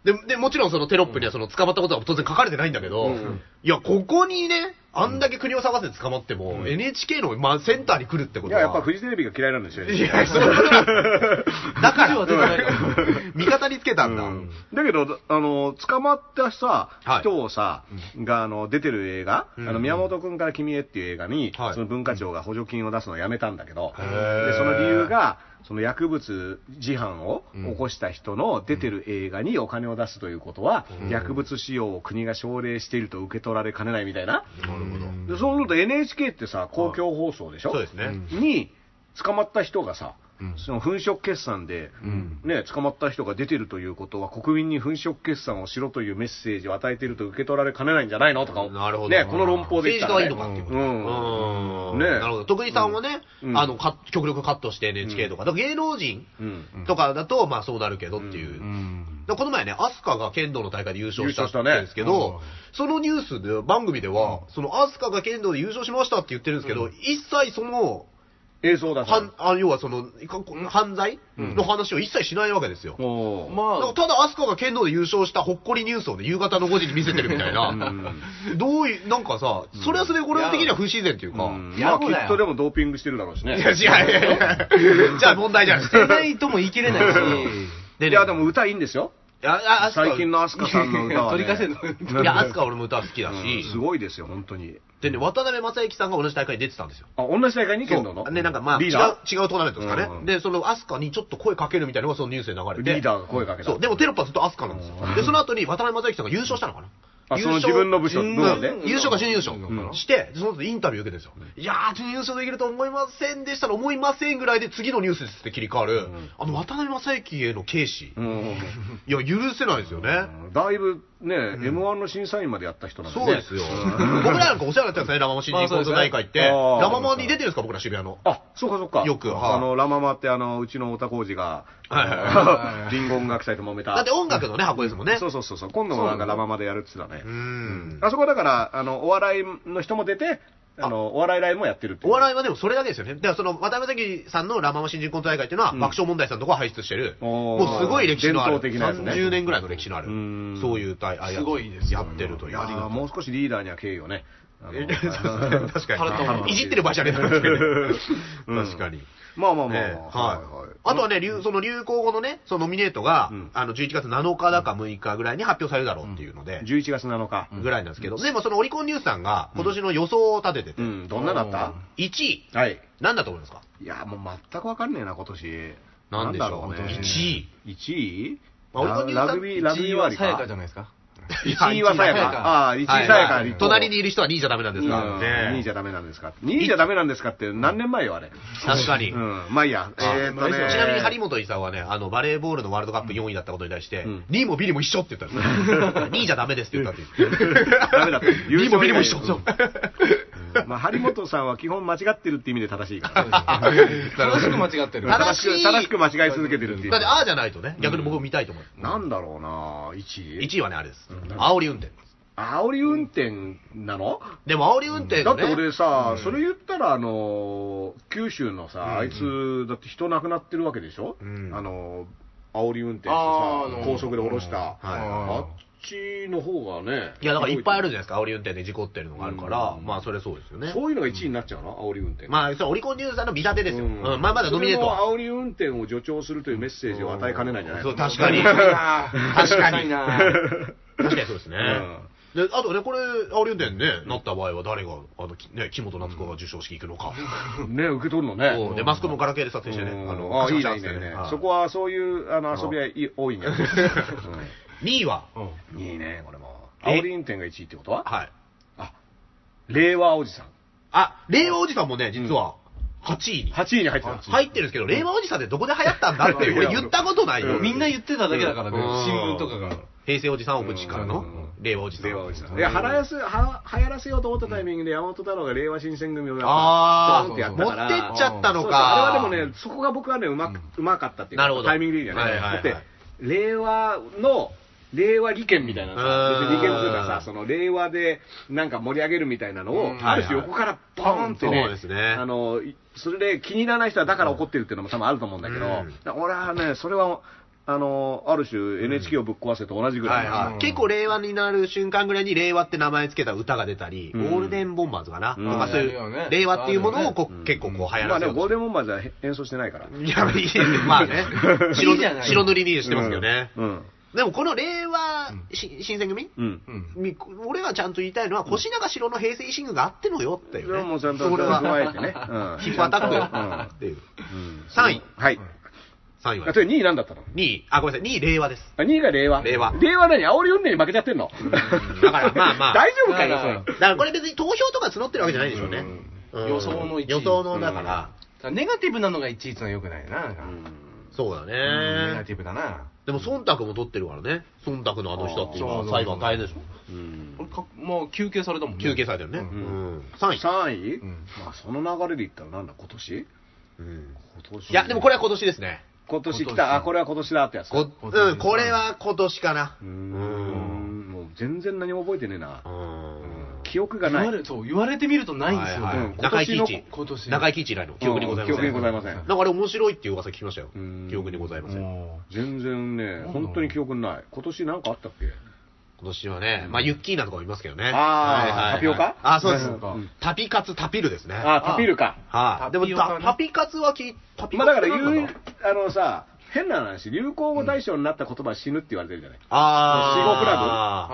[SPEAKER 4] ででもちろんそのテロップにはその捕まったことは当然書かれてないんだけど、
[SPEAKER 3] うん
[SPEAKER 4] いや、ここにね、あんだけ国を探せて捕まっても、NHK の、まあ、センターに来るってこ
[SPEAKER 3] い
[SPEAKER 4] とは、
[SPEAKER 3] や、やっぱフジテレビが嫌いなんですよ。
[SPEAKER 4] いや、そう だから、
[SPEAKER 5] 記事は出てない
[SPEAKER 4] 味方につけたんだ。
[SPEAKER 3] うんだけど、あの、捕まったさ
[SPEAKER 4] はい、
[SPEAKER 3] 人をさ、が、あの、出てる映画、
[SPEAKER 4] うん
[SPEAKER 3] あの、宮本君から君へっていう映画に、
[SPEAKER 4] はい
[SPEAKER 3] その文化庁が補助金を出すのをやめたんだけど、
[SPEAKER 4] へー
[SPEAKER 3] で、その理由が、その薬物事犯を
[SPEAKER 4] うん
[SPEAKER 3] 起こした人の出てる映画にお金を出すということは、
[SPEAKER 4] うん
[SPEAKER 3] 薬物使用を国が奨励していると受け取られかねないみたいな。
[SPEAKER 4] なるほど。
[SPEAKER 3] で、そうすると NHK ってさ、公共放送でしょ、
[SPEAKER 4] そうですね。
[SPEAKER 3] に捕まった人がさ、
[SPEAKER 4] うん
[SPEAKER 3] その粉飾決算で、ね、捕まった人が出てるということは、国民に粉飾決算をしろというメッセージを与えていると受け取られかねないんじゃないのとか、
[SPEAKER 4] なるほど。
[SPEAKER 3] ね、この論法で言った
[SPEAKER 4] 政治家が
[SPEAKER 3] ら
[SPEAKER 4] い
[SPEAKER 3] ね、
[SPEAKER 4] いのかっていうこと。
[SPEAKER 3] うん
[SPEAKER 4] うん
[SPEAKER 3] ね
[SPEAKER 4] なるほど。徳井さんはね、
[SPEAKER 3] うん
[SPEAKER 4] あの、カッ極力カットして NHK とか、だから芸能人
[SPEAKER 3] うん
[SPEAKER 4] とかだと、まあそうなるけどっていう。
[SPEAKER 5] うん。
[SPEAKER 4] だからこの前ね、アスカが剣道の大会で優勝した
[SPEAKER 3] 優勝した
[SPEAKER 4] ん
[SPEAKER 3] ね
[SPEAKER 4] ですけど、そのニュースで、番組では、そのアスカが剣道で優勝しましたって言ってるんですけど、一切その、
[SPEAKER 3] 映像だ
[SPEAKER 4] はんあ要はその、いか犯罪
[SPEAKER 3] うん
[SPEAKER 4] の話を一切しないわけですよ。
[SPEAKER 3] おー
[SPEAKER 5] まあ
[SPEAKER 4] だからただ、アスカが剣道で優勝したほっこりニュースをね、夕方の5時に見せてるみたいな、 どういう、なんかさ、それはそれで俺的には不自然っていうか、
[SPEAKER 3] うんま
[SPEAKER 5] や
[SPEAKER 3] あ、
[SPEAKER 5] ぼ
[SPEAKER 3] き
[SPEAKER 5] だよ
[SPEAKER 3] っとでもドーピングしてるだろうしね。
[SPEAKER 4] いや、違ういやいや、じゃあ問題じゃん。
[SPEAKER 5] してないとも言い切れないし、
[SPEAKER 4] で
[SPEAKER 3] いや、でも歌いいんですよ。
[SPEAKER 4] ああアスカ
[SPEAKER 3] 最近のアスカさんの歌は、ね。
[SPEAKER 5] 取り返せんの
[SPEAKER 4] いや、アスカは俺も歌好きだし、
[SPEAKER 3] うんすごいですよ、本当に。
[SPEAKER 4] でね、渡辺正行さんが同じ大会に出てたんですよ。
[SPEAKER 3] あ、同じ大会に
[SPEAKER 4] そ
[SPEAKER 3] 剣道の
[SPEAKER 4] う。ね、なんかまあ、違
[SPEAKER 3] リ
[SPEAKER 4] う、違
[SPEAKER 3] ー
[SPEAKER 4] う
[SPEAKER 3] ダ
[SPEAKER 4] トーナメントですかね。
[SPEAKER 3] うんうん
[SPEAKER 4] で、そのアスカにちょっと声かけるみたいなのがそのニュースで流
[SPEAKER 3] ー
[SPEAKER 4] れて。
[SPEAKER 3] リーダーが声かけた。
[SPEAKER 4] そう、でもテロップはずっとアスカなんですよ
[SPEAKER 3] う。ん
[SPEAKER 4] で、その後に渡辺正行さんが優勝したのかな。
[SPEAKER 3] あ
[SPEAKER 4] 優
[SPEAKER 3] その
[SPEAKER 4] 勝
[SPEAKER 3] 自分の部署
[SPEAKER 4] うん
[SPEAKER 3] 部門で
[SPEAKER 4] 優勝か準優勝
[SPEAKER 3] うん
[SPEAKER 4] して、でその後インタビュー受けてるんですよ。いやー、準優勝できると思いませんでしたら、思いませんぐらいで次のニュースですって切り替わる
[SPEAKER 3] ん、
[SPEAKER 4] あの渡辺正行への軽視。
[SPEAKER 3] うん
[SPEAKER 4] いや、許せないですよね。
[SPEAKER 3] だいぶね、M1 の審査員までやった人なんで、
[SPEAKER 4] そ
[SPEAKER 3] ね、
[SPEAKER 4] うですよ。 僕らなんかお世話になってるんですね、ラママ新人コント大会って。
[SPEAKER 3] まあそうですね
[SPEAKER 4] ラママに出てるんですか、僕ら渋谷の。
[SPEAKER 3] あ、そうかそうか。
[SPEAKER 4] よくはい
[SPEAKER 3] あの、ラママってあの、うちの太田浩二が、
[SPEAKER 4] はいは い
[SPEAKER 3] リンゴ音楽祭と揉めた。
[SPEAKER 4] だって音楽のね、箱ですもんね。
[SPEAKER 3] そうそうそうそう。今度もなんかラママでやるって言ってたね
[SPEAKER 4] う。ん。
[SPEAKER 3] あそこだから、あの、お笑いの人も出て、あの、お笑いライブもやってるってい
[SPEAKER 4] お
[SPEAKER 3] う。
[SPEAKER 4] 笑
[SPEAKER 3] い
[SPEAKER 4] いはでもそれだけですよね。だからその、渡辺正さんのラ・ママ新人コント大会っていうのは、
[SPEAKER 3] うん
[SPEAKER 4] 爆笑問題さんのとこは輩出してる、
[SPEAKER 3] おー
[SPEAKER 4] もうすごい歴史のある、
[SPEAKER 3] 伝統的なやつね
[SPEAKER 4] 30年ぐらいの歴史のある
[SPEAKER 3] うん、
[SPEAKER 4] そういう大会、
[SPEAKER 5] すごいです
[SPEAKER 4] やってるという。
[SPEAKER 3] やーもう少しリーダーには敬意をね。あの
[SPEAKER 4] 確か
[SPEAKER 5] 腹立つ
[SPEAKER 4] に。いじってる場合じゃねえな確かに。
[SPEAKER 3] うん
[SPEAKER 4] 確かに。
[SPEAKER 3] まあまあまあ、
[SPEAKER 4] ねはい。あとはね、流その流行語のね、そのノミネートが
[SPEAKER 3] うん、
[SPEAKER 4] あの、11月7日だか6日ぐらいに発表されるだろうっていうので、
[SPEAKER 3] 11月7日。
[SPEAKER 4] ぐらいなんですけど、でもそのオリコンニュースさんが今年の予想を立ててて
[SPEAKER 3] う、ん、どんなだった
[SPEAKER 4] 1位、
[SPEAKER 3] はい。
[SPEAKER 4] なんだと思いますか
[SPEAKER 3] いや、もう全くわかんねえな、今年。
[SPEAKER 4] なんでしょ
[SPEAKER 3] な
[SPEAKER 4] う
[SPEAKER 3] んだろうね。
[SPEAKER 4] 1位。
[SPEAKER 3] 1位
[SPEAKER 4] まあ俺のニュースは
[SPEAKER 3] ラグビー、ラグ
[SPEAKER 5] ラビ
[SPEAKER 3] ビー割
[SPEAKER 5] ーは
[SPEAKER 3] り
[SPEAKER 5] さやかじゃ
[SPEAKER 3] か。
[SPEAKER 5] ないですか。
[SPEAKER 3] 1位はさや
[SPEAKER 5] さや
[SPEAKER 3] か。
[SPEAKER 5] か
[SPEAKER 3] ああ、1位さやか
[SPEAKER 4] はいは
[SPEAKER 3] 立
[SPEAKER 4] い
[SPEAKER 3] 候補。
[SPEAKER 4] 隣にいる人は2位じゃダメなんです
[SPEAKER 3] うん
[SPEAKER 4] か、
[SPEAKER 3] 2位じゃダメなんですか ?2 位じゃダメなんですかって何年前よ、あれ。
[SPEAKER 4] 確かに。
[SPEAKER 3] うん、まあいいや。えーっとね。
[SPEAKER 4] ちなみに張本勲はね、あの、バレーボールのワールドカップ4位だったことに対して、
[SPEAKER 3] うん
[SPEAKER 4] 2位もビリも一緒って言ったんですよ。2位じ ゃダメですって言ったっていう。
[SPEAKER 3] ダメだった。
[SPEAKER 4] 2位もビ リも一緒。
[SPEAKER 3] うんまあ、張本さんは基本間違ってるって意味で正しいから。
[SPEAKER 5] 正しく間違って る。
[SPEAKER 4] 正し
[SPEAKER 3] く、
[SPEAKER 4] い
[SPEAKER 3] 正しく間違い続けてるっていう
[SPEAKER 4] だって、。ああじゃないとね、逆に僕見たいと思う。
[SPEAKER 3] なんだろうな1位。
[SPEAKER 4] 1位はね、あれです
[SPEAKER 3] うん。
[SPEAKER 4] 煽り運転。
[SPEAKER 3] 煽り運転なの
[SPEAKER 4] でも煽り運転
[SPEAKER 3] だっ
[SPEAKER 4] の
[SPEAKER 3] て
[SPEAKER 4] ね、
[SPEAKER 3] 俺さ、それ言ったら、あのー、九州のさ、あいつ、だって人亡くなってるわけでしょ、
[SPEAKER 4] うん
[SPEAKER 3] あのー、煽り運転して
[SPEAKER 5] あーあの
[SPEAKER 3] さ
[SPEAKER 5] ー、
[SPEAKER 3] 高速で降ろした。
[SPEAKER 4] うんはい
[SPEAKER 3] あっちの方がね。
[SPEAKER 4] いや、だからいっぱいある
[SPEAKER 3] じ
[SPEAKER 4] じゃないですか、煽り運転で事故ってるのがあるから、
[SPEAKER 3] うん
[SPEAKER 4] まあ、それはそうですよね。
[SPEAKER 3] そういうのが1位になっちゃうの、煽り運転。
[SPEAKER 4] まあ、それオリコンニュースさんの見立てですよ。う
[SPEAKER 3] うん
[SPEAKER 4] ん、まあ、まだノミネートは。
[SPEAKER 3] それも煽り運転を助長するというメッセージを与えかねないんじゃない
[SPEAKER 4] そう、
[SPEAKER 3] か
[SPEAKER 4] 確か に。
[SPEAKER 5] うるさい
[SPEAKER 4] 確か
[SPEAKER 5] な
[SPEAKER 4] に
[SPEAKER 5] うるさいな
[SPEAKER 4] かにそうですね。で、あとね、これ、青龍伝ね、なった場合は誰が、あの、きね、木本夏子が授賞式行くのか。
[SPEAKER 3] ね、受け取るの
[SPEAKER 4] そう
[SPEAKER 3] ね。
[SPEAKER 4] で、マスコミもガラケーで撮影してね、
[SPEAKER 3] うん
[SPEAKER 4] あの、
[SPEAKER 3] あいいね、いいねいいね。そこはそういうあの遊びはいい多い んや。
[SPEAKER 4] 2位は、
[SPEAKER 3] うんいいね、これも。
[SPEAKER 4] え
[SPEAKER 3] 煽り運転が1位ってことは
[SPEAKER 4] はい。
[SPEAKER 3] あ、令和おじさん。
[SPEAKER 4] あ、令和おじさんもね、実は、8位に。
[SPEAKER 3] 8位に入ってたんです。
[SPEAKER 4] 入ってるんですけど、令和おじさんってどこで流行ったんだって、俺言ったことないよ。
[SPEAKER 5] みんな言ってただけだからね
[SPEAKER 4] うん、
[SPEAKER 5] 新聞とかが。
[SPEAKER 4] 平成おじさんをぶちからの
[SPEAKER 3] うん、
[SPEAKER 4] 令和おじさん。
[SPEAKER 3] 令和おじさん。いや、はらやす、は、流行らせようと思ったタイミングで山本太郎が令和新選組をやっ
[SPEAKER 4] あ
[SPEAKER 3] ぱドーンってや
[SPEAKER 4] ー、
[SPEAKER 3] っ
[SPEAKER 4] 持
[SPEAKER 3] たか
[SPEAKER 4] っ
[SPEAKER 3] ら。
[SPEAKER 4] てっちゃった
[SPEAKER 3] そう
[SPEAKER 4] の
[SPEAKER 3] そうあ
[SPEAKER 4] か。
[SPEAKER 3] れはでもね、そこが僕はね、うまく、うまかったっていうか
[SPEAKER 4] なるほど
[SPEAKER 3] タイミングでいいんじゃない,、
[SPEAKER 4] はいはいはい
[SPEAKER 3] だって、令和の、令和利権みたいな
[SPEAKER 4] う
[SPEAKER 3] さ
[SPEAKER 4] ん、
[SPEAKER 3] 別に利権というかさ、その令和でなんか盛り上げるみたいなの
[SPEAKER 5] う
[SPEAKER 3] を、
[SPEAKER 5] ん
[SPEAKER 3] ある種横からボーンってね、
[SPEAKER 4] そうですね
[SPEAKER 3] あの、いそれで気にならない人はだから怒ってるっていうのも多分あると思うんだけど、
[SPEAKER 4] うん
[SPEAKER 3] だから俺はね、それは、あの、ある種 NHK をぶっ壊せと同じぐらいの、
[SPEAKER 4] はいはい結構令和になる瞬間ぐらいに令和って名前つけた歌が出たり、
[SPEAKER 3] うん
[SPEAKER 4] ゴールデンボンバーズかな、
[SPEAKER 3] うん
[SPEAKER 4] とかそうい
[SPEAKER 5] あるよ
[SPEAKER 4] う
[SPEAKER 5] ね、
[SPEAKER 4] 令和っていうものをこう
[SPEAKER 3] あるよね
[SPEAKER 4] 結構こう流行
[SPEAKER 3] ま
[SPEAKER 4] ら
[SPEAKER 3] あで
[SPEAKER 4] せ
[SPEAKER 3] も
[SPEAKER 4] よう
[SPEAKER 3] ゴール
[SPEAKER 4] と
[SPEAKER 3] デンボンバーズは演奏してないから。
[SPEAKER 4] いや、いいですねま あね。白
[SPEAKER 5] いいじゃない
[SPEAKER 4] 白塗りにしてますけどね。
[SPEAKER 3] うん。
[SPEAKER 4] でもこの令和し新選組、
[SPEAKER 3] うん。
[SPEAKER 5] うん
[SPEAKER 4] み俺はちゃんと言いたいのは、腰長城の平成維新軍があってのよってい
[SPEAKER 3] そうれは
[SPEAKER 4] ね。
[SPEAKER 3] もうちゃんと
[SPEAKER 4] それは
[SPEAKER 3] 加えて ね。うん
[SPEAKER 4] ヒップアタックよ
[SPEAKER 3] うん
[SPEAKER 4] っていう。
[SPEAKER 3] 三
[SPEAKER 4] 三位
[SPEAKER 3] はい。
[SPEAKER 4] 3位は
[SPEAKER 3] あ、それ2位なんだったの
[SPEAKER 4] 2位、あ、ごめんなさい、2位令和です。
[SPEAKER 3] あ、2位が令和。
[SPEAKER 4] 令和
[SPEAKER 3] 令和何煽り運転に負けちゃってんの
[SPEAKER 4] だからまあまあ
[SPEAKER 3] 大丈夫かよ、
[SPEAKER 5] だ
[SPEAKER 3] そ
[SPEAKER 5] か
[SPEAKER 3] れ
[SPEAKER 5] ら。
[SPEAKER 4] だからこれ別に投票とか募ってるわけじゃないでしょうね。
[SPEAKER 5] うん
[SPEAKER 4] うん
[SPEAKER 5] 予想の一位
[SPEAKER 4] 予想の、だから、
[SPEAKER 5] ネガティブなのがいちいちの良くないな。なんか
[SPEAKER 4] そうだね。
[SPEAKER 5] ネガティブだな。
[SPEAKER 4] でも忖度も取ってるからね。忖度のあの人っていうの
[SPEAKER 5] あ
[SPEAKER 4] は
[SPEAKER 5] ー
[SPEAKER 4] 裁判大変でしょ。
[SPEAKER 3] うん
[SPEAKER 5] 俺か、もう休憩されたもんね。
[SPEAKER 4] 休憩されてるね。う
[SPEAKER 5] うん
[SPEAKER 4] ん。3位。
[SPEAKER 3] 3位
[SPEAKER 5] うん
[SPEAKER 3] まあ、その流れで言ったらなんだ、今年
[SPEAKER 4] うん
[SPEAKER 3] 今年
[SPEAKER 4] いや、でもこれは今年ですね。
[SPEAKER 3] 今年来
[SPEAKER 5] 今
[SPEAKER 3] た、
[SPEAKER 5] 年
[SPEAKER 3] あ、これは今年だってやつ。
[SPEAKER 4] こ
[SPEAKER 5] 今年
[SPEAKER 4] うん、これは今年かな。
[SPEAKER 3] うー
[SPEAKER 4] う
[SPEAKER 3] ん。
[SPEAKER 4] ん
[SPEAKER 3] もう全然何も覚えてねえな。
[SPEAKER 4] うん。
[SPEAKER 3] 記憶が
[SPEAKER 5] 言
[SPEAKER 3] ない
[SPEAKER 5] わ。れそう言われてみるとないんですよ、
[SPEAKER 4] は
[SPEAKER 3] う
[SPEAKER 4] は
[SPEAKER 3] ん
[SPEAKER 4] 中井貴一
[SPEAKER 5] 今年の
[SPEAKER 4] 中井貴一以来の記憶にございません。
[SPEAKER 3] 記憶にございません
[SPEAKER 4] なんかあれ面白いっていう噂聞きましたよ
[SPEAKER 3] うん。
[SPEAKER 4] 記憶にございません。今
[SPEAKER 3] 全然ね、本当に記憶にない。今年なんかあったっけ
[SPEAKER 4] 年はね、まあ、ユッキーナとかもいますけどね。
[SPEAKER 3] あー
[SPEAKER 4] はいはいはい
[SPEAKER 3] タピオカ
[SPEAKER 4] あ、そうで
[SPEAKER 3] う
[SPEAKER 4] す
[SPEAKER 3] ん。
[SPEAKER 4] タピカツ、タピルですね。
[SPEAKER 3] あ、タピルか。
[SPEAKER 4] は
[SPEAKER 5] タ
[SPEAKER 4] い。
[SPEAKER 5] ピ
[SPEAKER 4] で
[SPEAKER 5] オカ
[SPEAKER 4] も
[SPEAKER 5] ね
[SPEAKER 4] タ、タピカツは聞い、タピ
[SPEAKER 3] ま
[SPEAKER 4] カ
[SPEAKER 3] あ
[SPEAKER 4] ツ
[SPEAKER 3] だ
[SPEAKER 4] っ
[SPEAKER 3] か
[SPEAKER 4] て
[SPEAKER 3] ら、
[SPEAKER 4] なんだ
[SPEAKER 3] ゆあのさ、変な話、流行語大賞になった言葉は死ぬって言われてるじゃない。
[SPEAKER 4] あ
[SPEAKER 5] 死後クラブ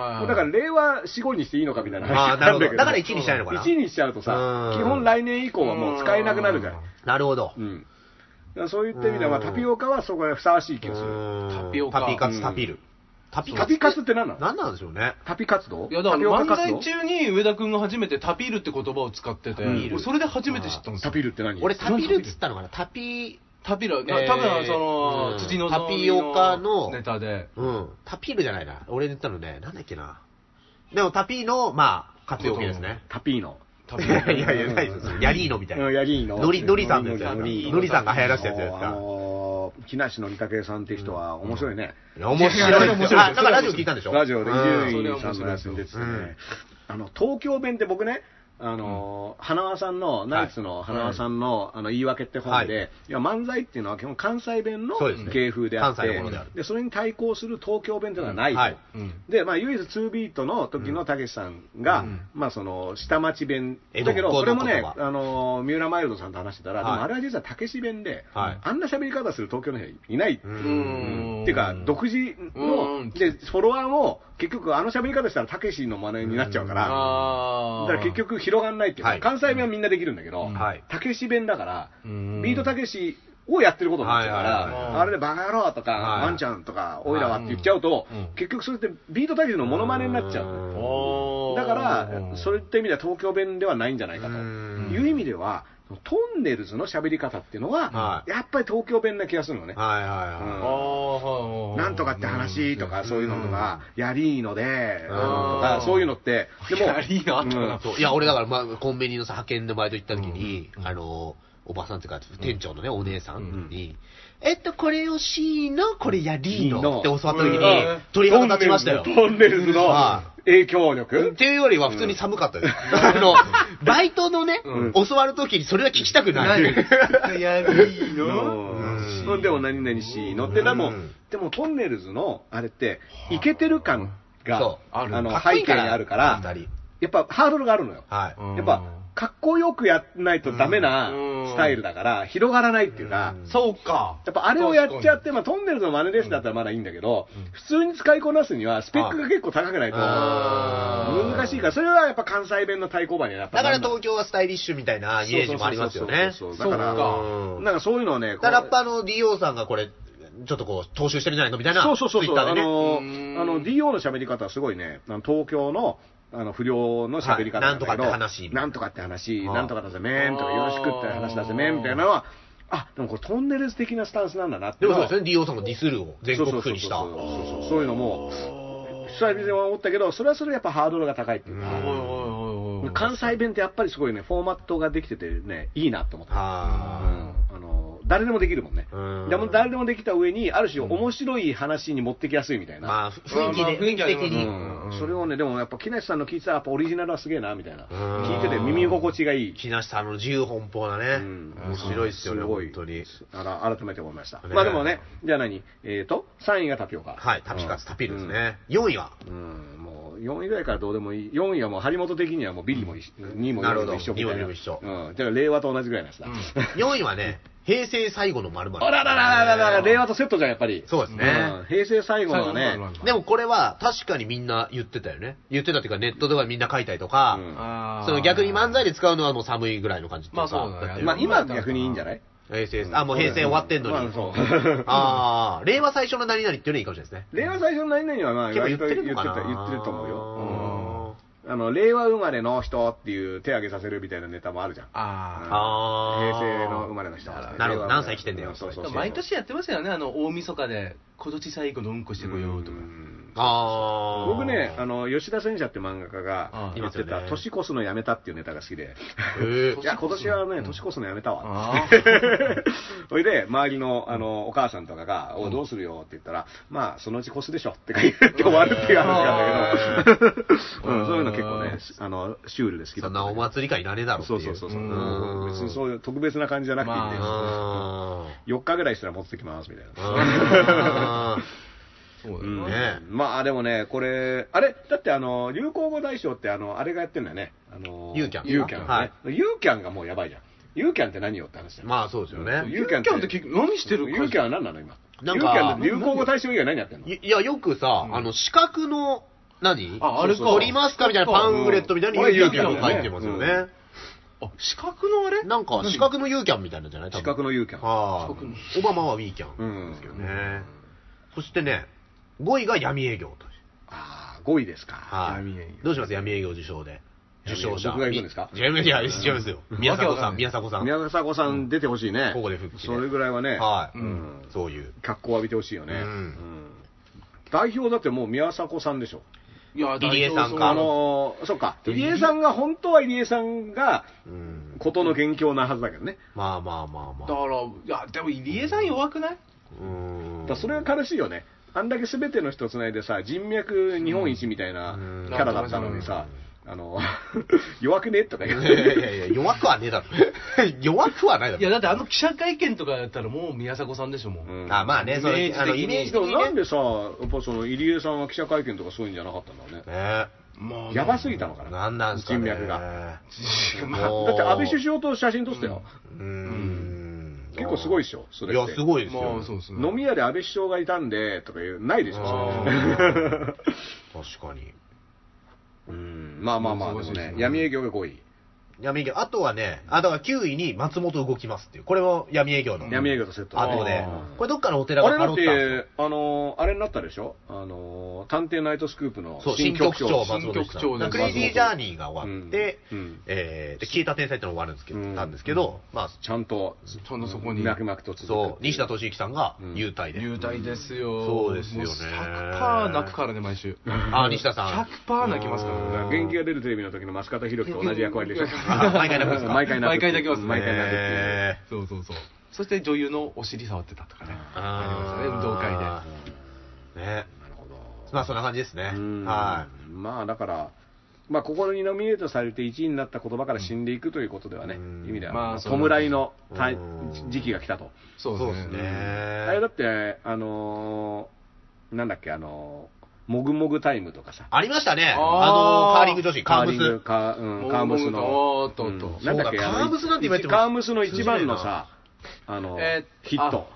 [SPEAKER 5] はい
[SPEAKER 3] もうだから、令和4、5にしていいのかみたいな
[SPEAKER 4] あ
[SPEAKER 3] 話
[SPEAKER 4] あ、なるほ
[SPEAKER 3] ん
[SPEAKER 4] ど。だから1にしたいのかな。
[SPEAKER 3] 1にしちゃうとさ、
[SPEAKER 4] うん
[SPEAKER 3] 基本来年以降はもう使えなくなるじゃない。
[SPEAKER 4] なるほど
[SPEAKER 3] う。ん。だからそういった意味では、まあ
[SPEAKER 4] うん
[SPEAKER 3] タピオカはそこがふさわしい気がする。
[SPEAKER 4] タ
[SPEAKER 5] タピオカ
[SPEAKER 4] タピカツ、タピル。タピ
[SPEAKER 3] タピカツって何なの
[SPEAKER 4] 何なんでしょうね。
[SPEAKER 3] タピ活動
[SPEAKER 5] いやだから漫才
[SPEAKER 3] 動
[SPEAKER 5] 中に上田君が初めてタピールって言葉を使ってて、
[SPEAKER 3] うん
[SPEAKER 5] 俺それで初めて知ったんです
[SPEAKER 3] タ
[SPEAKER 5] よ。
[SPEAKER 3] ピルって何
[SPEAKER 4] 俺、タピルっつったのかなタピ、
[SPEAKER 5] タピール、
[SPEAKER 4] えー
[SPEAKER 5] 多分その、
[SPEAKER 4] うん
[SPEAKER 5] 辻の
[SPEAKER 4] タピオカの
[SPEAKER 5] ネタで。
[SPEAKER 4] うん。タピールじゃないな。俺で言ったのね、なんだっけな。でもタピーの、まあ、活用形ですね。
[SPEAKER 3] タピーノ。
[SPEAKER 5] タ
[SPEAKER 4] い
[SPEAKER 5] ピオ
[SPEAKER 4] や
[SPEAKER 5] カ
[SPEAKER 4] いやいや、ないです。ヤリーノみたいな。
[SPEAKER 3] うんヤリーノ
[SPEAKER 4] ノリ、ノリさんです
[SPEAKER 3] ノ
[SPEAKER 4] よ。
[SPEAKER 3] リ
[SPEAKER 4] ノリさんが流行らしたやつです
[SPEAKER 3] あ
[SPEAKER 4] か。
[SPEAKER 3] のー木梨のりかけさんって人は面白いね。
[SPEAKER 4] いや面白いですよ。あ、だからラジオ聞いたんでしょ
[SPEAKER 3] ラジオで
[SPEAKER 4] う
[SPEAKER 3] 伊
[SPEAKER 4] ん
[SPEAKER 3] 集院さんのやつに出ててね
[SPEAKER 4] うん
[SPEAKER 3] あの東京弁って僕ね、あのー花輪さんの、ナイツの花輪さんの,、あの言い訳って本で、、
[SPEAKER 4] はい
[SPEAKER 3] や漫才っていうのは基本、関西弁の
[SPEAKER 4] そうですね
[SPEAKER 3] 芸風であって、
[SPEAKER 4] 関西のものである
[SPEAKER 3] それに対抗する東京弁っていうのはないと。
[SPEAKER 4] はい
[SPEAKER 5] うん
[SPEAKER 3] でまあ、唯一2ビートの時のたけしさんが、
[SPEAKER 4] うん
[SPEAKER 3] まあ、その下町弁
[SPEAKER 4] 江戸
[SPEAKER 3] だ
[SPEAKER 4] っ子
[SPEAKER 3] けど、
[SPEAKER 4] の言葉
[SPEAKER 3] これもね、あのー三浦マイルドさんと話してたら、
[SPEAKER 4] はい
[SPEAKER 3] でもあれは実はたけし弁で、
[SPEAKER 4] はい
[SPEAKER 3] あんな喋り方する東京の人いない、
[SPEAKER 4] う
[SPEAKER 5] うん
[SPEAKER 3] っていうか、独自
[SPEAKER 5] う
[SPEAKER 3] の、
[SPEAKER 5] ん
[SPEAKER 3] で、フォロワーも、結局、あの喋り方したら、たけしの真似になっちゃうから、
[SPEAKER 5] あ
[SPEAKER 3] だ
[SPEAKER 5] ー
[SPEAKER 3] から結、局、広がんないっていうか、
[SPEAKER 4] はい
[SPEAKER 3] 関西弁はみんなできるんだけ
[SPEAKER 5] う
[SPEAKER 3] ど
[SPEAKER 5] ん、
[SPEAKER 4] はい。
[SPEAKER 3] たけし弁だから、
[SPEAKER 5] うん
[SPEAKER 3] ビートたけしをやってることになっちゃうか
[SPEAKER 4] はい
[SPEAKER 5] はい
[SPEAKER 3] ら、
[SPEAKER 5] はい
[SPEAKER 3] あれでバカ野郎とか、
[SPEAKER 4] はい
[SPEAKER 3] ワンちゃんとか、おいらはって言っちゃうと
[SPEAKER 5] うん、
[SPEAKER 3] 結局、それってビートたけしのモノマネになっちゃう。
[SPEAKER 5] おー
[SPEAKER 3] だから、それっ、て意味では東京弁ではないんじゃないかと
[SPEAKER 4] うん
[SPEAKER 3] いう意味では、トンネルズの喋り方っていうのは
[SPEAKER 4] は、い
[SPEAKER 3] やっぱり東京弁な気がするのね。
[SPEAKER 4] はいはいはい。
[SPEAKER 5] あーはい
[SPEAKER 3] なんとかって話とか、そういうのとか、やりーので、
[SPEAKER 4] うん
[SPEAKER 3] なんとか、そういうのって、でも、
[SPEAKER 5] やりーのあったな
[SPEAKER 4] そういや、俺だから、まあ、コンビニのさ、派遣のバイト行った時に、あの、おばさんっていうか、店長のね、お姉さんに、えっと、これを C の、これやりのって教わった時
[SPEAKER 5] う
[SPEAKER 4] に
[SPEAKER 5] ん、
[SPEAKER 4] 鳥肌立ちましたよ。
[SPEAKER 3] トンネルズの影響力
[SPEAKER 4] っていうよりは普通に寒かったです。あの、バイトのね、
[SPEAKER 5] うん
[SPEAKER 4] 教わるときにそれは聞きたくな。
[SPEAKER 5] ないる。やり
[SPEAKER 3] う
[SPEAKER 5] の
[SPEAKER 3] ん
[SPEAKER 4] うん
[SPEAKER 3] でも何々しのって、でも
[SPEAKER 4] うん、
[SPEAKER 3] でもトンネルズのあれって、イケてる感が
[SPEAKER 4] そ、
[SPEAKER 5] うある
[SPEAKER 3] あの
[SPEAKER 4] かっこ
[SPEAKER 3] 背
[SPEAKER 4] いい
[SPEAKER 3] 景
[SPEAKER 4] か
[SPEAKER 3] に
[SPEAKER 4] ら
[SPEAKER 3] あるから
[SPEAKER 4] 二人、
[SPEAKER 3] やっぱハードルがあるのよ。
[SPEAKER 4] はい。
[SPEAKER 5] うん
[SPEAKER 3] やっぱ、かっこよくやんないとダメな
[SPEAKER 5] うん
[SPEAKER 3] スタイルだから、広がらないっていうか、
[SPEAKER 5] そうか。
[SPEAKER 3] やっぱあれをやっちゃって、まあ、トンネルズの真似ですだったらまだいいんだけど、普通に使いこなすにはスペックが結構高くないと
[SPEAKER 4] あ
[SPEAKER 3] 難しいから、それはやっぱ関西弁の対抗馬にやっぱ
[SPEAKER 4] だか
[SPEAKER 3] な
[SPEAKER 4] ら
[SPEAKER 3] んない
[SPEAKER 4] 東京はスタイリッシュみたいなイメージもありますよね。
[SPEAKER 3] そうそう
[SPEAKER 5] そ
[SPEAKER 3] そう
[SPEAKER 5] う
[SPEAKER 3] だから
[SPEAKER 5] か。
[SPEAKER 4] うん
[SPEAKER 3] なんかそういうのをね、こう
[SPEAKER 4] だからラッパーの DO さんがこれ、ちょっとこう、踏襲してるんじゃないのみたいな、
[SPEAKER 3] そうそうそう
[SPEAKER 4] ツ
[SPEAKER 3] そう、
[SPEAKER 4] イッター
[SPEAKER 3] あ
[SPEAKER 4] でね。
[SPEAKER 3] の
[SPEAKER 5] うん
[SPEAKER 3] あの DO の喋り方はすごいね、あの東京のあの不良の喋り方だけど、
[SPEAKER 4] はいなんとかって話
[SPEAKER 3] なんとかって話、
[SPEAKER 4] ああ
[SPEAKER 3] なんとかだぜめんとか、よろしくって話だぜめんみたいなのは、あでもこれトンネルズ的なスタンスなんだなって
[SPEAKER 4] で
[SPEAKER 3] い
[SPEAKER 4] も
[SPEAKER 3] の
[SPEAKER 4] そう
[SPEAKER 3] は。
[SPEAKER 4] ですね、DO さんのディスるを全国区にした。
[SPEAKER 3] そうそうそうそうそうそういうのも久々に思ったけどそれはそれでやっぱハードルが高いっていう
[SPEAKER 5] おい
[SPEAKER 3] か、
[SPEAKER 5] おいおいおい。
[SPEAKER 3] 関西弁ってやっぱりすごいねフォーマットができててねいいなと思った、
[SPEAKER 4] あ
[SPEAKER 3] あの誰でもできるもんね、
[SPEAKER 4] うん
[SPEAKER 3] でも誰でもできた上にある種面白い話に持ってきやすいみたい
[SPEAKER 4] ー
[SPEAKER 3] な、
[SPEAKER 4] まあ、雰囲気
[SPEAKER 5] まあ
[SPEAKER 4] で、
[SPEAKER 5] 雰
[SPEAKER 4] 雰
[SPEAKER 5] 囲
[SPEAKER 4] 囲
[SPEAKER 5] 気
[SPEAKER 4] 気
[SPEAKER 5] あり
[SPEAKER 4] 的
[SPEAKER 5] ますね
[SPEAKER 4] に。
[SPEAKER 5] うんうん
[SPEAKER 3] それをねでもやっぱ木梨さんの聞いてたらやっぱオリジナルはすげえなみたいな、
[SPEAKER 4] ん
[SPEAKER 3] 聞いてて耳心地がいい、
[SPEAKER 4] 木梨さんの自由奔放なね、
[SPEAKER 3] うん
[SPEAKER 4] 面白いっすよね、
[SPEAKER 3] すごい
[SPEAKER 4] 本当に。
[SPEAKER 3] あら改めて思いました、
[SPEAKER 4] ね
[SPEAKER 3] まあでもねじゃあ何えっ、と3位がタピオカ
[SPEAKER 4] はい、タピカツ、タピルですね。4位は
[SPEAKER 3] うんもう4位ぐらいからどうでもいい、4位はもう張本的にはもうビリも一緒、2位も
[SPEAKER 4] なる
[SPEAKER 3] 4
[SPEAKER 4] ほ
[SPEAKER 3] 位も
[SPEAKER 4] ど
[SPEAKER 3] 一緒みたいな、
[SPEAKER 4] 二位も一緒
[SPEAKER 3] うん、だから令和と同じぐらいなんですな、
[SPEAKER 4] 4位はね、平成最後の〇〇。
[SPEAKER 3] あららららららら、令和とセットじゃん、やっぱり、
[SPEAKER 4] そうですね。
[SPEAKER 3] うん平成最後のはね、
[SPEAKER 4] でもこれは確かにみんな言ってたよね。言ってたっていうかネットとかみんな書いたりとか、
[SPEAKER 3] うん
[SPEAKER 5] あー
[SPEAKER 4] その逆に漫才で使うのはもう寒いぐらいの感じっていうか。
[SPEAKER 5] まあそうだね
[SPEAKER 4] って
[SPEAKER 5] うん
[SPEAKER 3] まあ今は逆にいいんじゃない
[SPEAKER 4] 平成、あ、もう平成終わってんのに。
[SPEAKER 3] まあそう
[SPEAKER 4] ああ、令和最初の何々っていうのはいいかもしれないですね。
[SPEAKER 3] 令和最初の何々は、まあ、
[SPEAKER 4] 結構言ってる
[SPEAKER 3] 言
[SPEAKER 4] の
[SPEAKER 3] って
[SPEAKER 4] か
[SPEAKER 3] た
[SPEAKER 4] な
[SPEAKER 3] 言ってると思うよ、うんあの、令和生まれの人っていう手挙げさせるみたいなネタもあるじゃん、
[SPEAKER 5] あ
[SPEAKER 4] あー
[SPEAKER 3] 平成の生まれの人は
[SPEAKER 4] なるほ
[SPEAKER 3] 令
[SPEAKER 4] ど
[SPEAKER 3] 和
[SPEAKER 4] 何歳生きてんだよ
[SPEAKER 3] そうそう
[SPEAKER 5] あ
[SPEAKER 3] そう
[SPEAKER 5] 毎年やってますよね、あの大晦日で、今年最後のうんこしてこようとか
[SPEAKER 3] う、ん
[SPEAKER 4] ああ。
[SPEAKER 3] 僕ね、あの、吉田戦車って漫画家が
[SPEAKER 5] うん
[SPEAKER 3] 言って
[SPEAKER 4] います
[SPEAKER 3] た、
[SPEAKER 4] よね
[SPEAKER 3] 年越すのやめたっていうネタが好きで、
[SPEAKER 4] へえ
[SPEAKER 3] いや、今年はね、年越すのやめたわ。
[SPEAKER 5] あ
[SPEAKER 3] それで、周りの、あの、お母さんとかが、おどうするよって言ったら、まあ、そのうち越すでしょって言って終わるっていう話なんだけど、
[SPEAKER 5] うん
[SPEAKER 3] うんそういうの結構ね、あの、シュールで好きだ
[SPEAKER 4] そ
[SPEAKER 3] っ
[SPEAKER 4] ん
[SPEAKER 3] た
[SPEAKER 4] なお
[SPEAKER 3] んだ
[SPEAKER 4] 祭り感いらねえだ
[SPEAKER 3] け
[SPEAKER 4] ろ
[SPEAKER 3] ど。
[SPEAKER 4] って
[SPEAKER 3] そ
[SPEAKER 4] いうう。
[SPEAKER 3] そうそうそう。
[SPEAKER 5] うん
[SPEAKER 3] うん別にそういう特別な感じじゃなくていいんで
[SPEAKER 4] う
[SPEAKER 5] ま
[SPEAKER 4] ん。
[SPEAKER 3] 4日ぐらいしたら持ってきますみたいな。
[SPEAKER 4] あ
[SPEAKER 5] そう
[SPEAKER 3] う
[SPEAKER 5] だ
[SPEAKER 3] ん
[SPEAKER 5] な
[SPEAKER 4] ね
[SPEAKER 3] まあでもね、これ、あれ、だってあの、流行語大賞って、あの、あれがやってるんだよね。あの、
[SPEAKER 4] ユーキャン
[SPEAKER 3] ユーキャン、ね。
[SPEAKER 4] はい
[SPEAKER 3] ユーキャンがもうやばいじゃん。ユーキャンって何よって話だ
[SPEAKER 4] ー
[SPEAKER 3] よ。
[SPEAKER 4] まあそうですよね。
[SPEAKER 5] ユーキャンって結局何してる
[SPEAKER 3] ユーキャンは何なの今。
[SPEAKER 4] なん
[SPEAKER 3] ユー
[SPEAKER 4] か
[SPEAKER 3] キャンって流行語大賞以外何やってんの
[SPEAKER 4] いいや、よくさ、
[SPEAKER 5] うん
[SPEAKER 4] あの、四角の、何
[SPEAKER 5] ああれか
[SPEAKER 4] 取りますかみたいなパンフレットみたいに
[SPEAKER 3] うん
[SPEAKER 4] ユーキャンが書いてますよ
[SPEAKER 3] う
[SPEAKER 4] ね。
[SPEAKER 5] あ、四角のあれ
[SPEAKER 4] なんか、四角のユーキャンみたいなんじゃない
[SPEAKER 3] 四角
[SPEAKER 4] の。
[SPEAKER 3] のユーキャン。
[SPEAKER 4] は
[SPEAKER 5] 四角の
[SPEAKER 4] い。オバマはウィーキャンですけどね。そしてね、5位が闇営業と。
[SPEAKER 3] ああ、5位ですか。
[SPEAKER 4] はい
[SPEAKER 5] 闇営業。
[SPEAKER 4] どうします闇営業受賞で。受賞者。
[SPEAKER 3] 僕が行くんですか
[SPEAKER 4] みいや、いや、違いますよ。宮迫さん、宮迫さん。
[SPEAKER 3] 宮迫さん出てほしいね。
[SPEAKER 4] ここで復帰で
[SPEAKER 3] それぐらいはね、
[SPEAKER 4] はい。
[SPEAKER 3] う
[SPEAKER 5] うん
[SPEAKER 3] ん、
[SPEAKER 4] そういう。
[SPEAKER 3] 脚光浴びてほしいよね。
[SPEAKER 4] うん
[SPEAKER 3] うん代表だってもう宮迫さんでしょ。
[SPEAKER 5] いや
[SPEAKER 4] 入江さんか
[SPEAKER 3] あ
[SPEAKER 5] あ
[SPEAKER 3] の
[SPEAKER 5] の、
[SPEAKER 3] ー、そっか。入江さんが、本当は入江さんが、
[SPEAKER 4] うん。
[SPEAKER 3] ことの元凶なはずだけどね。
[SPEAKER 4] まあまあまあま
[SPEAKER 5] だ
[SPEAKER 4] あ。
[SPEAKER 5] から、いや、でも入江さん弱くない
[SPEAKER 4] うん
[SPEAKER 3] だからそれが悲しいよね。あんだけ全ての人つないでさ、人脈日本一みたいな
[SPEAKER 4] うん
[SPEAKER 3] キャラだったのにさ、あの、 弱くねとか言っ
[SPEAKER 4] いやい
[SPEAKER 3] て。
[SPEAKER 4] やいや、弱くはねえだろ。弱くはないだ
[SPEAKER 5] いや、
[SPEAKER 4] ろ。
[SPEAKER 5] だってあの記者会見とかやったらもう宮迫さんでしょ、もう。
[SPEAKER 3] うん
[SPEAKER 4] あ、まあね、そ
[SPEAKER 5] イ
[SPEAKER 4] れ、
[SPEAKER 5] メージ的に
[SPEAKER 4] あの、イメージ的
[SPEAKER 3] でも
[SPEAKER 4] に
[SPEAKER 3] なん
[SPEAKER 4] ね。
[SPEAKER 3] でさ、やっぱその入江さんは記者会見とかそういうんじゃなかったんだろうね。
[SPEAKER 4] ね
[SPEAKER 5] ま
[SPEAKER 3] やばす
[SPEAKER 5] ぎ。
[SPEAKER 3] ぎたのかな。
[SPEAKER 4] なんなんすかね
[SPEAKER 3] 人脈が。
[SPEAKER 5] まあ、
[SPEAKER 3] だって安倍首相と写真撮ってたよ。
[SPEAKER 4] うーん。
[SPEAKER 3] 結構すごいっしょ、そ
[SPEAKER 4] い
[SPEAKER 3] れ
[SPEAKER 4] や
[SPEAKER 3] って。、
[SPEAKER 4] すごいです
[SPEAKER 5] ま
[SPEAKER 4] よ
[SPEAKER 5] あ、。そうですね。
[SPEAKER 3] 飲み屋で安倍首相がいたんで、とかいう、ないでしょ、それ。
[SPEAKER 4] あー確かに。
[SPEAKER 3] うん、まあまあまあ、でも
[SPEAKER 5] 難しいです
[SPEAKER 3] ね
[SPEAKER 5] ね、
[SPEAKER 3] 闇営業が5位。
[SPEAKER 4] 闇営業。あとはね、あ、だから9位に松本動きますっていう。これも闇営業の。
[SPEAKER 3] 闇営業とセット。
[SPEAKER 4] あとね
[SPEAKER 3] あー、
[SPEAKER 4] これどっかのお寺
[SPEAKER 3] あ
[SPEAKER 4] が
[SPEAKER 3] れだ
[SPEAKER 4] パロ
[SPEAKER 3] っ
[SPEAKER 4] ったんですよ
[SPEAKER 3] て、あのー、あれになったでしょあのー、探偵ナイトスクープの
[SPEAKER 4] そう、
[SPEAKER 3] 新
[SPEAKER 4] 新
[SPEAKER 3] 局
[SPEAKER 4] 局長、
[SPEAKER 3] 長。
[SPEAKER 4] 松本さ
[SPEAKER 5] 新局長
[SPEAKER 4] ん。
[SPEAKER 5] ね
[SPEAKER 4] クレイジージャーニーが終わって、
[SPEAKER 3] うんうん
[SPEAKER 4] えーで消えた天才ってのが終わるんですけど、
[SPEAKER 3] うん
[SPEAKER 4] たんですけど、まあ、
[SPEAKER 3] ちゃんと、
[SPEAKER 5] ちゃんとそこに。
[SPEAKER 3] 脈々と続く。
[SPEAKER 4] そう、西田敏行さんが優待で。
[SPEAKER 5] 流体ですよ。
[SPEAKER 4] そうですよね
[SPEAKER 5] も100%泣くからね、毎週。
[SPEAKER 4] あ、西田さ
[SPEAKER 5] 100%泣きますか
[SPEAKER 3] だから
[SPEAKER 5] らね。
[SPEAKER 3] 元気が出るテレビの時の益方弘樹と同じ役割でしょ
[SPEAKER 4] ん。毎回泣くんですか
[SPEAKER 3] 毎回泣くっていう。
[SPEAKER 5] 毎回泣きますね
[SPEAKER 3] 毎回泣くっていう。
[SPEAKER 4] え
[SPEAKER 5] そうそうそう。そして女優のお尻触ってたとかね。
[SPEAKER 4] ー
[SPEAKER 5] ありましたね、運動会で。
[SPEAKER 4] ね。
[SPEAKER 3] なるほど
[SPEAKER 4] まあそんな感じですね。
[SPEAKER 3] うん
[SPEAKER 4] は
[SPEAKER 3] まあだから、まあ、ここにノミネートされて1位になった言葉から死んでいくということではね、
[SPEAKER 4] うん
[SPEAKER 3] 意味では、
[SPEAKER 5] まあそう
[SPEAKER 3] 弔いのタイ
[SPEAKER 4] うん
[SPEAKER 3] 時期が来たと、
[SPEAKER 5] そ
[SPEAKER 4] い。そうですね。
[SPEAKER 3] あれだって、あのーなんだっけ、あのーもぐもぐタイムとかさ、
[SPEAKER 4] ありましたね。
[SPEAKER 5] あー
[SPEAKER 4] あの、カーリング女子、カー
[SPEAKER 3] リング
[SPEAKER 4] ブ
[SPEAKER 3] カー、うん、カームスの、
[SPEAKER 5] おーっとっ
[SPEAKER 3] う
[SPEAKER 5] と
[SPEAKER 3] ん。なんだっけ、
[SPEAKER 4] そうだ
[SPEAKER 3] あの
[SPEAKER 4] カームスなんて今やってます
[SPEAKER 3] カームスの一番のさ、あの
[SPEAKER 5] えー
[SPEAKER 3] ヒット、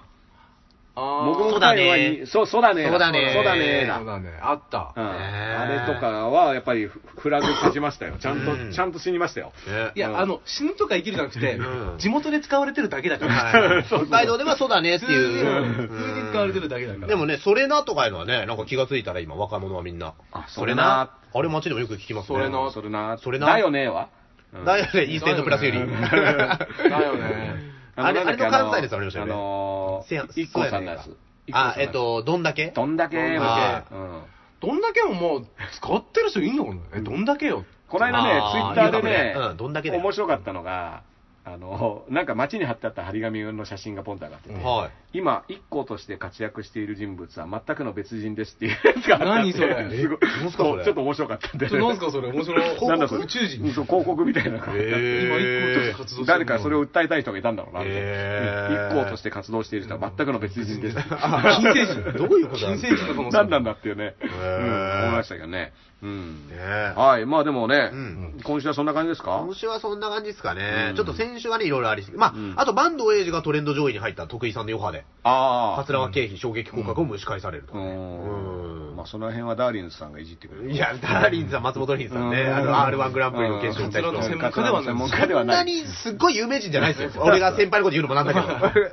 [SPEAKER 5] あ
[SPEAKER 3] もぐ
[SPEAKER 5] ー
[SPEAKER 3] もぐタイムはに、そうそうだね
[SPEAKER 4] そうだね
[SPEAKER 3] そうだねだ
[SPEAKER 5] そうだね。あった
[SPEAKER 3] う。んあ
[SPEAKER 4] ね
[SPEAKER 3] れとかはやっぱりフフラグ立ちましたよ、ちゃんと、
[SPEAKER 4] うん
[SPEAKER 3] ちゃんと死にましたよ。
[SPEAKER 4] ス。ね
[SPEAKER 5] いうや、
[SPEAKER 3] ん
[SPEAKER 5] あの、死ぬとか生きるじゃなくて
[SPEAKER 4] うん、
[SPEAKER 5] 地元で使われてるだけ だから。
[SPEAKER 4] はい北海道ではそうだねって
[SPEAKER 5] 普通に
[SPEAKER 4] いう。
[SPEAKER 5] 普通に使われてるだけだから。
[SPEAKER 4] でもね、それなとかいうのはね、なんか気がついたら今、若者はみんな。
[SPEAKER 3] あ
[SPEAKER 4] あれ街でもよく聞きますね。
[SPEAKER 5] それな
[SPEAKER 3] それな、
[SPEAKER 4] それな
[SPEAKER 3] だよねは。うん
[SPEAKER 4] だよね、一戦のプラスより。
[SPEAKER 5] だよね。
[SPEAKER 4] あ
[SPEAKER 3] な
[SPEAKER 4] れ
[SPEAKER 3] んだっけ
[SPEAKER 4] あれと関西のやつありましたよね
[SPEAKER 3] あの
[SPEAKER 4] せや
[SPEAKER 3] ー、一個さんのやつ。
[SPEAKER 4] あ、えっと、どんだけ
[SPEAKER 3] どんだけ
[SPEAKER 5] どん
[SPEAKER 4] だ
[SPEAKER 3] けうん
[SPEAKER 5] どんだけももう、使ってる人いんのかなえ、どんだけよ。
[SPEAKER 3] この間ね、ツイ
[SPEAKER 4] あー
[SPEAKER 3] ッターで
[SPEAKER 4] 言うかもねうんどんだけ
[SPEAKER 3] ね、
[SPEAKER 4] だよ
[SPEAKER 3] 面白かったのが、あの、なんか街に貼ってあった張り紙の写真がポンと上がってて、
[SPEAKER 4] はい。
[SPEAKER 3] 今、一個として活躍している人物は全くの別人ですっていうやつが貼ってあって
[SPEAKER 5] 何それ
[SPEAKER 3] すごい
[SPEAKER 4] 何すかそれ
[SPEAKER 3] ちょっと面白かったんで。
[SPEAKER 5] ちょ なんすかそれ、面白い。
[SPEAKER 3] なんだそれ
[SPEAKER 5] 宇宙人。
[SPEAKER 3] そう広告みたいなのが。
[SPEAKER 5] 今一
[SPEAKER 4] え
[SPEAKER 5] 個として活動してる
[SPEAKER 3] 誰かそれを訴えたい人がいたんだろうな、みたい
[SPEAKER 4] へ
[SPEAKER 3] な
[SPEAKER 4] ー
[SPEAKER 3] うん一行として活動している人は全くの別人です。
[SPEAKER 5] 金星 人。
[SPEAKER 4] どういうことな
[SPEAKER 5] 金
[SPEAKER 4] んだ
[SPEAKER 5] 星人かと思ってた
[SPEAKER 3] 何なんだっていうね、うん、
[SPEAKER 4] ー
[SPEAKER 3] 思いましたけどね。うん
[SPEAKER 4] ね。え
[SPEAKER 3] はい、まあでもね、
[SPEAKER 4] うん
[SPEAKER 3] 今週はそんな感じですか
[SPEAKER 4] 今週はそんな感じですか
[SPEAKER 3] う
[SPEAKER 4] ね
[SPEAKER 3] ん。
[SPEAKER 4] ちょっと先週はね、いろいろありすぎ。まあ、
[SPEAKER 3] うん
[SPEAKER 4] あと、坂東英二がトレンド上位に入った徳井さんの余波で、
[SPEAKER 3] ああ。
[SPEAKER 4] 桂川経費衝撃効果を蒸し返される
[SPEAKER 3] う
[SPEAKER 4] とかね。
[SPEAKER 3] ん。
[SPEAKER 4] うん
[SPEAKER 3] まあその辺はダーリンズさんがいじってくれる。
[SPEAKER 4] いや、ダーリンさん、松本リンさんね、
[SPEAKER 3] うん
[SPEAKER 4] あの、R1 グランプリの決勝に対
[SPEAKER 5] うん
[SPEAKER 4] して。
[SPEAKER 5] 専門家ではない
[SPEAKER 3] 専門家で
[SPEAKER 4] そ
[SPEAKER 3] は
[SPEAKER 4] ん
[SPEAKER 3] な。
[SPEAKER 4] ないにすっごい有名人じゃないですよ。俺 が先輩のこと言うのもなん だけど、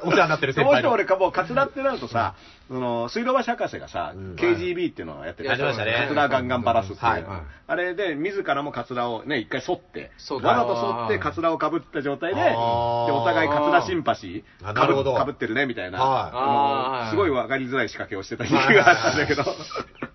[SPEAKER 4] お世話になってる
[SPEAKER 3] そ
[SPEAKER 4] 先
[SPEAKER 3] の
[SPEAKER 4] 輩
[SPEAKER 3] 人
[SPEAKER 4] の。
[SPEAKER 3] 俺かもう、カツラってなるとさ、その、水道橋博士がさ、
[SPEAKER 4] うん
[SPEAKER 3] KGB っていうのをやって
[SPEAKER 4] やってましたね
[SPEAKER 3] カツラガンガンバラすっていう。
[SPEAKER 4] はい
[SPEAKER 5] はい
[SPEAKER 3] あれで、自らもカツラをね、一回剃って、
[SPEAKER 5] そうだ
[SPEAKER 3] わざと剃って、カツラをかぶった状態で、で
[SPEAKER 4] あー
[SPEAKER 3] お互いカツラシンパシー、
[SPEAKER 4] あな
[SPEAKER 3] か
[SPEAKER 4] る
[SPEAKER 3] ぶ
[SPEAKER 4] ほど
[SPEAKER 3] かぶってるね、みたいな。
[SPEAKER 4] はい
[SPEAKER 3] あの
[SPEAKER 5] あー
[SPEAKER 3] すごいわかりづらい仕掛けをしてた時期があったんだけど。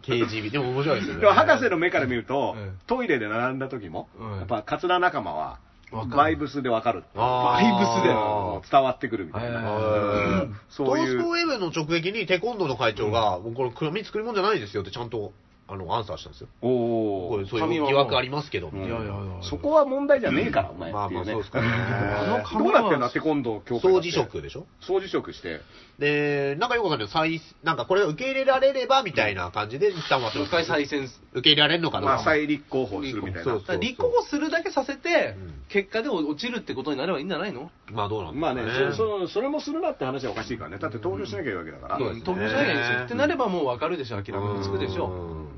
[SPEAKER 4] KGB。でも面白いですよ ね。
[SPEAKER 3] でも博士の目から見ると、
[SPEAKER 5] うん
[SPEAKER 3] トイレで並んだ時も、
[SPEAKER 5] うん
[SPEAKER 3] やっぱカツラ仲間は
[SPEAKER 5] わかる
[SPEAKER 3] バイブスでわかる
[SPEAKER 4] あー
[SPEAKER 3] バイブスでもう伝わってくるみたい
[SPEAKER 5] はい
[SPEAKER 3] な、
[SPEAKER 5] は
[SPEAKER 3] うんそうい
[SPEAKER 4] 東ス
[SPEAKER 3] う
[SPEAKER 4] ポウェブの直撃にテコンドーの会長が、もうこれ、紙作り物じゃないですよってちゃんとあのアンサーしたんですよ。
[SPEAKER 3] お
[SPEAKER 4] こ
[SPEAKER 3] お
[SPEAKER 4] れそう
[SPEAKER 5] 紙
[SPEAKER 4] いう
[SPEAKER 5] は
[SPEAKER 4] 疑惑ありますけど、みたい
[SPEAKER 5] いやいやい
[SPEAKER 4] な。
[SPEAKER 5] や
[SPEAKER 3] そこは問題じゃねえから、お前
[SPEAKER 4] ま
[SPEAKER 3] っ
[SPEAKER 4] あ
[SPEAKER 3] て
[SPEAKER 4] ま
[SPEAKER 3] いう
[SPEAKER 4] あ、
[SPEAKER 3] ね
[SPEAKER 4] そうですかね。
[SPEAKER 5] あの
[SPEAKER 3] どうなってんだって今度教会だ
[SPEAKER 4] 掃
[SPEAKER 3] って
[SPEAKER 4] 除職でしょ
[SPEAKER 3] 掃除職して
[SPEAKER 4] で、なんかよくわかんない再なんかこれを受け入れられればみたいな感じで、一旦は
[SPEAKER 5] もう一回再選す
[SPEAKER 4] 受け入れられるのかな、
[SPEAKER 3] まあ、再立候補するみたい
[SPEAKER 4] そ
[SPEAKER 3] な
[SPEAKER 4] う
[SPEAKER 5] だから立候補するだけさせて、
[SPEAKER 4] うん
[SPEAKER 5] 結果で落ちるってことになればいいんじゃないの
[SPEAKER 4] まあどうなんだ
[SPEAKER 3] まあ
[SPEAKER 4] ろ
[SPEAKER 3] ね
[SPEAKER 4] う
[SPEAKER 3] そそのそれもするなって話はおかしいからねだって投票しなきゃいいわけだから、
[SPEAKER 4] そうですね
[SPEAKER 5] 投票しなきゃいいですよってなればもう分かるでしょ明らかにつくでしょ
[SPEAKER 4] うん
[SPEAKER 5] うん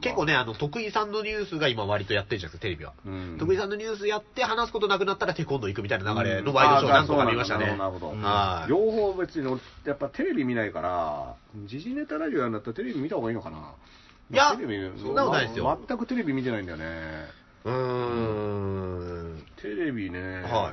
[SPEAKER 4] 結構ね、あの、徳井さんのニュースが今割とやってるじゃないですか、テレビは。
[SPEAKER 3] うん
[SPEAKER 4] 徳井さんのニュースやって話すことなくなったらテコンドー行くみたいな流れのワイドショー
[SPEAKER 3] あ
[SPEAKER 4] 何個か見ましたね。
[SPEAKER 3] そうなんだなるほどなるほど
[SPEAKER 4] は
[SPEAKER 3] 両方別に俺やっぱテレビ見ないから時事ネタラジオやるんだったらテレビ見た方がいいのかない
[SPEAKER 4] や
[SPEAKER 3] テレビ
[SPEAKER 4] そんなことないですよ
[SPEAKER 3] ま全くテレビ見てないんだよね
[SPEAKER 4] い。うーん。
[SPEAKER 3] テレビね
[SPEAKER 4] はい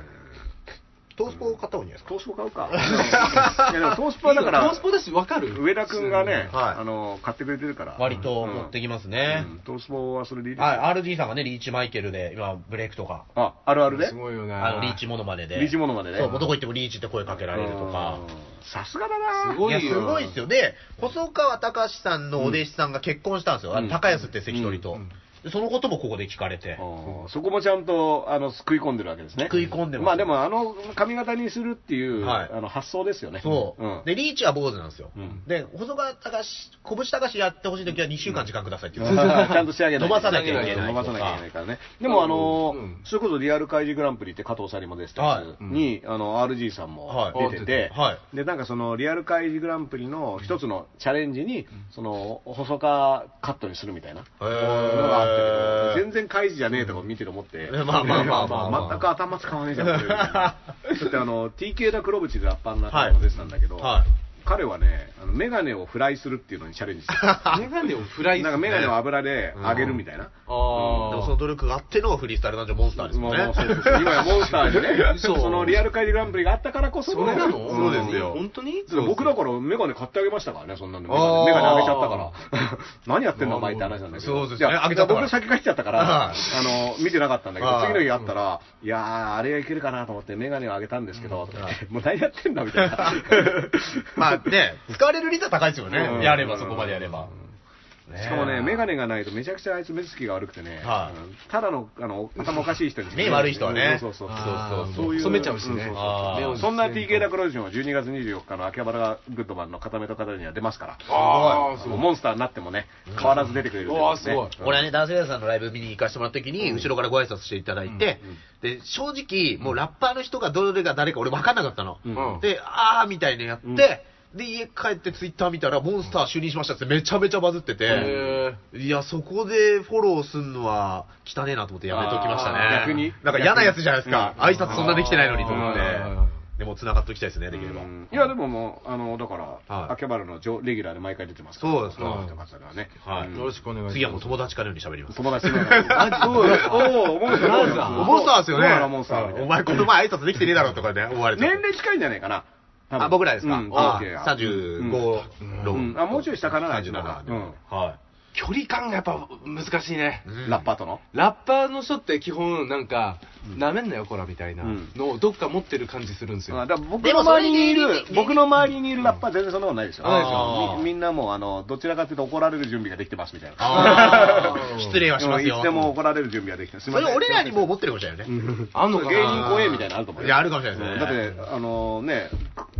[SPEAKER 4] トースポを買った方がいいんじゃない
[SPEAKER 3] トー
[SPEAKER 4] ですか。
[SPEAKER 3] スポ買う かいやでもトースポはだから
[SPEAKER 5] トースポだし分かる
[SPEAKER 3] 上田君がね、
[SPEAKER 4] はい
[SPEAKER 3] あの買ってくれてるから
[SPEAKER 4] 割と持ってきますね。
[SPEAKER 3] うんトースポはそれでいいですよ
[SPEAKER 4] はい、RD さんがね、リーチマイケルで、今、ブレイクとか、
[SPEAKER 3] ああるあるね
[SPEAKER 5] すごいよね
[SPEAKER 4] あの、リーチモノマネで。
[SPEAKER 3] リーチモノマネね
[SPEAKER 4] そう、もうどこ行ってもリーチって声かけられるとか。
[SPEAKER 3] うんさすがだな
[SPEAKER 5] すごいよ
[SPEAKER 4] いや、すごいですよ。で、細川隆さんのお弟子さんが結婚したんですよ。
[SPEAKER 3] うん
[SPEAKER 4] あの高安って関取と、
[SPEAKER 5] うんうん
[SPEAKER 4] でそのこともここで聞かれて。
[SPEAKER 3] あーそこもちゃんとあの食い込んでるわけですね。
[SPEAKER 4] 食い込んでます
[SPEAKER 3] まあでも、あの髪型にするっていう、
[SPEAKER 4] はい
[SPEAKER 3] あの発想ですよね。
[SPEAKER 4] そう、
[SPEAKER 3] ん
[SPEAKER 4] で、リーチは坊主なんですよ。
[SPEAKER 3] うん
[SPEAKER 4] で、細川隆、拳隆やってほしいときは2週間時間くだ さいって
[SPEAKER 3] ち
[SPEAKER 4] 言うんです よ
[SPEAKER 3] ゃんと仕上げない
[SPEAKER 4] 伸ばさなきゃいけない
[SPEAKER 3] 伸ばさなきゃいけないからね。でも、あのー
[SPEAKER 5] うん
[SPEAKER 3] それこそリアル怪獣グランプリって加藤さりもですとか
[SPEAKER 4] はい
[SPEAKER 5] うん
[SPEAKER 3] に、あの、RG さんも
[SPEAKER 4] はい
[SPEAKER 3] 出てて、
[SPEAKER 4] はい
[SPEAKER 3] で、なんかその、リアル怪獣グランプリの一つのチャレンジに、その、細川カットにするみたいな。
[SPEAKER 4] へー
[SPEAKER 3] のがあったけど全然怪獣じゃねえとか見てて思って、
[SPEAKER 4] うんまあまあまあまあまあ
[SPEAKER 3] 全く頭使わねえじゃんこ れだってあの TK だ黒渕でラッパーになったのも出てたんだけど、
[SPEAKER 4] はい
[SPEAKER 3] 彼はねあの眼鏡をフライするっていうのにチャレンジしてた
[SPEAKER 5] メガネをフライ
[SPEAKER 3] なんか眼鏡を油で揚げるみたいな、
[SPEAKER 5] ああ
[SPEAKER 4] でもその努力があってのフリースタイルなんじゃモンスターです
[SPEAKER 3] もう
[SPEAKER 4] も
[SPEAKER 3] んも
[SPEAKER 4] ね
[SPEAKER 3] う。そうそう今やモンスターでね
[SPEAKER 5] 嘘
[SPEAKER 3] そのリアル界でグランプリがあったからこそ
[SPEAKER 5] それなの
[SPEAKER 3] そうですよ
[SPEAKER 5] 本当に
[SPEAKER 3] だって僕だから眼鏡買ってあげましたからね、そんなんで。眼
[SPEAKER 4] あー
[SPEAKER 3] 鏡あげちゃったから。 何やってんだお前って話なんだけど。
[SPEAKER 4] そうですよね
[SPEAKER 3] いや
[SPEAKER 4] あげちゃったから
[SPEAKER 3] 僕先帰っちゃったか
[SPEAKER 4] は
[SPEAKER 3] ら、あ
[SPEAKER 4] い
[SPEAKER 3] の、見てなかったんだけど、
[SPEAKER 4] はい
[SPEAKER 3] 次の日あったら、いやー、あれがいけるかなと思って眼鏡をあげたんですけど、もう何やってんだみたいな。
[SPEAKER 4] まあね、使われる率は高いですよね。
[SPEAKER 3] うん
[SPEAKER 4] やれば、そこまでやれば。
[SPEAKER 3] しかもね、眼鏡がないとめちゃくちゃあいつ目つきが悪くてね、
[SPEAKER 4] はい
[SPEAKER 3] うんただのあの頭おかしい人にしか見え
[SPEAKER 4] 目
[SPEAKER 3] ない
[SPEAKER 4] 悪い人はね
[SPEAKER 3] そうそうそう。
[SPEAKER 5] あー
[SPEAKER 3] そういう
[SPEAKER 5] 染めちゃうしね
[SPEAKER 3] ん
[SPEAKER 4] あー
[SPEAKER 5] 目を
[SPEAKER 3] そんな TK ダクロジョンは12月24日の秋葉原グッドマンの固めた方には出ますから、
[SPEAKER 5] あーすごい
[SPEAKER 3] モンスターになってもね、変わらず出てくれるとい
[SPEAKER 5] うん
[SPEAKER 3] う
[SPEAKER 5] あーすごい
[SPEAKER 4] 俺はね、男性さんのライブ見に行かせてもらった時に、後ろからご挨拶していただいて、で、正直、もうラッパーの人がどれが誰か俺分かんなかったの。
[SPEAKER 5] うん
[SPEAKER 4] で、あーみたいなやって、
[SPEAKER 3] うん
[SPEAKER 4] で、家帰ってツイッター見たら、モンスター就任しましたってめちゃめちゃバズってて、
[SPEAKER 5] へ
[SPEAKER 4] いや、そこでフォローすんのは汚ねえなと思ってやめときましたね
[SPEAKER 3] あ。ー逆に
[SPEAKER 4] なんか嫌なやつじゃないですか。
[SPEAKER 3] うん
[SPEAKER 4] 挨拶そんなできてないのにと思っ
[SPEAKER 5] あ
[SPEAKER 4] て。でも繋がっておきたいですね、できれば。
[SPEAKER 3] うんいや、でももう、あの、だから、
[SPEAKER 4] はい
[SPEAKER 3] 秋葉原の常レギュラーで毎回出てます
[SPEAKER 4] そうですね
[SPEAKER 3] ね。方がね。
[SPEAKER 4] はい
[SPEAKER 5] よろしくお願いします
[SPEAKER 4] 次はもう友達かのように喋ります。
[SPEAKER 3] 友達の。あ、そうおおモンスター。
[SPEAKER 4] モンスターですよね
[SPEAKER 3] モンスターモンスターみたいな。
[SPEAKER 4] お前この前挨拶できてねえだろとかね、思われて。
[SPEAKER 3] 年齢近いんじゃないかな。多分
[SPEAKER 4] あ、僕らですか。
[SPEAKER 3] うん
[SPEAKER 4] あ
[SPEAKER 3] TK が
[SPEAKER 4] 35、
[SPEAKER 3] うんうんあもうちょい下かな
[SPEAKER 4] 37で。
[SPEAKER 3] うん
[SPEAKER 4] は
[SPEAKER 5] 距離感がやっぱ難しいね
[SPEAKER 4] い。
[SPEAKER 3] うんラッパーとの。
[SPEAKER 5] ラッパーの人って基本なんかなめんなよこらみたいな
[SPEAKER 3] うん
[SPEAKER 5] のをどっか持ってる感じするんです
[SPEAKER 3] あ
[SPEAKER 5] よ
[SPEAKER 3] だから僕
[SPEAKER 4] で
[SPEAKER 3] の
[SPEAKER 4] もそ
[SPEAKER 3] 周
[SPEAKER 4] れ
[SPEAKER 3] りにい
[SPEAKER 4] 芸
[SPEAKER 3] る
[SPEAKER 4] 人、
[SPEAKER 3] 僕の周りにいるラッパー全然そんなことないですよ。
[SPEAKER 5] ない
[SPEAKER 4] ですよ
[SPEAKER 3] みみんなもう、あの、どちらかというと怒られる準備ができてますみたいな。
[SPEAKER 4] あ ー失礼はします
[SPEAKER 3] うん
[SPEAKER 4] よ
[SPEAKER 3] いつ。でも怒られる準備ができてます。
[SPEAKER 4] それ俺らにもう持ってるかもしれないよね。
[SPEAKER 5] あんの
[SPEAKER 3] 芸
[SPEAKER 5] かな
[SPEAKER 3] 人公演みたいなのあると思うよ
[SPEAKER 4] いやあるかもしれないですね
[SPEAKER 3] うんだって、あのね、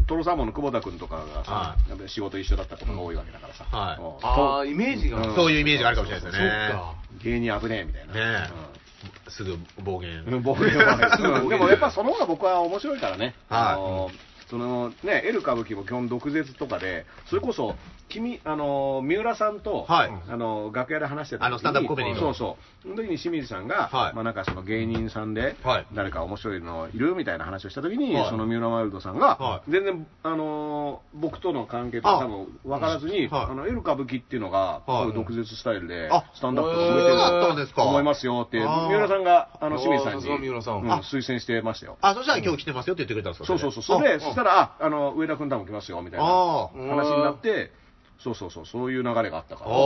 [SPEAKER 3] トロサーモンの久保田君とかがさ
[SPEAKER 4] は、
[SPEAKER 3] やっぱり仕事一緒だったことが多いわけだからさ。
[SPEAKER 4] はい
[SPEAKER 3] もう
[SPEAKER 5] ああイメージが
[SPEAKER 3] うん
[SPEAKER 4] そういうイメージがあるかもしれないです
[SPEAKER 5] そ
[SPEAKER 4] よ
[SPEAKER 5] っ
[SPEAKER 4] ね。
[SPEAKER 5] か
[SPEAKER 3] 芸人危ねえみたいな。
[SPEAKER 4] ね
[SPEAKER 3] うん
[SPEAKER 4] え。すぐ暴言。
[SPEAKER 3] うん暴言はねうんでもやっぱその方が僕は面白いからね。
[SPEAKER 4] はい
[SPEAKER 3] あのそのね、エル歌舞伎も基本毒舌とかで、それこそ、君、あの、三浦さんと、
[SPEAKER 4] はい
[SPEAKER 3] あの、楽屋で話してた時に
[SPEAKER 4] あのスタンダップコメディの
[SPEAKER 3] そうそう。その時に清水さんが、
[SPEAKER 4] はい
[SPEAKER 3] まあなんかその芸人さんで、
[SPEAKER 4] はい
[SPEAKER 3] 誰か面白いのいるみたいな話をした時に、
[SPEAKER 4] はい
[SPEAKER 3] その三浦ワイルドさんが、
[SPEAKER 4] はい
[SPEAKER 3] 全然、あの、僕との関係と
[SPEAKER 4] あ
[SPEAKER 3] か多分分からずに、
[SPEAKER 4] は
[SPEAKER 3] あ
[SPEAKER 4] い
[SPEAKER 3] の、エル歌舞伎っていうのが、
[SPEAKER 4] はい
[SPEAKER 3] そういう毒舌スタイルで
[SPEAKER 4] あ、
[SPEAKER 3] スタンダップを
[SPEAKER 4] そう
[SPEAKER 3] 埋めてる
[SPEAKER 4] だったんですか。
[SPEAKER 3] 思いますよって、
[SPEAKER 4] あー
[SPEAKER 3] 三浦さんが、あの、清水さん
[SPEAKER 5] あーさ
[SPEAKER 3] に、
[SPEAKER 5] すが三浦さん
[SPEAKER 3] うん
[SPEAKER 5] あ
[SPEAKER 3] 推薦してましたよ。
[SPEAKER 4] あ、そしたら今日来てますよって言ってくれたんですか
[SPEAKER 3] そうそうそう。それで、そした
[SPEAKER 4] ら、
[SPEAKER 3] ら、あ、あの、上田君多分来ますよ、みたいな
[SPEAKER 4] あ
[SPEAKER 3] 話になって、そうそうそう、そういう流れがあったから。
[SPEAKER 4] ああ、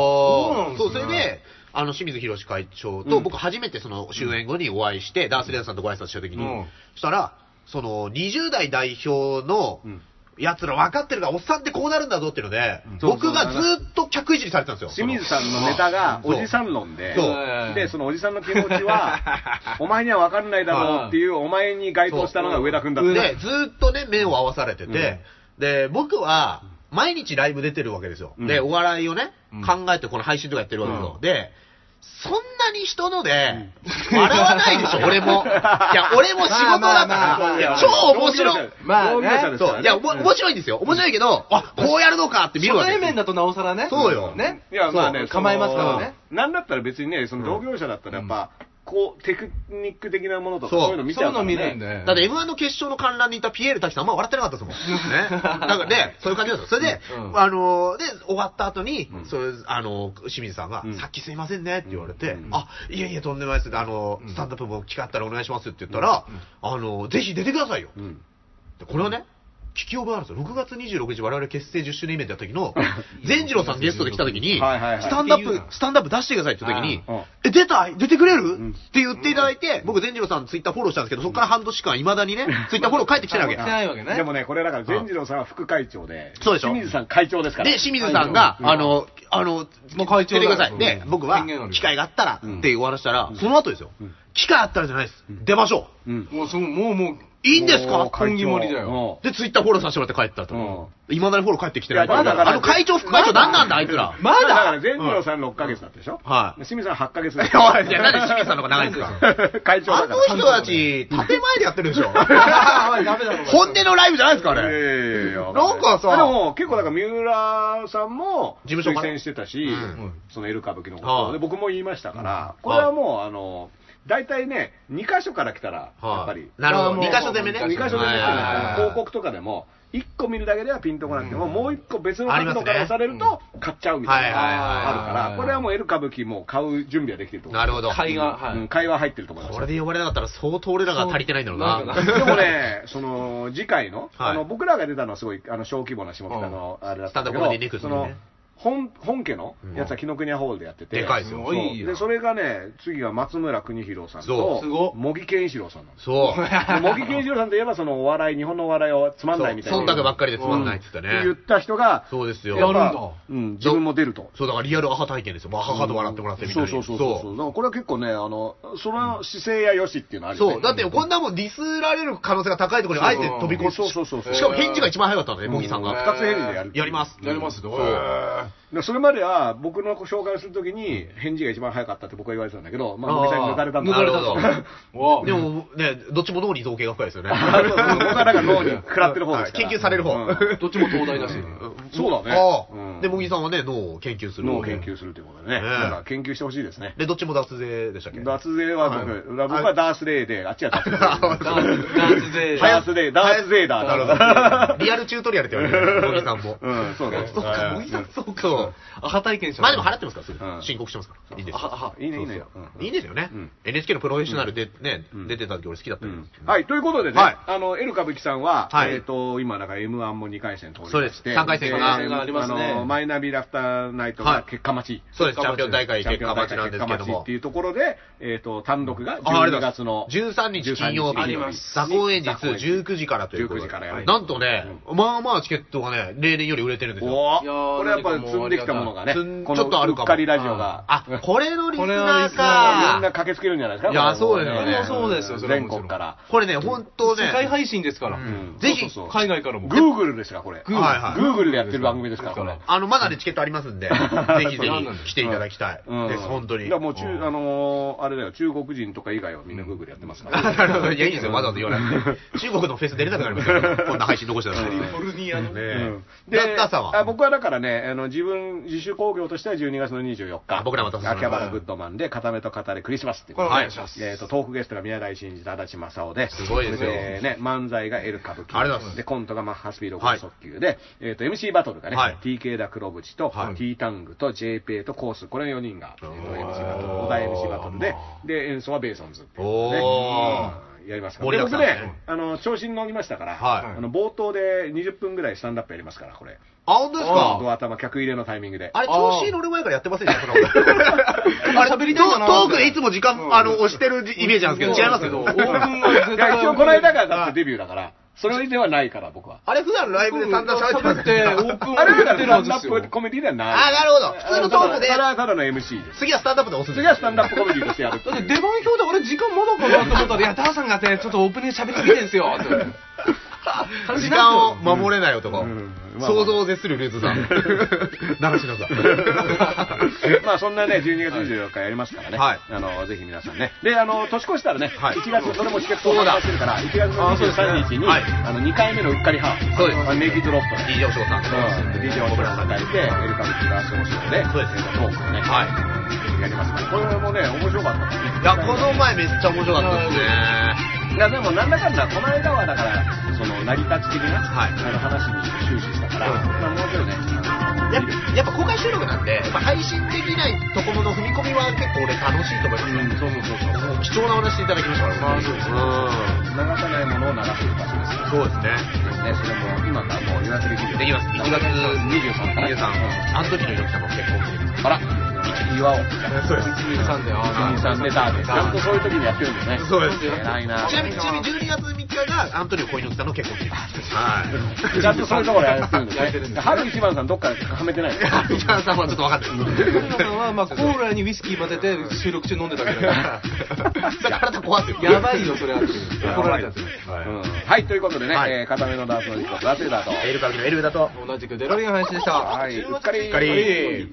[SPEAKER 4] そ
[SPEAKER 5] そ
[SPEAKER 4] うう、
[SPEAKER 5] な
[SPEAKER 4] そ
[SPEAKER 5] んですね
[SPEAKER 4] れで、あの、清水博会長
[SPEAKER 3] う
[SPEAKER 4] と、
[SPEAKER 3] ん
[SPEAKER 4] 僕初めてその終演後にお会いして、ダースレーナーさんとご挨拶した時に、
[SPEAKER 5] うん、
[SPEAKER 4] したら、その、20代代表の
[SPEAKER 3] うん、
[SPEAKER 4] 奴ら分かってるから、おっさんってこうなるんだぞっていうので、
[SPEAKER 3] そう
[SPEAKER 4] 僕がずっと客いじりされてたんですよ。
[SPEAKER 3] 清水さんのネタが
[SPEAKER 4] そう
[SPEAKER 3] おじさん論で
[SPEAKER 4] そう
[SPEAKER 3] で、そのおじさんの気持ち は、お前には分かんないだろうっていう、お前に該当したのが上田君だっ
[SPEAKER 4] その
[SPEAKER 3] た。
[SPEAKER 4] で、ずっとね、目を合わされてて、で、僕は、毎日ライブ出てるわけですよ。
[SPEAKER 3] うん
[SPEAKER 4] で、お笑いをね
[SPEAKER 5] うん、
[SPEAKER 4] 考えてこの配信とかやってるわけですよ。
[SPEAKER 3] うん
[SPEAKER 4] で、そんなに人ので、笑わない でしょ、俺も。いや、俺も仕事だ
[SPEAKER 5] まあまあ
[SPEAKER 4] か
[SPEAKER 5] ま
[SPEAKER 4] ら、
[SPEAKER 5] あ
[SPEAKER 4] いや超面白い。
[SPEAKER 5] まあ
[SPEAKER 3] 同業者ですか
[SPEAKER 4] そ
[SPEAKER 3] ら
[SPEAKER 4] う、
[SPEAKER 3] ね
[SPEAKER 4] いや、おも面白いんですよ。面白いけど、あ、こうやるのかって見るわ
[SPEAKER 5] 初
[SPEAKER 4] けで
[SPEAKER 5] 対
[SPEAKER 4] すよ
[SPEAKER 5] 面だとなおさらね。
[SPEAKER 4] そうよ
[SPEAKER 5] ね。
[SPEAKER 3] いや、まあ
[SPEAKER 5] そ
[SPEAKER 3] ね、
[SPEAKER 5] う構えますからね。
[SPEAKER 3] その。なんだったら別にね、その同業者だったらやっぱ、こう、テクニック的なものとか、
[SPEAKER 4] そう
[SPEAKER 3] そういうの見ちゃうから
[SPEAKER 5] そういうの見るんだ
[SPEAKER 3] ね。
[SPEAKER 5] よ
[SPEAKER 4] だって M1 の決勝の観覧にいたピエール滝さん、あんま笑ってなかったですもん。 ね。なんかね、そういう感じなんですよ。それで、
[SPEAKER 5] うん
[SPEAKER 4] あのーで、終わった後に、
[SPEAKER 3] うん
[SPEAKER 4] それ、あのー清水さんが、
[SPEAKER 3] うん
[SPEAKER 4] さっきすいませんねって言われて、
[SPEAKER 3] うん
[SPEAKER 4] あ、いやいや、とんでもないですって、あのー
[SPEAKER 5] うん
[SPEAKER 4] スタンダップも機会あったらお願いしますって言ったら、あのーぜひ出てくださいよ。
[SPEAKER 3] うん
[SPEAKER 4] でこれはね、聞き覚えあるんですよ。6月26日、我々結成10周年イベントやった時の、善次郎さんゲストで来た時に、
[SPEAKER 3] はいはいはい
[SPEAKER 4] スタンダッ
[SPEAKER 5] 言うな
[SPEAKER 4] プ、スタンダップ出してくださいって言った時に
[SPEAKER 3] ああ、
[SPEAKER 4] え、出たい出てくれる、
[SPEAKER 3] ん
[SPEAKER 4] って言っていただいて、僕、善次郎さんツイッターフォローしたんですけど、そこから半年間、いまだにね、ツイッターフォロー返ってきてない
[SPEAKER 5] ま
[SPEAKER 4] わ
[SPEAKER 5] あないわけね
[SPEAKER 3] でもね、これだから、善次郎さんは副会長で、
[SPEAKER 4] そうでしょ
[SPEAKER 3] 清水さん会長ですか
[SPEAKER 4] け。
[SPEAKER 3] ら。
[SPEAKER 4] で、清水さんが、
[SPEAKER 3] うん
[SPEAKER 4] あの、あの、
[SPEAKER 5] もう会
[SPEAKER 4] 出て
[SPEAKER 5] 長だ
[SPEAKER 4] く
[SPEAKER 5] よ
[SPEAKER 4] ださい。で
[SPEAKER 5] う、ん
[SPEAKER 4] 僕は
[SPEAKER 5] 権限あるよ、
[SPEAKER 4] 機会があったら
[SPEAKER 3] うん
[SPEAKER 4] ってお話したら、その後ですよ
[SPEAKER 3] うん。
[SPEAKER 4] 機会あったらじゃないです。出ましょ
[SPEAKER 3] うん。
[SPEAKER 5] もう、そう、もう、もう、
[SPEAKER 4] う。いいんです
[SPEAKER 3] もう
[SPEAKER 4] か
[SPEAKER 5] 本気盛りだよ。
[SPEAKER 4] で、ツイッターフォローさせてもらって帰ったと。いまだにフォロー返ってきてない。
[SPEAKER 3] いやまだだから
[SPEAKER 4] あの、会長、副会長何なんだ、あいつら。
[SPEAKER 5] ま
[SPEAKER 3] だか
[SPEAKER 5] だ
[SPEAKER 3] ら、善次郎さん6ヶ月だったでしょ
[SPEAKER 4] はい
[SPEAKER 3] で清水さん8ヶ月
[SPEAKER 4] い
[SPEAKER 3] だ
[SPEAKER 4] や、
[SPEAKER 3] っ
[SPEAKER 4] い
[SPEAKER 3] た。
[SPEAKER 4] や、なんで清水さんの方が長いんですか
[SPEAKER 3] 会長
[SPEAKER 4] あ
[SPEAKER 3] だから。
[SPEAKER 4] の人たち、建前でやってるでし ょ
[SPEAKER 5] あダメだろ
[SPEAKER 4] 本音のライブじゃないですか、あ
[SPEAKER 3] い
[SPEAKER 4] れ。
[SPEAKER 3] やいやいや
[SPEAKER 4] なんかさ
[SPEAKER 3] でも結構だから三浦さんも
[SPEAKER 4] 事務所
[SPEAKER 3] 推
[SPEAKER 4] から
[SPEAKER 3] 薦してたし、
[SPEAKER 4] うん
[SPEAKER 3] そのエル歌舞伎のこ
[SPEAKER 4] は
[SPEAKER 3] と
[SPEAKER 4] い
[SPEAKER 3] で僕も言いましたから、
[SPEAKER 4] うん
[SPEAKER 3] これはもうあの大体ね2箇所から来たらやっぱり、
[SPEAKER 4] なるほ
[SPEAKER 5] まあ
[SPEAKER 4] ど。
[SPEAKER 5] もう
[SPEAKER 4] 2箇所攻めね。
[SPEAKER 5] 二
[SPEAKER 3] 2箇所で
[SPEAKER 4] は
[SPEAKER 3] ね
[SPEAKER 4] いはいはい
[SPEAKER 3] 広告とかでも1個見るだけではピンとこなくても、
[SPEAKER 5] うん
[SPEAKER 3] もう1個別の角度から押されると買っちゃうみたいなの
[SPEAKER 4] はいはいはい
[SPEAKER 3] があるから、
[SPEAKER 5] はい
[SPEAKER 3] これはもうエル歌舞伎も買う準備はできてると思う
[SPEAKER 4] なるほど。
[SPEAKER 5] 会が、は
[SPEAKER 3] うん
[SPEAKER 5] い。
[SPEAKER 3] 会話入ってると思います
[SPEAKER 4] これで呼ばれなかったら相当俺らが足りてないんだろう
[SPEAKER 5] そうなん
[SPEAKER 4] な。
[SPEAKER 3] でもね、その次回の,、
[SPEAKER 4] はい
[SPEAKER 3] あの僕らが出たのはすごいあの小規模な下北のあれだったんだけ
[SPEAKER 4] スタンダードコ
[SPEAKER 3] ど、
[SPEAKER 4] メディネクス
[SPEAKER 3] そ
[SPEAKER 4] ト
[SPEAKER 3] の
[SPEAKER 4] ね
[SPEAKER 3] 本本家のやつは紀ノ国屋ホールでやってて、
[SPEAKER 4] でかいです
[SPEAKER 5] す
[SPEAKER 4] よ。
[SPEAKER 5] ごいよ。
[SPEAKER 3] そうでそれがね、次が松村邦弘さん
[SPEAKER 4] そう
[SPEAKER 5] すご
[SPEAKER 3] と茂木健一郎さんなんです
[SPEAKER 4] そ う。
[SPEAKER 3] で茂木健一郎さんといえばそのお笑い、日本のお笑いをつまんないみたいな、
[SPEAKER 4] 忖度ばっかりでつまんないって言って
[SPEAKER 3] って言っ
[SPEAKER 4] ね。
[SPEAKER 3] た人が、
[SPEAKER 4] そうです
[SPEAKER 5] やる
[SPEAKER 4] よ
[SPEAKER 5] ん。だ
[SPEAKER 3] うん、自分も出ると。
[SPEAKER 4] そうだからリアルアハ体験ですよ。まあ、母と笑ってもらってみたいな。
[SPEAKER 3] そうそうそうそうそう。だからこれは結構ね、あの、その姿勢やよしっていうのはあるよね。
[SPEAKER 4] そう。だってこんなもんディスられる可能性が高いところにあえて飛び込ん
[SPEAKER 3] そうそうそうそう
[SPEAKER 4] しかも返事が一番早かったのね、茂木さん
[SPEAKER 3] うん
[SPEAKER 4] が。
[SPEAKER 3] 二つ返事でやる。
[SPEAKER 4] やります。
[SPEAKER 5] やります
[SPEAKER 4] そう
[SPEAKER 5] よ。へ
[SPEAKER 3] でそれまでは僕の紹介をするときに返事が一番早かったって僕は言われてたんだけど、まあ、茂木さんに抜かれたんだ
[SPEAKER 4] あー抜かれ たと
[SPEAKER 3] なる
[SPEAKER 5] ーわあ
[SPEAKER 4] でもね、どっちも脳に造形が深いですよね。
[SPEAKER 3] ほど僕はなんか脳に食らってる方ですから。
[SPEAKER 4] 研究される方
[SPEAKER 3] うん
[SPEAKER 5] どっちも東大だし。
[SPEAKER 3] そうだね
[SPEAKER 4] あ
[SPEAKER 3] う
[SPEAKER 4] あ
[SPEAKER 3] ん
[SPEAKER 4] で、茂木さんはね、脳を研究する。
[SPEAKER 3] 脳を研究するということでね。
[SPEAKER 4] ね
[SPEAKER 3] だから研究してほしいですね。
[SPEAKER 4] で、どっちも脱税でしたっけ
[SPEAKER 3] 脱税は僕、
[SPEAKER 4] はい
[SPEAKER 3] 僕はダースレイで、あっちはダースレイ。
[SPEAKER 5] ダンス、ダンスで。
[SPEAKER 3] ダースレイ、ダースレイダー。
[SPEAKER 4] なるほ ど。リアルチュートリアルって言われてる、茂木さんも。
[SPEAKER 3] うん、そうね。
[SPEAKER 5] そうか、もういいさん、そうか。
[SPEAKER 4] そう
[SPEAKER 5] アハ体験者。
[SPEAKER 4] まあでも払ってますから、すぐ
[SPEAKER 3] うん
[SPEAKER 4] 申告してますから。いいんです
[SPEAKER 5] アハ、ア
[SPEAKER 4] よ。
[SPEAKER 5] ハ。
[SPEAKER 3] いいね、いいね。うん
[SPEAKER 4] いいんですよね
[SPEAKER 3] うん
[SPEAKER 4] NHK のプロフェッショナルでね
[SPEAKER 3] うん、
[SPEAKER 4] 出てた時俺好きだったよ
[SPEAKER 3] はい、ということでね、
[SPEAKER 4] はい
[SPEAKER 3] あの、エル歌舞伎さんは、
[SPEAKER 4] はい
[SPEAKER 3] えっ、と、今、だから M1 も2回戦通りまして
[SPEAKER 4] そうです三回戦が
[SPEAKER 3] で
[SPEAKER 5] がありますね
[SPEAKER 3] の、マイナビラフターナイト
[SPEAKER 4] は
[SPEAKER 3] が
[SPEAKER 4] い
[SPEAKER 3] 結果待ち。
[SPEAKER 4] そうです、チャンピオン大会
[SPEAKER 3] チャンピ
[SPEAKER 4] 結
[SPEAKER 3] オ
[SPEAKER 4] 果
[SPEAKER 3] ン大
[SPEAKER 4] 待
[SPEAKER 3] 会
[SPEAKER 4] ちなんですけど
[SPEAKER 3] 結果待ちっ
[SPEAKER 4] も
[SPEAKER 3] てい。うところで、えっ、と、単独が
[SPEAKER 4] ああり
[SPEAKER 3] 12
[SPEAKER 4] がと
[SPEAKER 3] 月
[SPEAKER 4] う
[SPEAKER 3] の
[SPEAKER 4] ございます13日金曜
[SPEAKER 3] 13
[SPEAKER 4] 日
[SPEAKER 5] あります、
[SPEAKER 4] ザ公演日
[SPEAKER 3] ザ公演日
[SPEAKER 4] 19時からということ
[SPEAKER 3] 19時からや
[SPEAKER 4] で、
[SPEAKER 3] る
[SPEAKER 4] なんとね、まあまあチケットがね、例年より売れてるんですよ。
[SPEAKER 3] おお
[SPEAKER 5] いやー
[SPEAKER 3] これやっぱ積んできたものがね、
[SPEAKER 4] 積ん
[SPEAKER 3] この
[SPEAKER 4] ちょっとあるかも
[SPEAKER 3] うっかりラジオが、
[SPEAKER 4] あ、これのリス
[SPEAKER 5] これの
[SPEAKER 4] ナ
[SPEAKER 5] リ
[SPEAKER 4] ー
[SPEAKER 5] スナ
[SPEAKER 3] みんな
[SPEAKER 4] か。
[SPEAKER 3] 駆けつけるんじゃないですか
[SPEAKER 4] いや
[SPEAKER 3] これ
[SPEAKER 4] そう
[SPEAKER 3] は
[SPEAKER 4] だよね
[SPEAKER 5] そうですよそれは
[SPEAKER 3] 全
[SPEAKER 5] もちろん
[SPEAKER 3] 国から。
[SPEAKER 4] これね、本当ね
[SPEAKER 5] 世、界配信ですから。
[SPEAKER 3] ん
[SPEAKER 4] ぜひ
[SPEAKER 3] そうそうそう
[SPEAKER 5] 海外からも。
[SPEAKER 3] グーグルですから、これ。グ
[SPEAKER 4] グーはいはい
[SPEAKER 3] ーグルでやってる番組ですから、これ。
[SPEAKER 4] あの、まだね、チケットありますんで、ぜひぜひ来ていただきたい。
[SPEAKER 3] うん
[SPEAKER 4] です、本当に。
[SPEAKER 3] だからもう中、
[SPEAKER 4] ん
[SPEAKER 3] あのーあれだよ、中国人とか以外はみんなグーグルやってますから。
[SPEAKER 4] なる ほど。いや、いいですよ。わざわざ言わなくて。中国のフェス出れなくなりますからこんな配信残してたら。ね
[SPEAKER 5] カリフォルニアの。
[SPEAKER 3] うん
[SPEAKER 4] え。ダッダーさん
[SPEAKER 3] あ
[SPEAKER 4] は
[SPEAKER 3] 僕はだからね、あの自分、自主興行としては12月の24日、
[SPEAKER 4] あ僕らまた
[SPEAKER 3] 秋葉原グッドマンで、片目と片でクリスマスっていう
[SPEAKER 5] これお願いします
[SPEAKER 3] えーと、トークゲストが宮台真司、足立正雄で、
[SPEAKER 4] すごいですよ
[SPEAKER 3] それね、漫才がエル歌舞伎、
[SPEAKER 4] ありがとうございます
[SPEAKER 3] でコントがマッハスピード高速球で、えーと、MC バトルがね、
[SPEAKER 4] はい
[SPEAKER 3] TK だ黒渕と、
[SPEAKER 4] はい
[SPEAKER 3] T タングと JP とコース、これの4人が、えーと
[SPEAKER 4] おー
[SPEAKER 3] MC バトル、お題 MC バトルで、で、演奏はベーソンズっていうことでね
[SPEAKER 4] お
[SPEAKER 3] う
[SPEAKER 4] ー
[SPEAKER 3] んやりますから。
[SPEAKER 4] 盛りだく
[SPEAKER 3] 僕
[SPEAKER 4] さんですね
[SPEAKER 3] ね、あの、調子に乗りましたから、
[SPEAKER 4] はい
[SPEAKER 3] あの冒頭で20分ぐらいスタンダップやりますから、これ。
[SPEAKER 4] あ、本当です
[SPEAKER 3] ド
[SPEAKER 4] か
[SPEAKER 3] ア頭客入れのタイミングで。
[SPEAKER 4] あれ、調子乗る前からやってませんでした、そんなことあれ、
[SPEAKER 5] 喋りたい
[SPEAKER 4] ト
[SPEAKER 5] かなって
[SPEAKER 4] トークでいつも時間、あの、押してるイメージなんですけど、違いますけ
[SPEAKER 5] オ
[SPEAKER 4] ど
[SPEAKER 5] ー。プンは絶
[SPEAKER 3] いや、
[SPEAKER 5] 対。
[SPEAKER 3] 一応この間がだってデビューだから、それではないから、僕は。
[SPEAKER 4] あれ、普段ライブで散々喋ってますけ
[SPEAKER 5] 喋って
[SPEAKER 4] ど
[SPEAKER 5] オープン
[SPEAKER 3] あれはだからスタン
[SPEAKER 5] で
[SPEAKER 3] ダ
[SPEAKER 5] す
[SPEAKER 3] ップ
[SPEAKER 5] よ。
[SPEAKER 3] コメディではない。
[SPEAKER 4] あー、なるほど。普通のトークで
[SPEAKER 3] そ、れはただの MC です。
[SPEAKER 4] 次はスタンダップで押すんです
[SPEAKER 3] 次はスタンダップコメディとしてやるって
[SPEAKER 5] だ
[SPEAKER 3] い
[SPEAKER 5] っ
[SPEAKER 3] う
[SPEAKER 5] て出番表で俺時間まだかなと思ったら、いや、ダーさんがね、ちょっとオープニング喋りすぎてんですよ。 って言われて
[SPEAKER 4] 時間を守れない男。
[SPEAKER 3] うんまあまあ
[SPEAKER 4] 想像を絶するルーズ さん。長篠さん。
[SPEAKER 3] まあそんなね、12月24日やりますからね、
[SPEAKER 4] はい
[SPEAKER 3] あのぜひ皆さんね、であの年越したらね、
[SPEAKER 4] はい
[SPEAKER 3] 1月、それもチケット販売してるから、1月の
[SPEAKER 4] あそうですね
[SPEAKER 3] 23日に、
[SPEAKER 4] はい
[SPEAKER 3] あの2回目のうっかりハーフ、
[SPEAKER 4] そうです
[SPEAKER 3] まあネイキッドロットね、
[SPEAKER 4] DJ おしょうさ
[SPEAKER 3] う
[SPEAKER 4] ん。
[SPEAKER 3] ん、DJ をご覧いただいて、ウェルカムとラッシュお仕事で、
[SPEAKER 4] そうですね
[SPEAKER 3] トークをね、
[SPEAKER 4] はい
[SPEAKER 3] やりますから、これもね、面白かったですね。
[SPEAKER 4] いや、この前めっちゃ面白かったですね。
[SPEAKER 3] いやでもなんだかんだ、この間はだから、その成り立ち的な、
[SPEAKER 4] はい
[SPEAKER 3] あの話に終始したから、まあもうちょいね、あの
[SPEAKER 4] やっぱやっぱ公開収録なんで、やっぱ配信できないところの踏み込みは結構俺楽しいと思いますね。
[SPEAKER 3] うん、そうそうそうそう。
[SPEAKER 4] 貴重なお話いただきましたから、
[SPEAKER 3] あそうですね流さないものを流す場所ですから。
[SPEAKER 4] うんそうですね。
[SPEAKER 3] ね、それも今からもう予約できるよ
[SPEAKER 4] できます。1月
[SPEAKER 3] 23から。
[SPEAKER 4] 23あの時の猪木さんも結構来てます。
[SPEAKER 3] あら、岩尾。
[SPEAKER 4] そうです。
[SPEAKER 5] 123で、あー
[SPEAKER 3] 23でダーで。ちゃんとそういう時にやってるんですね。
[SPEAKER 4] そうです
[SPEAKER 3] 偉いな。
[SPEAKER 4] ちなみに、ちなみに12月3日がアントニオ小猪木さんの結婚式です。はい。
[SPEAKER 3] ちゃんとそういうところやってるんです
[SPEAKER 5] やってるん
[SPEAKER 3] ね。
[SPEAKER 5] です
[SPEAKER 3] 春一番さんどっかはめてないですか
[SPEAKER 4] 石原さんはちょっと分かって
[SPEAKER 5] 古
[SPEAKER 4] る。
[SPEAKER 5] 野さんは、まあ、コーラにウイスキー混ぜて収録中飲んでたけ ど、や
[SPEAKER 4] 体壊すよ。
[SPEAKER 5] ばいよ、それはって。怒られたやつ。
[SPEAKER 3] うんはい、ということでね、
[SPEAKER 4] はい
[SPEAKER 3] えー固めのダーツの実況、ダーツエダーと。
[SPEAKER 4] エルカビのエルベだと。
[SPEAKER 5] 同じくデロリアン林でした。
[SPEAKER 3] はい、うっかり。
[SPEAKER 4] うっかり
[SPEAKER 5] い